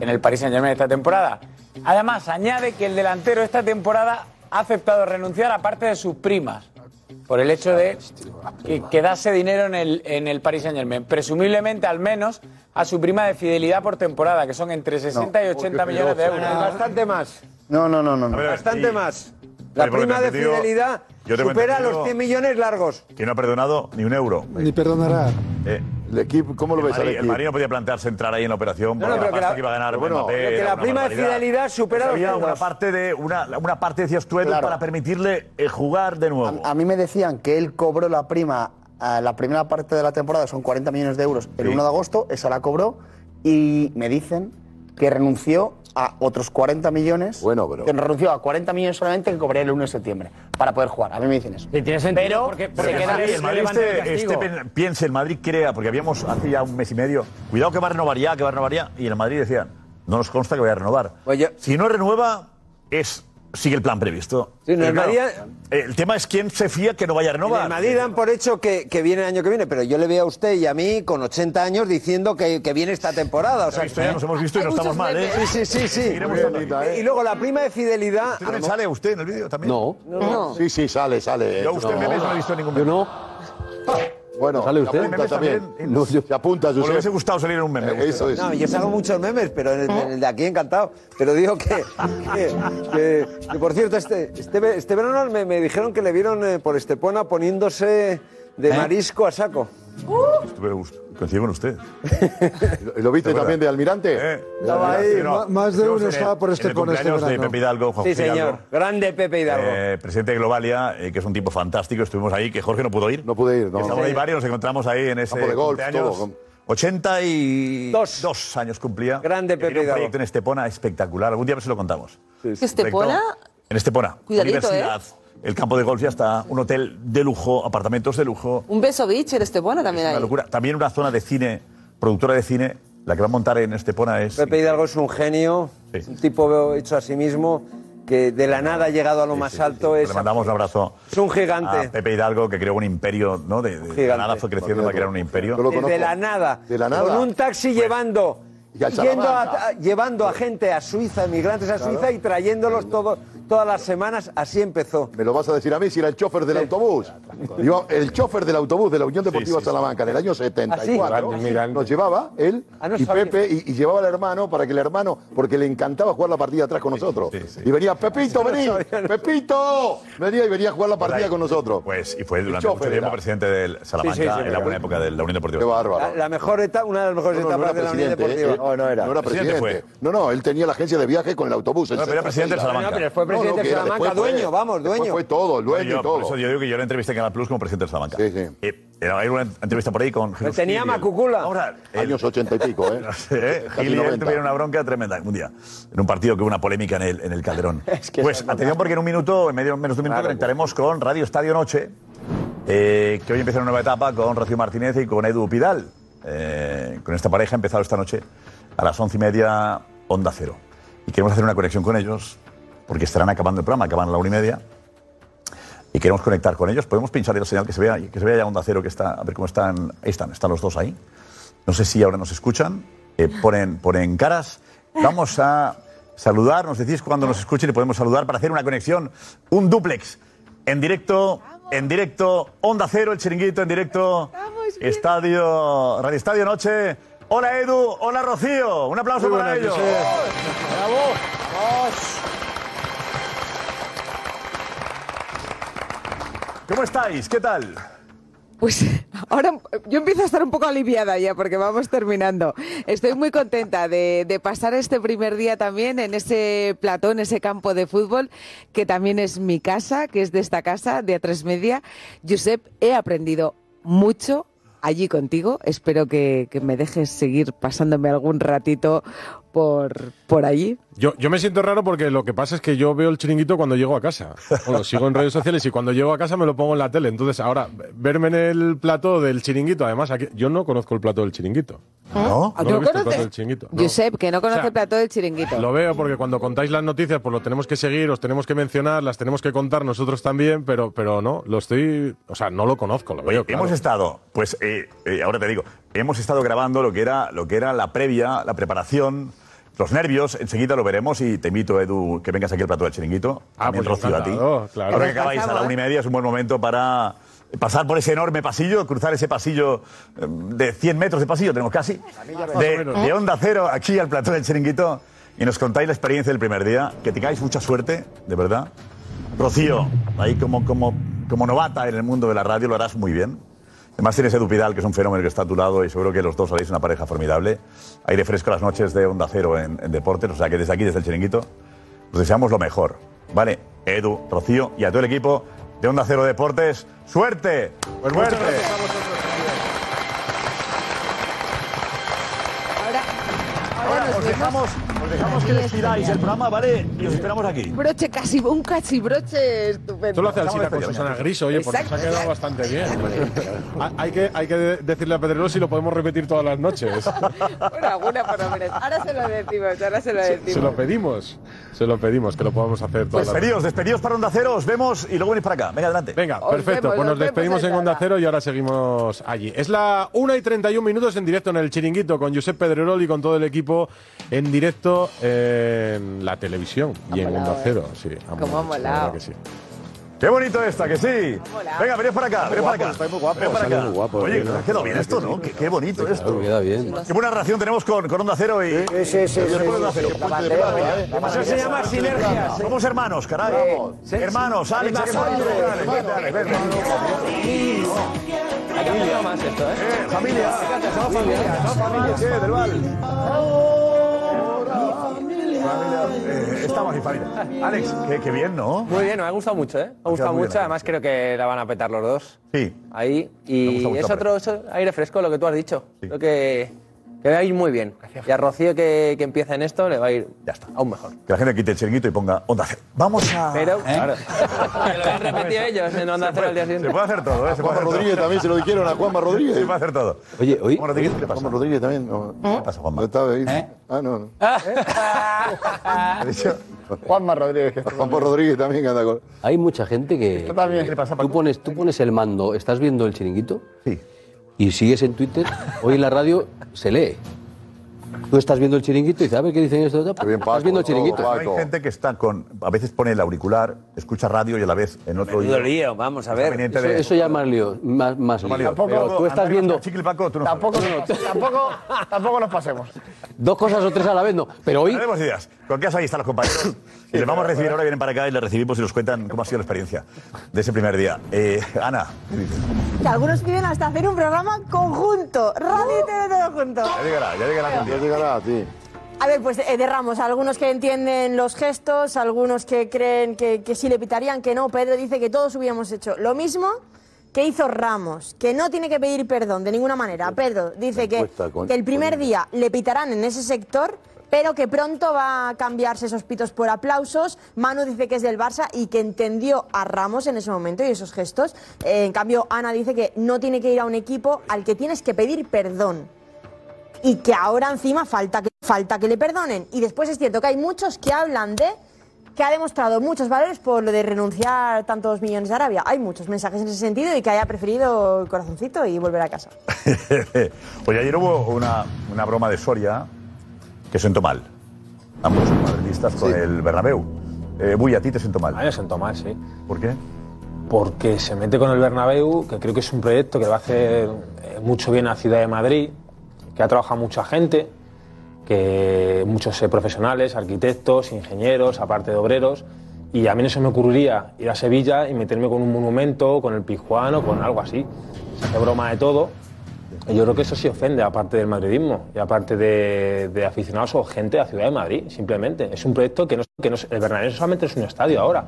en el Paris Saint Germain esta temporada. Además, añade que el delantero esta temporada ha aceptado renunciar a parte de sus primas por el hecho de que quedase dinero en el, en el Paris Saint Germain. Presumiblemente, al menos, a su prima de fidelidad por temporada, que son entre 60 y 80 millones de euros. Bastante más. No, no, no, no. no. Bastante y- más. Pero La porque prima de te digo- fidelidad yo te supera digo- los 100 millones largos. Que no ha perdonado ni un euro. Ni perdonará. el equipo, ¿Cómo lo ves al Madrid, El equipo? Madrid no podía plantearse entrar ahí en la operación No, porque no, la pero que pasta la- que iba a ganar pero bueno, Mbappé pero que era la una prima de barbaridad. fidelidad Pues supera los había una euros. parte de una, una parte de estuendo Claro. para permitirle eh, jugar de nuevo. A mí me decían que él cobró la prima, a la primera parte de la temporada son 40 millones de euros el Sí. 1 de agosto, esa la cobró, y me dicen que renunció a otros 40 millones. Bueno, pero. Que renunció a 40 millones solamente que cobraría el 1 de septiembre para poder jugar. A mí me dicen eso. Pero Pero se el queda- Madrid, el Madrid levanta el este- castigo. este pen- piense, el Madrid crea, porque habíamos hace ya un mes y medio, cuidado que va a renovar ya, que va a renovar ya, y el Madrid decía, no nos consta que vaya a renovar. Pues si no renueva, es sigue el plan previsto. Sí, no, Pero el claro, Madrid- eh, el tema es quién se fía que no vaya a renovar. En el Madrid dan por hecho que, que viene el año que viene, pero yo le veo a usted y a mí con 80 años diciendo que, que viene esta temporada. O sea, Esto ya nos hemos visto y no Hay estamos muchos mal, memes. ¿eh? Sí, sí, sí. sí. Seguiremos estando aquí. Eh, Y luego la prima de fidelidad. ¿Usted también sale usted en el vídeo también? No. No. Sí, sí, sale, sale. Yo a usted No. memes Este no he visto ningún Yo no. Bueno, ¿Sale usted? se apunta Memes también. también. No, yo- Se apunta, Os hubiese gustado salir en un meme. Eh, Eso es. No, yo salgo muchos memes, pero en el, en el de aquí encantado. Pero digo que, que- que- que, por cierto, este, este, ve- este verano me, me dijeron que le vieron eh, por Estepona poniéndose de ¿Eh? marisco a saco. Estuve gusto. Coincido con usted. ¿Lo, viste verdad. también de Eh, Almirante? Eh, Estaba ahí, Sí, no. ma- más de Estuvimos uno en el- estaba por en este- el con este cumpleaños de verano. Pepe Hidalgo, Juan Sí, Hidalgo. señor. Grande Pepe Hidalgo. Eh, presidente de Globalia, eh, que es un tipo fantástico, estuvimos ahí, que Jorge no pudo ir. No pude ir, no. Estamos ahí varios, nos encontramos ahí en ese Campo de golf, cumpleaños. todo. 82 años cumplía. Grande Pepe Un Hidalgo. proyecto en Estepona espectacular, algún día se lo contamos. ¿Que Estepona? En Estepona, Cuidadito, ¿eh? universidad, el campo de golf ya está, un hotel de lujo, apartamentos de lujo, Un beso beach en Estepona también una hay. locura. También una zona de cine, productora de cine, la que va a montar en Estepona es... Pepe Hidalgo es un genio, es un tipo hecho a sí mismo, que de la nada ha llegado a lo más alto. Le es mandamos un abrazo. Es un gigante. a Pepe Hidalgo que creó un imperio, ¿no? De, de- de la nada fue creciendo para crear un imperio. Desde la nada. De la nada. Con un Pues, taxi llevando. Y al yendo Salamanca. a, a- llevando a gente a Suiza, migrantes a Suiza y trayéndolos todo, todas las semanas. Así empezó. Me lo vas a decir a mí si era el chofer del [LAUGHS] autobús. Digo, el chofer del autobús de la Unión Deportiva Salamanca en el año 74 ¿Ah, sí? Mirante. nos llevaba él no y sabía. Pepe y, y llevaba al hermano para que el hermano, porque le encantaba jugar la partida atrás con nosotros. Y [LAUGHS] venía, Pepito, vení, Pepito, venía y venía a jugar la partida con nosotros. Pues, y fue durante chofer mucho tiempo era. presidente del Salamanca, Sí, Ah, sí, sí, en la buena claro. época de la Unión Deportiva. Qué bárbaro. La, la mejor etapa, una de las mejores No, no, no etapas era de la Unión presidente, Deportiva. ¿eh? No era Presidente presidente. fue. No, no, él tenía la agencia de viaje con el autobús. el No, pero era Centro presidente de Isla. No, Salamanca. no, que era, después fue- después Fue todo, el dueño Yo, y todo. Por eso yo digo que yo la entrevisté en Canal Plus como presidente de Salamanca. Sí, sí. era hay una entrevista por ahí con Jesús tenía Gil y el- Macucula. [LAUGHS] Años [LAUGHS] ochenta y pico, ¿eh? No sé, ¿eh? Casi Gil y él 90. tuvieron una bronca tremenda un día, en un partido que hubo una polémica en el, en el Calderón. pues atención porque en un minuto, en medio, menos de un minuto, conectaremos con Radio Estadio Noche, eh, que hoy empieza una nueva etapa con Rocío Martínez y con Edu Pidal. Eh, con esta pareja ha empezado esta noche a las once y media, Onda Cero. Y queremos hacer una conexión con ellos, porque estarán acabando el programa, acaban a la una y media. Y queremos conectar con ellos. Podemos pinchar la señal que se vea, que se vea ya Onda Cero, que está, a ver cómo están. Ahí están, están los dos ahí. No sé si ahora nos escuchan. eh, ponen, ponen caras. Vamos a saludar. Nos decís cuando nos escuchen y podemos saludar para hacer una conexión, un duplex. En directo, en directo, Onda Cero, el chiringuito, en directo. Estadio, Radio Estadio Noche. Hola Edu, hola Rocío. Un aplauso Muy para buenas, ellos. Josep. ¡Bravo! ¿Cómo estáis? ¿Qué tal? Pues [LAUGHS] ahora yo empiezo a estar un poco aliviada ya porque vamos terminando. Estoy muy contenta de, de pasar este primer día también en ese platón, ese campo de fútbol que también es mi casa, que es de esta casa, de A3 Media. Josep, he aprendido mucho allí contigo. Espero que, que me dejes seguir pasándome algún ratito por, por allí. Yo, yo me siento raro porque lo que pasa es que yo veo el chiringuito cuando llego a casa. O lo sigo en redes sociales y cuando llego a casa me lo pongo en la tele. Entonces, ahora, verme en el plató del chiringuito, además, aquí, yo no conozco el plató del chiringuito. ¿No? ¿Ah, No lo tú he visto el lo plató conoces? del chiringuito. no. Josep, que no conoce O sea, el plato del chiringuito. Lo veo porque cuando contáis las noticias, pues lo tenemos que seguir, os tenemos que mencionar, las tenemos que contar nosotros también, pero, pero no, lo estoy. O sea, no lo conozco, lo veo. claro. Hemos estado, pues eh, eh, ahora te digo, hemos estado grabando lo que era, lo que era la previa, la preparación. Los nervios, enseguida lo veremos y te invito, Edu, que vengas aquí al plato del chiringuito. Ah, pues encantado, claro. Ahora que Nos acabáis a la pasamos, una y media es un buen momento para pasar por ese enorme pasillo, cruzar ese pasillo eh, de 100 metros de pasillo, tenemos casi, de, menos. de Onda Cero aquí al plató del chiringuito y nos contáis la experiencia del primer día. Que tengáis mucha suerte, de verdad. Rocío, ahí como, como, como novata en el mundo de la radio lo harás muy bien. Además tienes Edu Pidal, que es un fenómeno que está a tu lado y seguro que los dos haréis una pareja formidable. Aire fresco las noches de Onda Cero en, en deportes, o sea que desde aquí, desde el chiringuito, os deseamos lo mejor. Vale, Edu, Rocío y a todo el equipo de Onda Cero Deportes, ¡suerte! Pues suerte. Ahora nos vemos. Os dejamos que despidáis el programa, ¿vale? Y os esperamos aquí. Broche casi, un cachibroche estupendo. Esto lo hace Alcina con Susana Gris, oye, porque se ha Exacto. quedado bastante [LAUGHS] bien. Ha- Hay que, hay que de- decirle a Pedrero si lo podemos repetir todas las noches. Bueno, alguna por lo menos. Ahora se lo decimos, ahora se lo decimos. Se lo pedimos, se lo pedimos, que lo podamos hacer todas Pues las despedidos, noches. despedidos para Onda Cero, os vemos y luego venís para acá. Venga, adelante. Venga, perfecto. pues nos despedimos en Onda Cero y ahora seguimos allí. Es la 1 y 31 minutos en directo en el Chiringuito con Josep Pedrerol y con todo el equipo en directo en la televisión y en molado, Onda ¿eh? Cero. Sí, ha molado mucho, Cómo ha la verdad molado. que sí. Qué bonito esta, que sí. molado. Venga, venid para acá, Muy venid para guapo, acá. estáis muy guapos, Venid para sales acá. muy guapos, Oye, ¿no? ha quedado bien esto, ¿no? Qué, qué bonito esto. Queda bien. Qué buena relación tenemos con, con Onda Cero y. Sí, sí, sí, y sí, el pueblo de Onda sí, Cero. sí, Qué puente la de bandera, verdad, la ¿eh? bandera. Eso se llama sinergia. Somos hermanos, caray. Hermanos, Alex, ¿qué tal? ¿Qué tal? Ven, ven. Eh, Familia, somos familia, somos familia, sí, del Val. Eh, Estamos ahí, familia. Alex, qué, qué bien, ¿no? Muy bien, me ha gustado mucho, ¿eh? Me ha gustado muy bien, mucho, además creo que la van a petar los dos. Sí. Ahí. Me gusta Y mucho es la otro eso, aire fresco lo que tú has dicho. Creo que, que va a ir muy bien. Y a Rocío que, que empieza en esto le va a ir aún mejor. Que la gente quite el chiringuito y ponga Onda Cero. Vamos a. Pero, ¿Eh? [LAUGHS] claro. que lo han repetido ellos en Onda Cero al día siguiente. Se puede hacer todo, ¿eh? Se puede hacer todo. Rodríguez también se lo dijeron a Juanma Rodríguez. Se puede hacer todo. Oye, hoy. Juanma Rodríguez, ¿qué le pasa? Juanma Rodríguez también. No. ¿Qué pasa, Juanma? No estaba ahí. Ah, no. no. Ah. [LAUGHS] Ha dicho- Juanma Rodríguez. Juanma Rodríguez también anda con. Hay mucha gente que. que tú, pones, tú pones el mando, estás viendo el chiringuito. Sí. Y sigues en Twitter. Hoy en la radio se lee. Tú estás viendo el chiringuito y dices, a ver qué dicen esto. tal, estás viendo el chiringuito. Hay gente que está con. A veces pone el auricular, escucha radio y a la vez en otro. Menudo oído- lío, vamos a Está ver. pendiente Eso, de- eso ya es más lío. Más, más lío. lío. Pero Tampoco- tú estás Andrés, viendo Chiqui, Paco, tú no Tampoco sabes. Tampoco, tampoco nos pasemos. dos cosas o tres a la vez, no. Pero hoy. Tenemos ideas. Con qué ahí están los [COUGHS] compañeros. y les vamos a recibir ahora, vienen para acá y les recibimos y nos cuentan cómo ha sido la experiencia de ese primer día. Eh, Ana, [LAUGHS] ¿qué dices? Que algunos piden hasta hacer un programa conjunto, radio y tele todo junto. Ya llegará, ya llegará Ya llegará, sí. A ver, pues eh, de Ramos, algunos que entienden los gestos, algunos que creen que, que sí le pitarían, que no. Pedro dice que todos hubiéramos hecho lo mismo que hizo Ramos, que no tiene que pedir perdón de ninguna manera. Pedro dice que, encuesta con- que el primer día le pitarán en ese sector, pero que pronto va a cambiarse esos pitos por aplausos. Manu dice que es del Barça y que entendió a Ramos en ese momento y esos gestos. Eh, en cambio, Ana dice que no tiene que ir a un equipo al que tienes que pedir perdón y que ahora encima falta que, falta que le perdonen. Y después es cierto que hay muchos que hablan de que ha demostrado muchos valores por lo de renunciar tantos millones de Arabia. Hay muchos mensajes en ese sentido y que haya preferido el corazoncito y volver a casa. Oye, ayer hubo una, una broma de Soria que sentó mal. Ambos madridistas con el Bernabéu. Eh, Buy, a ti te sentó mal. A mí me sentó mal, sí. ¿Por qué? Porque se mete con el Bernabéu, que creo que es un proyecto que va a hacer eh, mucho bien a Ciudad de Madrid, que ha trabajado mucha gente, que muchos eh, profesionales, arquitectos, ingenieros, aparte de obreros, y a mí no se me ocurriría ir a Sevilla y meterme con un monumento, con el Pijuán o con algo así. Se hace broma de todo. Y Yo creo que eso sí ofende, aparte del madridismo y aparte de, de aficionados o gente de la ciudad de Madrid, simplemente. Es un proyecto que no, que no es- el Bernabéu solamente es un estadio ahora,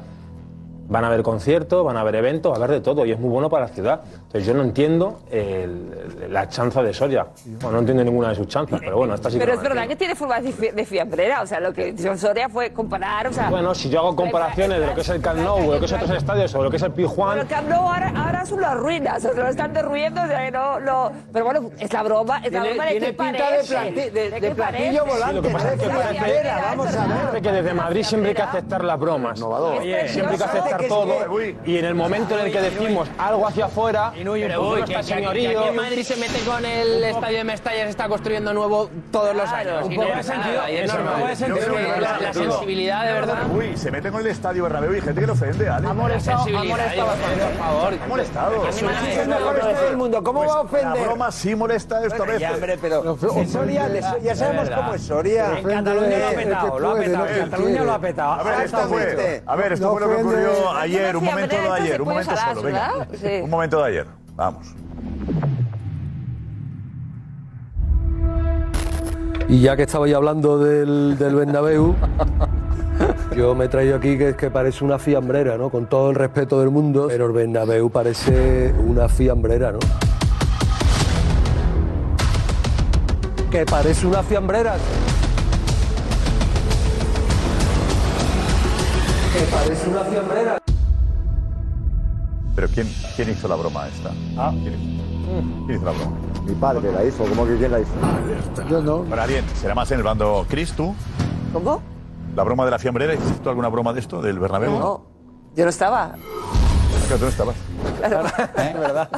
Van a haber conciertos, van a haber eventos, va a haber de todo y es muy bueno para la ciudad. Entonces yo no entiendo el- la chanza de Soria. Bueno, no entiendo ninguna de sus chanzas, pero bueno, esta sí que Pero no es la verdad que tiene forma de fi- de fiambrera, o sea, lo que hizo Soria fue comparar, o sea... Bueno, si yo hago comparaciones de lo que es el Camp Nou, de lo que es otros estadios o lo que es el Pero Pijuan, el Camp Nou ahora, ahora son las ruinas, o sea, lo están derruyendo, o sea, que no, no... Pero bueno, es la broma, es la Tiene- broma de tiene que pinta de parece. planti- de- de qué platillo parece. volante, lo que pasa es que la parece- fiambrera, vamos a ver. parece que desde Madrid siempre hay que aceptar las bromas. Oye, Siempre hay que ¿sabes qué aceptar es todo. que- Y en el momento en el que decimos algo hacia afuera, pero bueno, está señorío. Madrid se mete con el estadio de Mestalla, se está construyendo nuevo todos los años. un y poco no de es sentido- nada, y es eso, normal. un poco de Yo sentido creo que común, la- la Arturo. sensibilidad, de verdad. Uy, se meten con el estadio Bernabéu y gente que lo ofende, Ale. Ha molestado, ha molestado bastante, por favor. Ha molestado. Es el mejor estadio del mundo, ¿cómo va a ofender? Pues La broma sí molesta esta Bueno, vez. ya, hombre, pero... en Soria, le- ya sabemos cómo es Soria. En Cataluña lo ha petado, lo ha petado, en Cataluña lo ha petado. A ver, esto fue, a ver, esto fue lo que ocurrió ayer, un momento de ayer, un momento solo, venga. Un momento de ayer, vamos. Y ya que estabais hablando del, del Bernabéu, yo me he traído aquí que es que parece una fiambrera, ¿no? Con todo el respeto del mundo, pero el Bernabéu parece una fiambrera, ¿no? Que parece una fiambrera. Que parece una fiambrera. Pero ¿quién, quién hizo la broma esta? ¿Quién hizo, quién hizo la broma? Mi padre la hizo, ¿cómo que quién la hizo? Yo no. Bueno, alguien, será más en el bando Cris, tú. ¿Cómo? ¿La broma de la fiambrera? ¿Hiciste tú alguna broma de esto, del Bernabéu? No. Yo no [LAUGHS] estaba. Claro, tú no estabas. ¿Eh? Claro. ¿Verdad?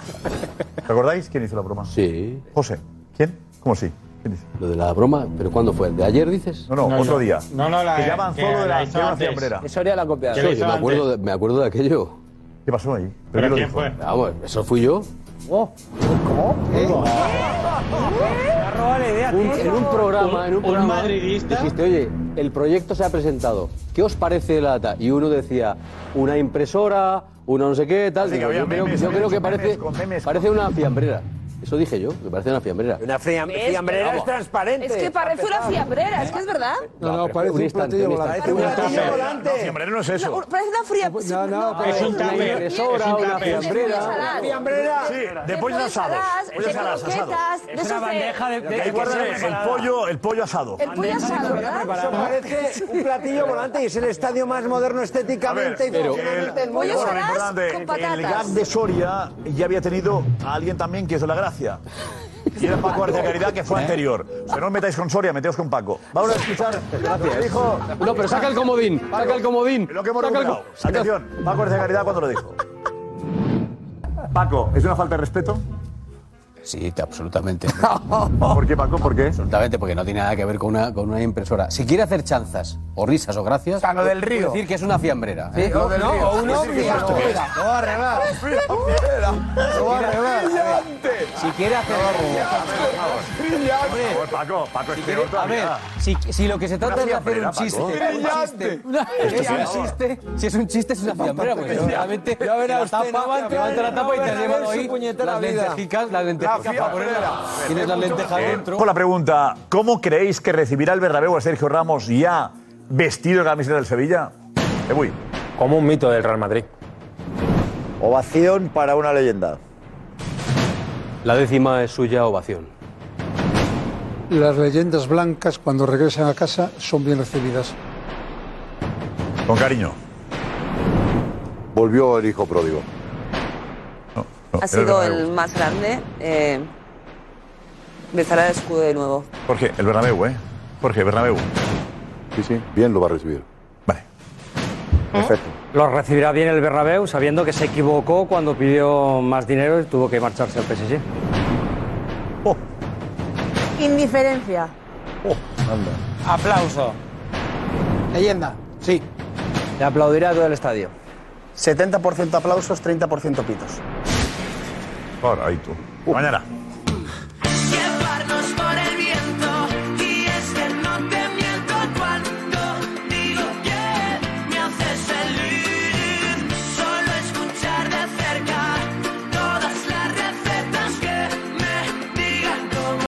¿Recordáis quién hizo la broma? Sí. José, ¿quién? ¿Cómo sí? ¿Quién dice? Lo de la broma, ¿pero cuándo fue? ¿El de ayer dices? No, no, No, otro no. día. No, no, la- Que ya avanzó que lo de la- la hizo de la antes. fiambrera. Eso Eso haría la copia. Que la hizo me, acuerdo de, antes. me acuerdo de aquello. ¿Qué pasó ahí? ¿Pero quién fue? Vamos, eso fui yo. ¿Cómo? Un- en un programa, Un- en un un programa, madridista. dijiste, oye, el proyecto se ha presentado. ¿Qué os parece la data? Y uno decía, una impresora, una no sé qué, tal. Así que Digo, había yo creo, memes, yo había creo que muchos parece, memes con memes, parece una fiambrera. Eso dije yo, que parece una Este, fiambrera. Una fiambrera es transparente. Es que parece una fiambrera, es que es verdad. No, no, parece un platillo volante. No, fiambrera no es eso. Parece una fría... No, no, pero Es un una tupper, impresora, es un una tupper. fiambrera. Una Fiambrera. Sí, de pollos asados, pollos De asados, asados. croquetas, Es de una esos de- bandeja de- de- Ahí guardan el- el pollo- el pollo asado. El pollo asado, Eso ¿verdad? parece un platillo volante y es el estadio más moderno estéticamente y funcionalmente del mundo. Bueno, importante, el gag de Soria ya había tenido a alguien también que hizo la gracia. Y era Paco Arte Caridad, que [LAUGHS] ¿Eh? fue anterior. O sea, no os metáis con Soria, meteos con Paco. Vamos a escuchar lo que dijo. No, pero saca el comodín, saca el comodín. Lo que hemos Saca el recuperado. co- Atención, Paco Arte Caridad cuando lo dijo. Paco, ¿es una falta de respeto? Sí, absolutamente. [LAUGHS] ¿Por qué, Paco? ¿Por qué? Absolutamente, porque no tiene nada que ver con una, con una impresora. Si quiere hacer chanzas, o risas, o gracias, sea, lo del puede río. decir que es una fiambrera. Sí, ¿eh? o- no, o un Puede decir que es una ovni. fiambrera. Lo va a arreglar. Lo va a arreglar. Si quiere hacer Por favor, Paco, Paco es peor A ver, todavía. si, si lo que se trata Una es de hacer fiambrera, un Paco. chiste. ¡Brillante! un chiste, Esto es sí. un chiste. Si es un chiste, es una fiambrera. Porque Ya. seguramente Ya verá la usted, tapa, no va a entrar levanta la en tapa y te una has buena llevado en su ahí puñetera las vida. lentejicas, las La lentejicas para fiambrera. ponerla. Tienes las lentejas Eh, dentro. Con la pregunta, ¿cómo creéis que recibirá el Bernabéu a Sergio Ramos ya vestido de camiseta del Sevilla? Ebuy. Como un mito del Real Madrid. Ovación para una leyenda. La décima es suya, ovación. Las leyendas blancas cuando regresan a casa son bien recibidas. Con cariño. Volvió el hijo pródigo. Ah, Ha sido el más grande. Eh, besar al escudo de nuevo. Jorge, el Bernabéu, ¿eh? Jorge, Bernabéu. Sí, sí, bien lo va a recibir. Lo recibirá bien el Bernabéu, sabiendo que se equivocó cuando pidió más dinero y tuvo que marcharse al PSG. Indiferencia. Aplauso. Leyenda. Sí. Le aplaudirá todo el estadio. 70% aplausos, 30% pitos. Ahora, ahí tú. Mañana. este